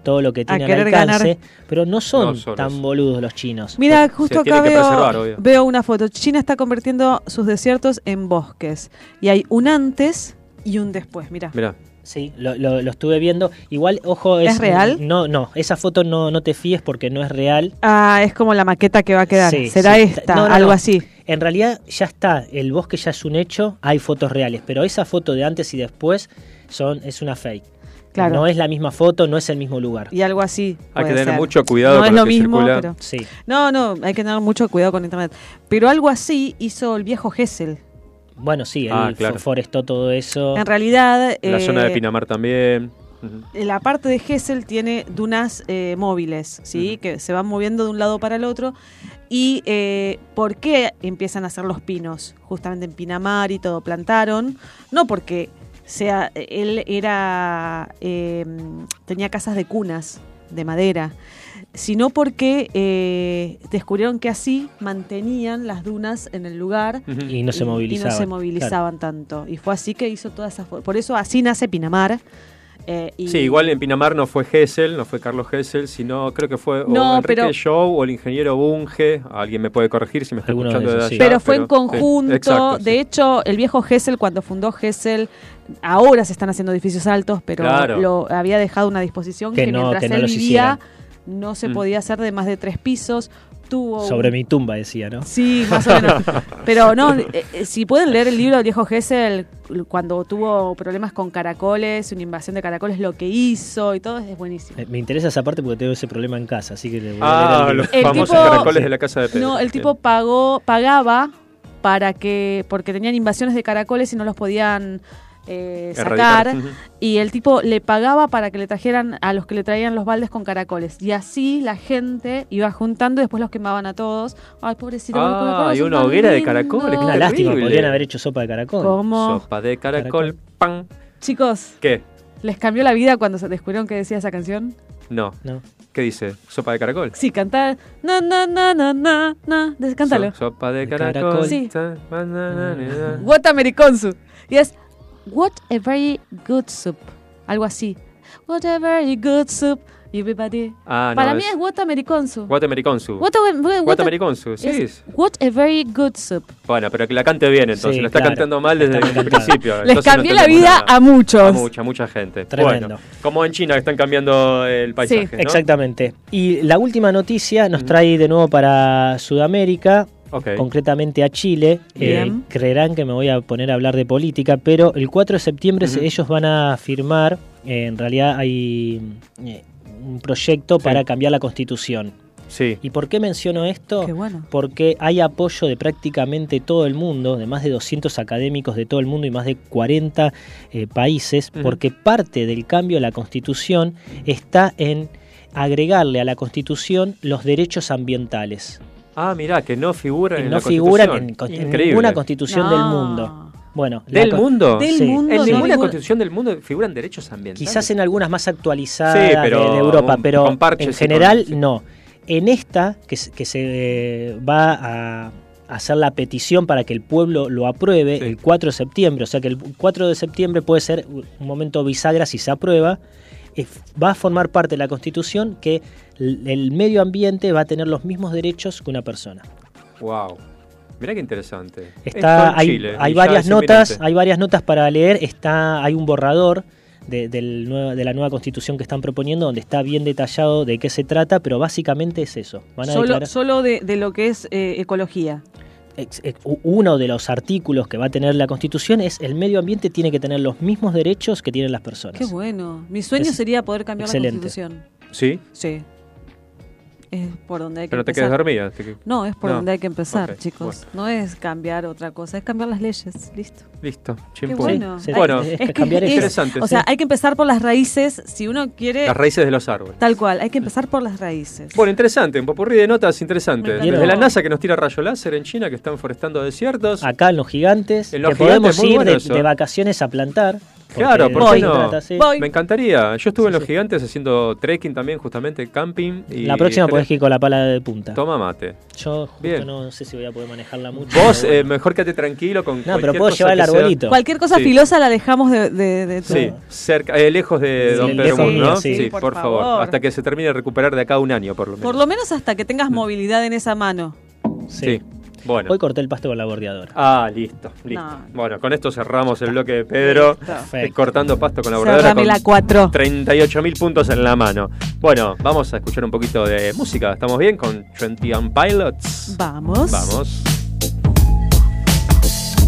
todo lo que tiene al
querer
alcance,
ganar.
pero no son
No son
tan boludos los chinos.
Mira, justo acá veo, veo una foto. China está convirtiendo sus desiertos en bosques. Y hay un antes y un después. Mira.
Mira.
Sí, lo, lo- lo estuve viendo. Igual, ojo, es,
¿Es real?
No, no, esa foto no, no te fíes porque no es real.
Ah, es como la maqueta que va a quedar.
Sí,
Será
sí.
esta,
No, no,
algo
no.
así.
En realidad ya está, el bosque ya es un hecho, hay fotos reales, pero esa foto de antes y después son es una fake.
Claro.
No es la misma foto, no es el mismo lugar.
Y algo así.
Hay
puede
que tener
ser.
mucho cuidado
no
con
es
lo
lo
que
mismo,
circula.
pero-
Sí.
No, no, hay que tener mucho cuidado con internet. Pero algo así hizo el viejo Gessel.
Bueno, sí, él
Ah, claro.
fo- forestó todo eso.
En realidad,
La
eh,
zona de Pinamar también. Ujú.
la parte de Gessel tiene dunas eh, móviles, ¿sí? Que se van moviendo de un lado para el otro. ¿Y eh, por qué empiezan a hacer los pinos? Justamente en Pinamar y todo, plantaron. No porque sea, él era. eh, tenía casas de cunas de madera, sino porque eh, descubrieron que así mantenían las dunas en el lugar
Ujú. Y no se movilizaban,
se
claro.
movilizaban tanto. Y fue así que hizo todas esas. fo- Por eso así nace Pinamar. eh, y-
Sí, igual en Pinamar no fue Hessel, no fue Carlos Hessel, sino creo que fue o
No,
Enrique
pero-
Show o el ingeniero Bunge. Alguien me puede corregir si me está
Alguno de
escuchando de
esos,
allá,
sí.
Pero fue en
sí,
conjunto.
exacto,
de hecho, el viejo Gessel, cuando fundó Gessel, ahora se están haciendo edificios altos, pero
Claro.
lo había dejado una disposición que,
Que no-
mientras
que no
él
los
vivía
hicieran.
no se
Mm.
podía hacer de más de tres pisos. Tuvo un-
Sobre mi tumba decía, ¿no?
Oh. Sí, más o menos. Pero no, eh, eh, si pueden leer el libro del viejo Gessel, cuando tuvo problemas con caracoles, una invasión de caracoles, lo que hizo y todo, es buenísimo.
Me- Me interesa esa parte porque tengo ese problema en casa, así que le voy
Ah,
a leer el
los
libro.
famosos caracoles de la casa de Pedro.
No, el tipo pagó, pagaba para que, porque tenían invasiones de caracoles y no los podían eh,
Erradicar.
sacar.
Ujú.
Y el tipo le pagaba para que le trajeran a los que le traían los baldes con caracoles. Y así la gente iba juntando y después los quemaban a todos. Ay, pobrecito. los
Ah,
caracoles
hay
son
una
tan
hoguera de
lindos.
caracoles, qué
Una lástima,
Terrible.
podrían haber hecho sopa de caracol.
¿Cómo?
Sopa de caracol, pan.
Chicos,
¿Qué?
¿les cambió la vida cuando se descubrieron que decía esa canción?
No. ¿Qué dice? ¿Sopa de caracol?
Sí, cantar. Na, na, na, na, na, na. Des- Cántalo.
So- sopa de caracol.
caracol. Sí.
tan, man, na, na, na, na.
What American soup. Yes. What a very good soup. Algo así. What a very good soup. Everybody.
Ah, no,
Para mí
es-
es What American Soup.
What American Soup.
What, a- what-
What American Soup, sí.
es What a very good soup.
Bueno, pero que la cante bien entonces.
Sí,
la está
claro.
cantando mal desde el principio.
Les
entonces no
cambié la
entendemos
vida
nada.
a muchos.
A mucha, mucha gente.
Tremendo.
Bueno, como en China que están cambiando el paisaje. ¿no?
Exactamente. Y la última noticia nos trae de nuevo para Sudamérica,
Ok.
concretamente a Chile. Eh,
Bien.
creerán que me voy a poner a hablar de política, pero el 4 de septiembre se-
Ujú.
ellos van a firmar, eh, en realidad hay eh, un proyecto
Sí.
para cambiar la constitución.
Sí.
¿Y por qué menciono esto?
Qué bueno.
Porque hay apoyo de prácticamente todo el mundo, de más de 200 académicos de todo el mundo y más de 40 eh, países,
Ujú.
porque parte del cambio a la Constitución está en agregarle a la Constitución los derechos ambientales.
Ah, mirá, que no figuran en
no
la
figuran en,
Constitución.
con- en
Increíble.
ninguna Constitución del
No.
mundo. Bueno, la
¿Del
con-
mundo?
Sí.
En ninguna
Sí.
constitución del mundo figuran derechos ambientales.
Quizás en algunas más actualizadas
Sí,
de-
pero
de, Europa,
un-
pero
con parches
en
y
general
con- sí.
no. En esta, que, se- que se eh, va a hacer la petición para que el pueblo lo apruebe el 4 de septiembre, o sea que el 4 de septiembre puede ser un momento bisagra si se aprueba, eh, va a formar parte de la Constitución que l- el medio ambiente va a tener los mismos derechos que una persona.
Wow. Mirá qué interesante. Esto
Está,
en
hay,
Chile,
hay
Villa
varias notas,
Almirante.
hay varias notas para leer. Está, hay un borrador de, del nueva- de la nueva constitución que están proponiendo, donde está bien detallado de qué se trata, pero básicamente es eso. Van a
Solo,
declarar-
solo de, de lo que es eh, ecología.
ex- ex- u- uno de los artículos que va a tener la constitución es el medio ambiente tiene que tener los mismos derechos que tienen las personas.
Qué bueno. Mi sueño
Es-
sería poder cambiar
excelente.
la constitución.
Sí.
Sí. Es por donde hay que
Pero no te
empezar.
quedes dormida, te que-
No, es por
No.
donde hay que empezar,
Ok,
chicos. No es cambiar otra cosa, es cambiar las leyes. Listo.
Listo.
Qué
chimpún.
bueno.
Sí, bueno,
Ay,
es,
que es-
interesante.
O
sí.
sea, hay que empezar por las raíces si uno quiere.
Las raíces pues. de los árboles.
Tal cual, hay que empezar por las raíces.
Bueno, interesante, un popurrí de notas interesantes.
Me encantó.
Desde la NASA que nos tira rayo láser en China, que están forestando desiertos.
Acá en los gigantes,
En los
que
gigantes,
podemos
muy
ir
bueno
de,
eso.
de vacaciones a plantar. porque
Claro,
de
¿por
eso
qué
se
no?
trata, sí.
Me encantaría. Yo estuve en Los Gigantes haciendo trekking también, justamente, camping. Y
La próxima
tre-
podés ir con la pala de punta.
este Toma mate.
Yo justo
Bien.
no sé si voy a poder manejarla mucho.
Vos,
pero bueno.
eh, mejor quédate tranquilo con
pero
cualquier
puedo
cosa
llevar
que
el
sea-
arbolito.
Cualquier cosa
Sí.
filosa la dejamos de, de, de todo.
Sí, cerca, eh, lejos de
Sí,
Don
lejos
Pedro Mundo,
mío,
¿no?
sí.
Por
por, favor.
favor.
Hasta que se termine de recuperar de acá un año, por lo menos.
Por lo menos hasta que tengas movilidad en esa mano.
Sí. Bueno.
Hoy corté el pasto con la bordeadora.
Ah, listo, listo.
No.
Bueno, con esto cerramos el bloque de Pedro.
Perfecto.
eh, Cortando pasto con la bordadora.
Cerrame
Con
la 4.
38 mil puntos en la mano. Bueno, vamos a escuchar un poquito de música. ¿Estamos bien con 20 and Pilots?
Vamos.
Vamos.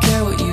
care what you think.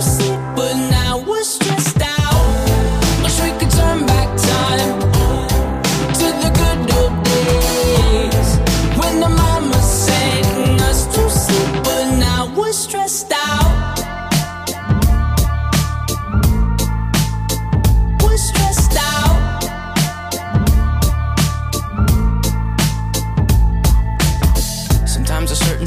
sleep, but now we're stressed out. Wish we could turn back time to the good old days when the mama sang us to sleep, but now we're stressed out. We're stressed out. Sometimes a certain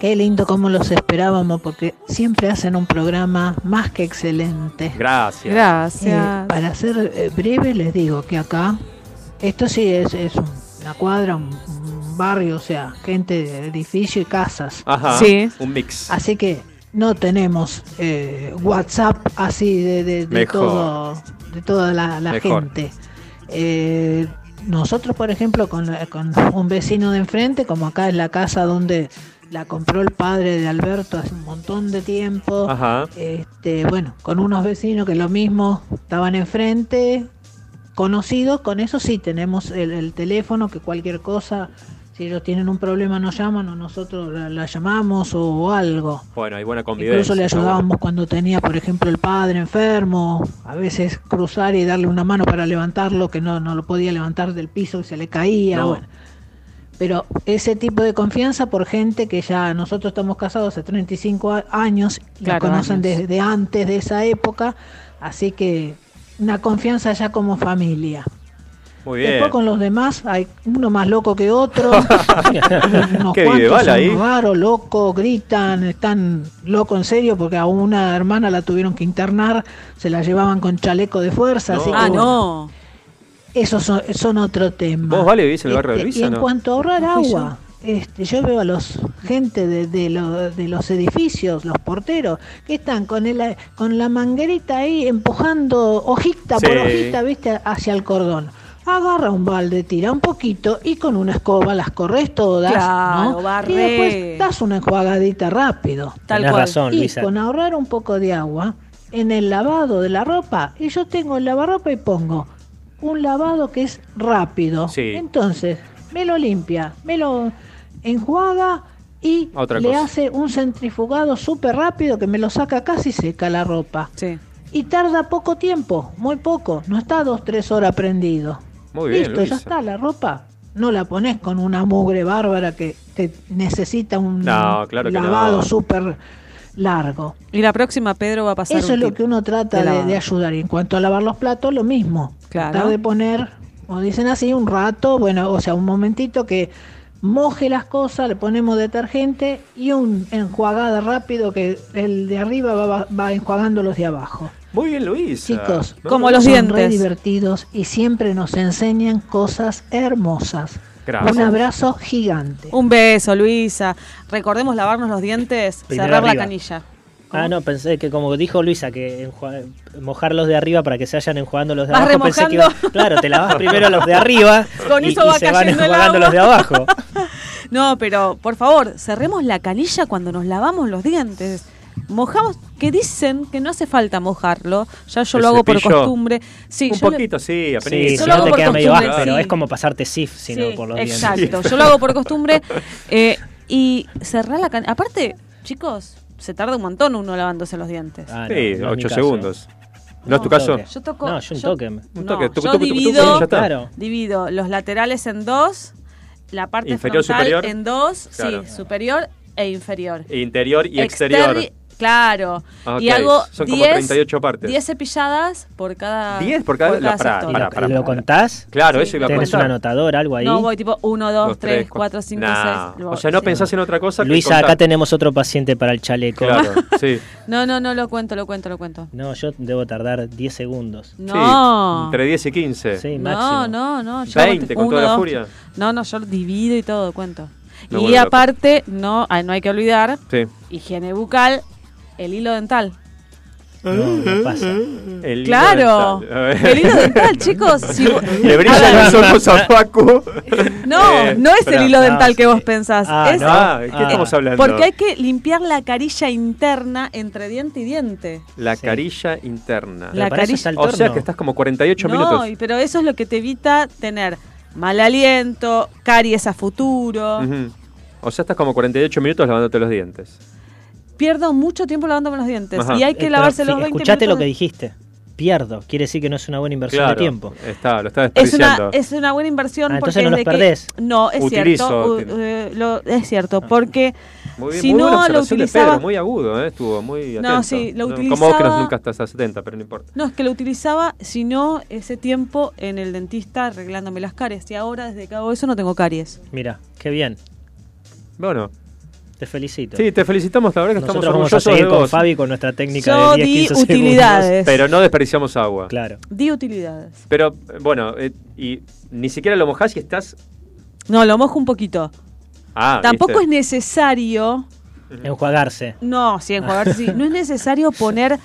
Qué lindo como los esperábamos porque siempre hacen un programa más que excelente.
Gracias.
Eh, para ser eh, breve les digo que acá, esto sí es, es un- una cuadra, un, un barrio, o sea, gente de edificio y casas.
Ajá. Un mix.
Así que no tenemos eh, WhatsApp así de, de- de
Mejor.
todo, de toda la, la
Mejor.
gente. Eh, nosotros, por ejemplo, con, la- con un vecino de enfrente, como acá es la casa donde la compró el padre de Alberto hace un montón de tiempo,
Ajá.
eh,
este, bueno, con unos vecinos que lo mismo estaban enfrente, conocidos, con eso sí tenemos el, el teléfono, que cualquier cosa, si ellos tienen un problema nos llaman o nosotros la, la llamamos o, algo.
Bueno, hay buena convivencia.
Incluso le
está
ayudábamos cuando tenía, por ejemplo, el padre enfermo, a veces cruzar y darle una mano para levantarlo, que no, no lo podía levantar del piso y se le caía.
No.
bueno. Pero ese tipo de confianza por gente que ya nosotros estamos casados hace 35 a- años, y la
Claro, años.
conocen desde antes de esa época, así que una confianza ya como familia.
Muy bien.
Después con los demás hay uno más loco que otro. unos
Qué
cuantos
videobala ahí.
son raros, locos, gritan, están locos en serio porque a una hermana la tuvieron que internar, se la llevaban con chaleco de fuerza. Así que,
Ah,
bueno,
no.
Esos son, son otro tema.
¿Vos, Vale, vivís en el barrio de
Este,
Luis
y
o
en
no?
cuanto a ahorrar
No fui yo.
agua, este, yo veo a los gente de, de lo- de los edificios, los porteros, que están con el, con la manguerita ahí empujando hojita por
Sí.
hojita, viste, hacia el cordón. Agarra un balde, tira un poquito y con una escoba las corres todas.
Claro,
¿no?
barre.
Y después das una enjuagadita rápido.
Tal Tenés cual. razón,
y
Luisa.
con ahorrar un poco de agua en el lavado de la ropa, y yo tengo el lavarropa y pongo un lavado que es rápido.
Sí.
Entonces, me lo limpia, me lo enjuaga y
Otra
le
cosa.
hace un centrifugado súper rápido que me lo saca casi seca la ropa. Y tarda poco tiempo, muy poco, no está dos, tres horas prendido.
Muy bien,
Listo,
Luisa.
ya está la ropa. No la pones con una mugre bárbara que te necesita un
No, claro que no.
lavado súper largo.
Y la próxima Pedro va a pasar.
Eso
un
es lo
tip
que uno trata
de
de,
lavado.
de ayudar. Y en cuanto a lavar los platos, lo mismo.
Claro.
Tratar de poner, como dicen así, un rato, bueno, o sea, un momentito que moje las cosas, le ponemos detergente y un enjuagada rápido que el de arriba va, va- va enjuagando los de abajo.
Muy bien, Luis.
Chicos,
Son
son re divertidos y siempre nos enseñan cosas hermosas.
Gracias.
Un abrazo gigante.
Un beso, Luisa. Recordemos lavarnos los dientes,
Primero
cerrar la
arriba.
canilla.
Ah, no, pensé que como dijo Luisa, que enjua- mojarlos de arriba para que se vayan enjuagando los de
Vas
abajo. Pensé que iba-
remojando.
claro, te lavas primero los de arriba
Con
y,
eso
y
va
se van
cayendo el
enjuagando
agua.
los de abajo.
No, pero por favor, cerremos la canilla cuando nos lavamos los dientes. Mojamos, que dicen que no hace falta mojarlo. Ya yo
¿El
lo hago por
cepillo?
costumbre. Sí,
Un
yo lo-
poquito, sí, apenas.
Yo
Sí, si
lo
no
hago
te
por
queda medio
costumbre,
áspero.
sí.
Es como pasarte SIF, sino por los dientes.
Exacto, yo lo hago por costumbre. eh, y cerrar la canilla. Aparte, chicos, se tarda un montón uno lavándose los dientes.
Ah,
Sí,
no, no es mi
8
caso.
segundos. ¿No, es tu caso?
Yo toco.
No, yo un
yo-
toque. Un
no,
toque, tucu,
yo
tucu, tucu, tucu,
divido,
ya está.
Claro.
divido los laterales en dos, la parte
Inferior,
frontal
superior.
en dos,
Claro.
sí, superior e inferior.
Interior y exterior.
Externi- Claro.
Ah,
Y
ok.
hago
Son como
10
38 partes.
10 cepilladas por cada.
10 por cada. la- pará,
sector.
pará,
¿Y
pará,
lo
pará.
contás?
Claro, eso iba a
¿Tenés
contar.
un anotador, algo ahí?
No, voy tipo 1, 2,
Dos,
3,
tres,
4, 5,
Nah.
6.
O sea, no pensás en otra cosa que
Luisa,
contar.
acá tenemos otro paciente para el chaleco.
Claro, sí.
No, no, no lo cuento, lo cuento, lo cuento.
No, yo debo tardar 10 segundos.
No.
Entre 10 y 15.
Sí,
No, Ah, no, no. yo
20
hago
con toda la
uno, dos,
furia.
No, no, yo divido y todo, cuento.
Me
y
vuelvo loco.
aparte, no, ah, no hay que olvidar,
Sí.
higiene bucal, el hilo dental.
no pasa.
El
mm, claro,
hilo dental.
el hilo dental, chicos. si vo-
Le
A
brillan
ver,
los ojos a Facu.
no,
Eh,
no es
espera.
el hilo
No,
dental que vos pensás.
Ah,
es-
no. Ah, ¿de qué estamos hablando?
Porque hay que limpiar la carilla interna entre diente y diente.
La carilla interna.
La Pero para eso carilla- está el
O sea
torno.
que estás como 48
No,
minutos.
y- pero eso es lo que te evita tener mal aliento, caries a futuro.
Ujú. O sea, estás como 48 minutos lavándote los dientes.
pierdo mucho tiempo lavándome los dientes
Ajá.
y hay
Eh,
que
pero
lavarse los
fi-
20
Escuchate lo
minutos
que
de-
dijiste. Pierdo. Quiere decir que no es una buena inversión de tiempo.
Está, lo está
Es
desperdiciando.
una, es una buena inversión
Ah, entonces
porque
no los
de que-
perdés.
no, es
Utilizo,
cierto. u-
tiene.
eh, lo- es cierto, porque
Muy bien,
si
muy
no
buena
lo
observación de Pedro,
utilizaba.
muy agudo, eh, estuvo muy atento.
No, sí, lo
Como vos que
utilizaba-
no- nunca estás a 70, pero no importa.
No, es que lo utilizaba, sino ese tiempo en el dentista arreglándome las caries. Y ahora, desde que hago eso, no tengo caries.
Mira, qué bien.
Bueno.
Te felicito.
Sí, te felicitamos, la verdad que
Nosotros
estamos
vamos a
orgullosos
seguir
de
con
vos.
Fabi con nuestra técnica
Yo
de 10
di
15 segundos.
utilidades.
Pero no desperdiciamos agua.
Claro.
Di utilidades.
Pero eh, bueno, eh, y ni siquiera lo mojás y estás.
No, lo mojo un poquito.
Ah,
Tampoco es
¿viste?
necesario.
Enjuagarse.
No, sí, enjuagarse sí. No es necesario poner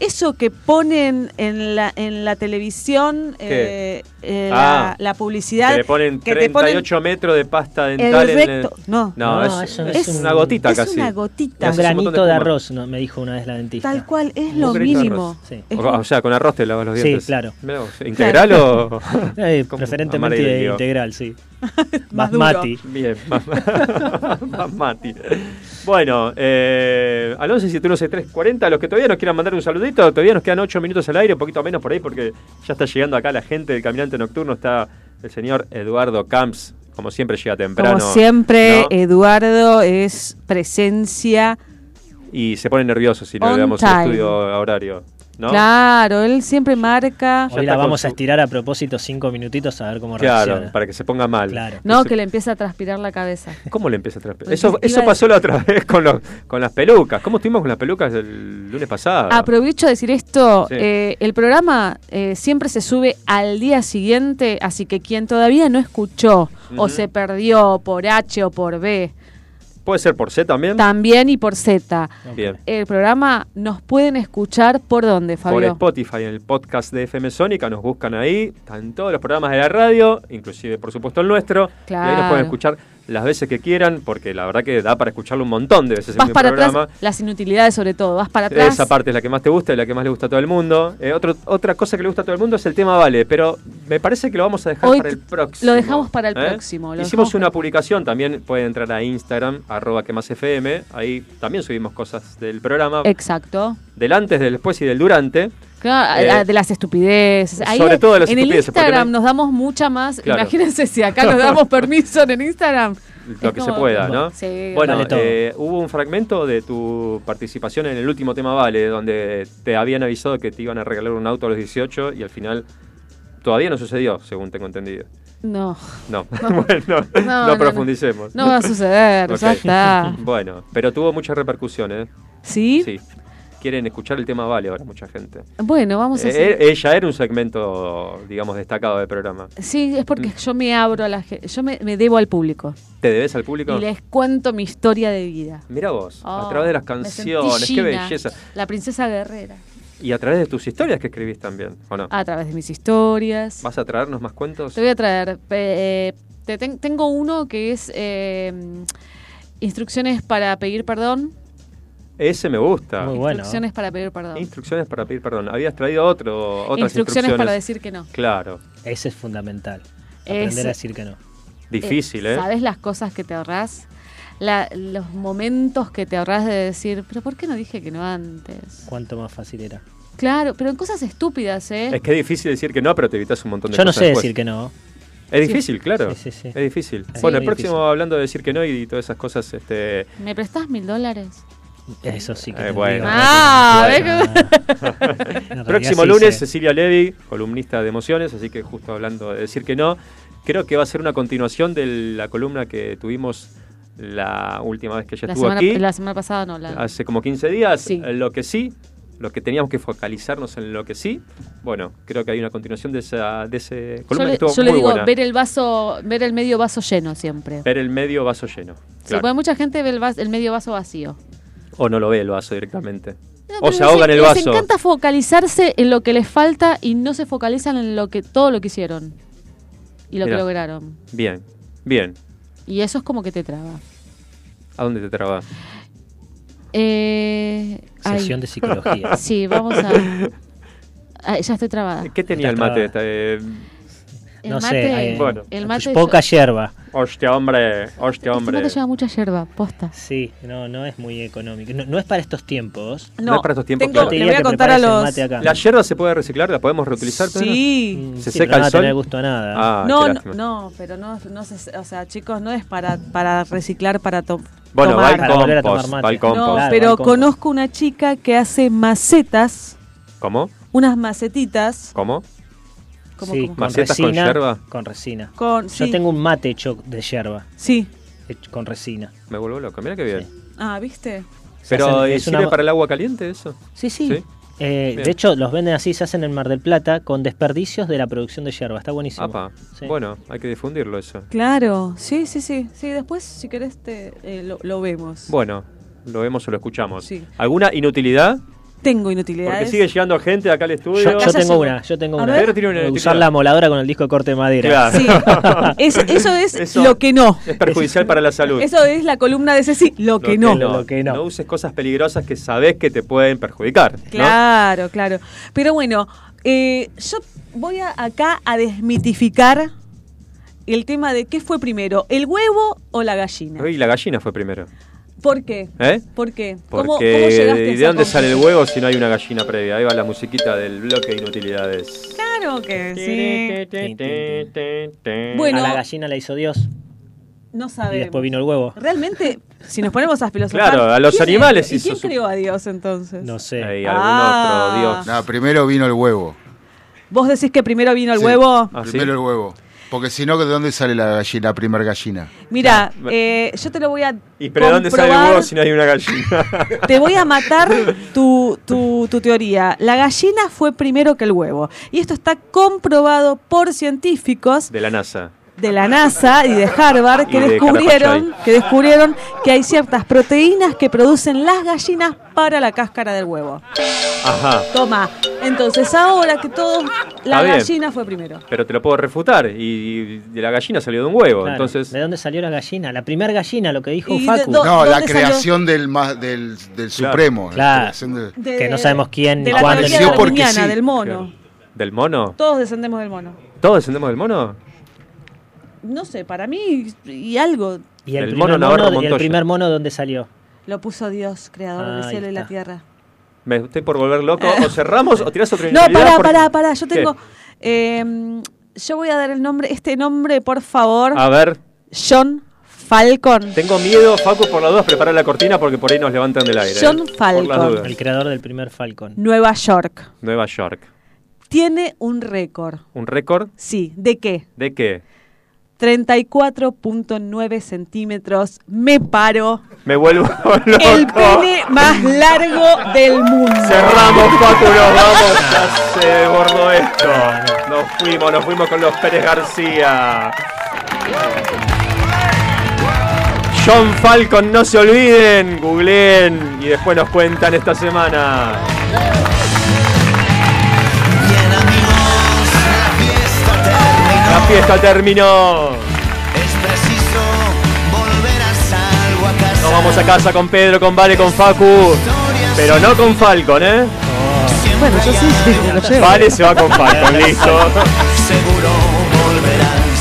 eso que ponen en la, en la televisión,
¿Qué?
eh, eh,
Ah,
la, la publicidad.
Que le ponen
que te ponen-
38 metros de pasta dental
el
en el-
recto. No.
no,
No,
es,
eso
es
es un-
una gotita
es
casi.
una gotita.
Le
Un
haces montón
granito de,
espuma.
arroz, no, me dijo una vez la dentista.
Tal cual, es
Un
lo
granito de
mínimo.
arroz, sí.
Es
O, o sea, con arroz te lavas los
Sí,
dientes.
claro.
Mirá vos, ¿Integral o.?
Eh,
Como
preferentemente
amarilla, digo.
integral, sí.
Más duro.
mati.
Bien, más, más mati. Bueno, eh, al 11 7163 40, los que todavía nos quieran mandar un saludito, todavía nos quedan 8 minutos al aire, un poquito menos por ahí, porque ya está llegando acá la gente del Caminante Nocturno, está el señor Eduardo Camps, como siempre llega temprano.
Como siempre,
¿no?
Eduardo es presencia.
Y se pone nervioso si no
On
le damos el
time.
estudio a horario, ¿no?
Claro, él siempre marca.
Hoy la vamos a estirar a propósito cinco minutitos a ver cómo
Claro,
reacciona.
para que se ponga mal.
Claro.
No, que le empieza a transpirar la cabeza.
¿Cómo le empieza a trapear?
Porque
Eso,
iba
eso
a-
pasó la otra vez con, los, con las pelucas. ¿Cómo estuvimos con las pelucas el lunes pasado?
Ah, Aprovecho de decir esto,
Ah. Sí.
eh, el programa eh, siempre se sube al día siguiente, así que quien todavía no escuchó
Ujú.
o se perdió por H o por B,
¿Puede ser por C también?
también y por Z,
Bien.
el programa nos pueden escuchar por dónde,
Por este
Fabio.
Spotify, en el podcast de FM Sónica, nos buscan ahí. Están todos los programas de la radio, inclusive, por supuesto, el nuestro. Y ahí nos
Claro.
pueden escuchar las veces que quieran, porque la verdad que da para escucharlo un montón de veces
Vas
en
para
programa.
atrás, las inutilidades sobre todo, vas para atrás.
Esa parte es la que más te gusta y la que más le gusta a todo el mundo. Eh, otro- otra cosa que le gusta a todo el mundo es el tema Vale, pero me parece que lo vamos a dejar
Hoy
para el próximo.
lo dejamos para el
¿eh?
próximo, lo
Hicimos
dejamos
una publicación, también pueden entrar a Instagram, arroba que más FM, ahí también subimos cosas del programa,
Exacto.
del antes, del después y del durante.
Claro,
Eh,
a- a- de las estupideces. Ahí
sobre
hay-
todo de las
en
estupideces,
el
porque no
Instagram
hay-
nos damos mucha más.
Claro.
Imagínense si acá nos damos permiso en el Instagram.
Lo
Es
que se
como-
pueda, ¿no?
Sí,
bueno,
vale todo.
eh, hubo un fragmento de tu participación en el último tema Vale, donde te habían avisado que te iban a regalar un auto a los 18 y al final todavía no sucedió, según tengo entendido.
No.
No,
No.
bueno, no,
No, no, no.
profundicemos.
No va a suceder, ya
Ok.
está.
Bueno, pero tuvo muchas repercusiones.
¿Sí?
Sí. Quieren escuchar el tema Vale ahora mucha gente.
Bueno, vamos a
Eh,
hacer-
Ella era un segmento, digamos, destacado del programa.
Sí, es
Mm.
porque yo me abro a la gente. Yo me, me debo al público.
¿Te debes al público?
Y les cuento mi historia de vida.
Mira vos, a
Oh,
través de las
me sentí
canciones, qué
Gina,
belleza.
La princesa guerrera.
Y a través de tus historias que escribís también, ¿o no?
A través de mis historias.
¿Vas a traernos más cuentos?
Te voy a traer. pe- eh, te ten- tengo uno que es eh, instrucciones para pedir perdón.
Ese me gusta.
Muy bueno.
Instrucciones para pedir perdón.
Instrucciones para pedir perdón. Habías traído otro, otras instrucciones.
Instrucciones para decir que no.
Claro.
Ese es fundamental. Aprender
Es-
a decir que no.
Difícil, ¿eh?
¿Sabes las cosas que te ahorrás? La- los momentos que te ahorrás de decir, pero ¿por qué no dije que no antes?
Cuánto más fácil era.
Claro, pero en cosas estúpidas, ¿eh?
Es que es difícil decir que no, pero te evitas un montón de
Yo no
cosas
sé
después.
decir que no.
Es
Sí.
difícil, claro.
Sí, sí, sí.
Es difícil.
Sí,
bueno, el
muy
próximo hablando de decir que no y, todas esas cosas, este.
¿Me prestás mil dólares?
Eso sí que
eh,
te
bueno.
digo.
Ah,
Bueno.
¿ves
En realidad
Próximo
sí
lunes,
sé.
Cecilia Levy, columnista de emociones, así que justo hablando de decir que no. Creo que va a ser una continuación de la columna que tuvimos la última vez que ella
La
estuvo
semana,
aquí. Ah,
la semana pasada no, la,
hace como 15 días,
Sí.
eh, lo que sí, lo que teníamos que focalizarnos en lo que sí, bueno, creo que hay una continuación de esa de ese
Yo
columna
le,
que estuvo
yo le
muy
digo
buena.
ver el vaso, ver el medio vaso lleno siempre.
Ver el medio vaso lleno.
Sí,
claro.
porque mucha gente ve el, vas- el medio vaso vacío.
O no lo ve el vaso directamente. o
Pero
se
les-
ahoga en el
Les
vaso.
encanta focalizarse en lo que les falta y no se focalizan en lo que todo lo que hicieron y lo
Mirá.
que lograron.
Bien, bien.
Y eso es como que te traba.
¿A dónde te traba?
Eh, ay.
Sesión de psicología.
Sí, vamos a. Ah, ya estoy trabada.
¿Qué tenía
Estás
el mate?
trabada.
Eh,
El mate,
eh,
Bueno.
el mate
poca yerba.
Hostia, hombre, hostia,
este
hombre.
mate lleva mucha yerba, posta.
Sí, no, no es muy económico. No, no es para estos tiempos.
No, es para estos tiempos.
Yo te diría que prepares el mate acá.
La hierba se puede reciclar, la podemos reutilizar. Pedro?
Sí.
Se
Sí, pero
seca
no va
el
a
sol.
tener gusto a nada.
Ah,
no,
qué
no,
lástima.
no, pero no, no se- o sea, chicos, no es para, para reciclar, para to-
Bueno, va
tomar.
al Para volver a compost, tomar mate. va al compost.
No,
Claro,
pero
al compost.
conozco una chica que hace macetas,
¿Cómo?
unas macetitas.
¿Cómo?
¿Cómo,
sí,
cómo?
con
¿Macetas con
resina.
yerba?
Con resina.
Con-
Yo
sí.
tengo un mate hecho de yerba.
Sí.
Hecho con resina.
Me vuelvo loco, mira qué bien.
Ah, ¿viste?
Pero
hacen-
¿y
es
sirve
una-
para el agua caliente eso?
Sí, sí. Eh,
Bien.
de hecho, los venden así, se hacen en Mar del Plata con desperdicios de la producción de yerba. Está buenísimo.
Apa.
Sí.
Bueno, hay que difundirlo eso.
Claro, sí, sí, sí. Sí, después si querés te, eh, lo, lo vemos.
Bueno, lo vemos o lo escuchamos.
Sí.
¿Alguna inutilidad?
Tengo inutilidades.
Porque sigue llegando gente acá al estudio.
Yo, yo tengo una, yo tengo
A
una.
ver.
Pedro tiene una
Usar
inutilidad.
la moladora con el disco de corte de madera.
Claro. Sí.
Es- eso es lo que no.
Es perjudicial para la salud.
Eso es la columna de Ceci, lo, que, no.
no. uses cosas peligrosas que sabes que te pueden perjudicar. ¿no?
Claro, claro. Pero bueno, eh, yo voy a- acá a desmitificar el tema de qué fue primero, el huevo o la gallina.
Y la gallina fue primero.
¿Por qué?
¿Eh?
¿Por qué?
Porque,
llegaste a
¿de
esa
dónde sale el
conclusión?
huevo si no hay una gallina previa? Ahí va la musiquita del bloque de inutilidades.
Claro que
¿eh?
Bueno.
A la gallina la hizo Dios
sí. No
y
sabemos.
después vino el huevo.
Realmente, si nos ponemos a filosofar...
Claro, a los
¿quién es-
animales
¿y
hizo
¿Quién
su-
creó a Dios entonces?
No sé.
Ahí,
algún Ah. otro dios.
No, primero vino el huevo.
¿Vos decís que primero vino el
Sí,
huevo?
Ah,
Primero el huevo. Porque si no, ¿de dónde sale la gallina, la primer gallina?
Mira, eh, yo te lo voy a
Ah, ¿Y pero de dónde sale el
comprobar.
huevo si no hay una gallina?
Te voy a matar tu, tu- tu teoría. La gallina fue primero que el huevo. Y esto está comprobado por científicos
de la NASA.
de la NASA y de Harvard que
Y de
descubrieron,
Carapachay.
que descubrieron que hay ciertas proteínas que producen las gallinas para la cáscara del huevo.
Ajá.
Toma. Entonces ahora que todos la
Está bien.
gallina fue primero.
Pero te lo puedo refutar. Y, y de la gallina salió de un huevo.
Claro.
Entonces,
¿De dónde salió la gallina? La primer gallina, lo que dijo
¿Y de
Facu.
dó-
No, la creación del, ma- del, del Supremo. la
Claro.
creación del-
De-
Que no sabemos quién
De
ni
la
cuándo.
teoría
ni cómo.
porque
darwiniana,
sí.
del mono.
¿del mono?
Todos descendemos del mono.
¿Todos descendemos del mono?
No sé, para mí y algo
Y el,
Del
primer
mono
mono,
Navarro
y el
Montoya.
primer mono, ¿dónde salió?
lo puso Dios, creador del
Ahí
cielo y la tierra.
Me estoy por volver loco. O cerramos o tirás otra
No,
inutilidad
pará,
porque-
pará, pará. Yo
¿Qué?
tengo. eh, yo voy a dar el nombre, este nombre, por favor.
A ver,
John Falcon.
tengo miedo, Facu, por las dudas, prepara la cortina porque por ahí nos levantan del aire.
John
¿eh?
Falcon.
Por las dudas.
El creador del primer Falcon.
Nueva York.
Nueva York.
Tiene un récord.
¿Un récord?
Sí, ¿de qué?
¿De qué?
34.9 centímetros. Me paro.
Me vuelvo loco.
El pene más largo del mundo.
Cerramos, Facu, nos vamos. Ya se bordó esto. Nos fuimos, nos fuimos con los Pérez García. John Falcon, no se olviden, googleen y después nos cuentan esta semana. La fiesta terminó. Nos vamos a casa con Pedro, con Vale, con Facu. Pero no con Falcon, ¿eh?
Bueno, yo sí, sí, me lo llevo.
Vale se va con Falcon, listo.
Seguro volverás.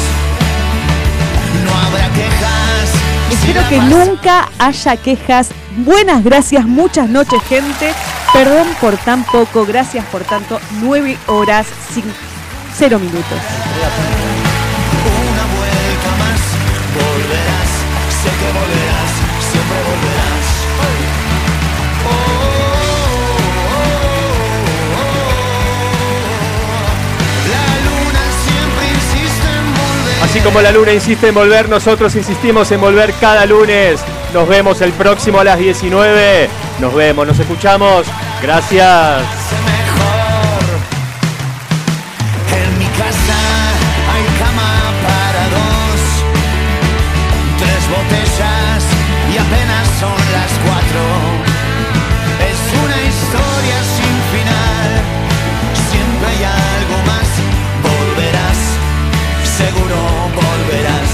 No habrá quejas.
Espero que nunca haya quejas. Buenas gracias, muchas noches, gente. Perdón por tan poco, gracias por tanto. Nueve horas sin cero minutos.
Una vuelta más. Volverás. Sé que volverás. Siempre volverás. Oh, oh, oh, oh, oh. La luna siempre insiste en volver.
Así como la luna insiste en volver, nosotros insistimos en volver cada lunes. Nos vemos el próximo a las 19. Nos vemos, nos escuchamos. Gracias.
En mi casa hay cama para dos, tres botellas y apenas son las cuatro. Es una historia sin final, siempre hay algo más. Volverás, seguro volverás.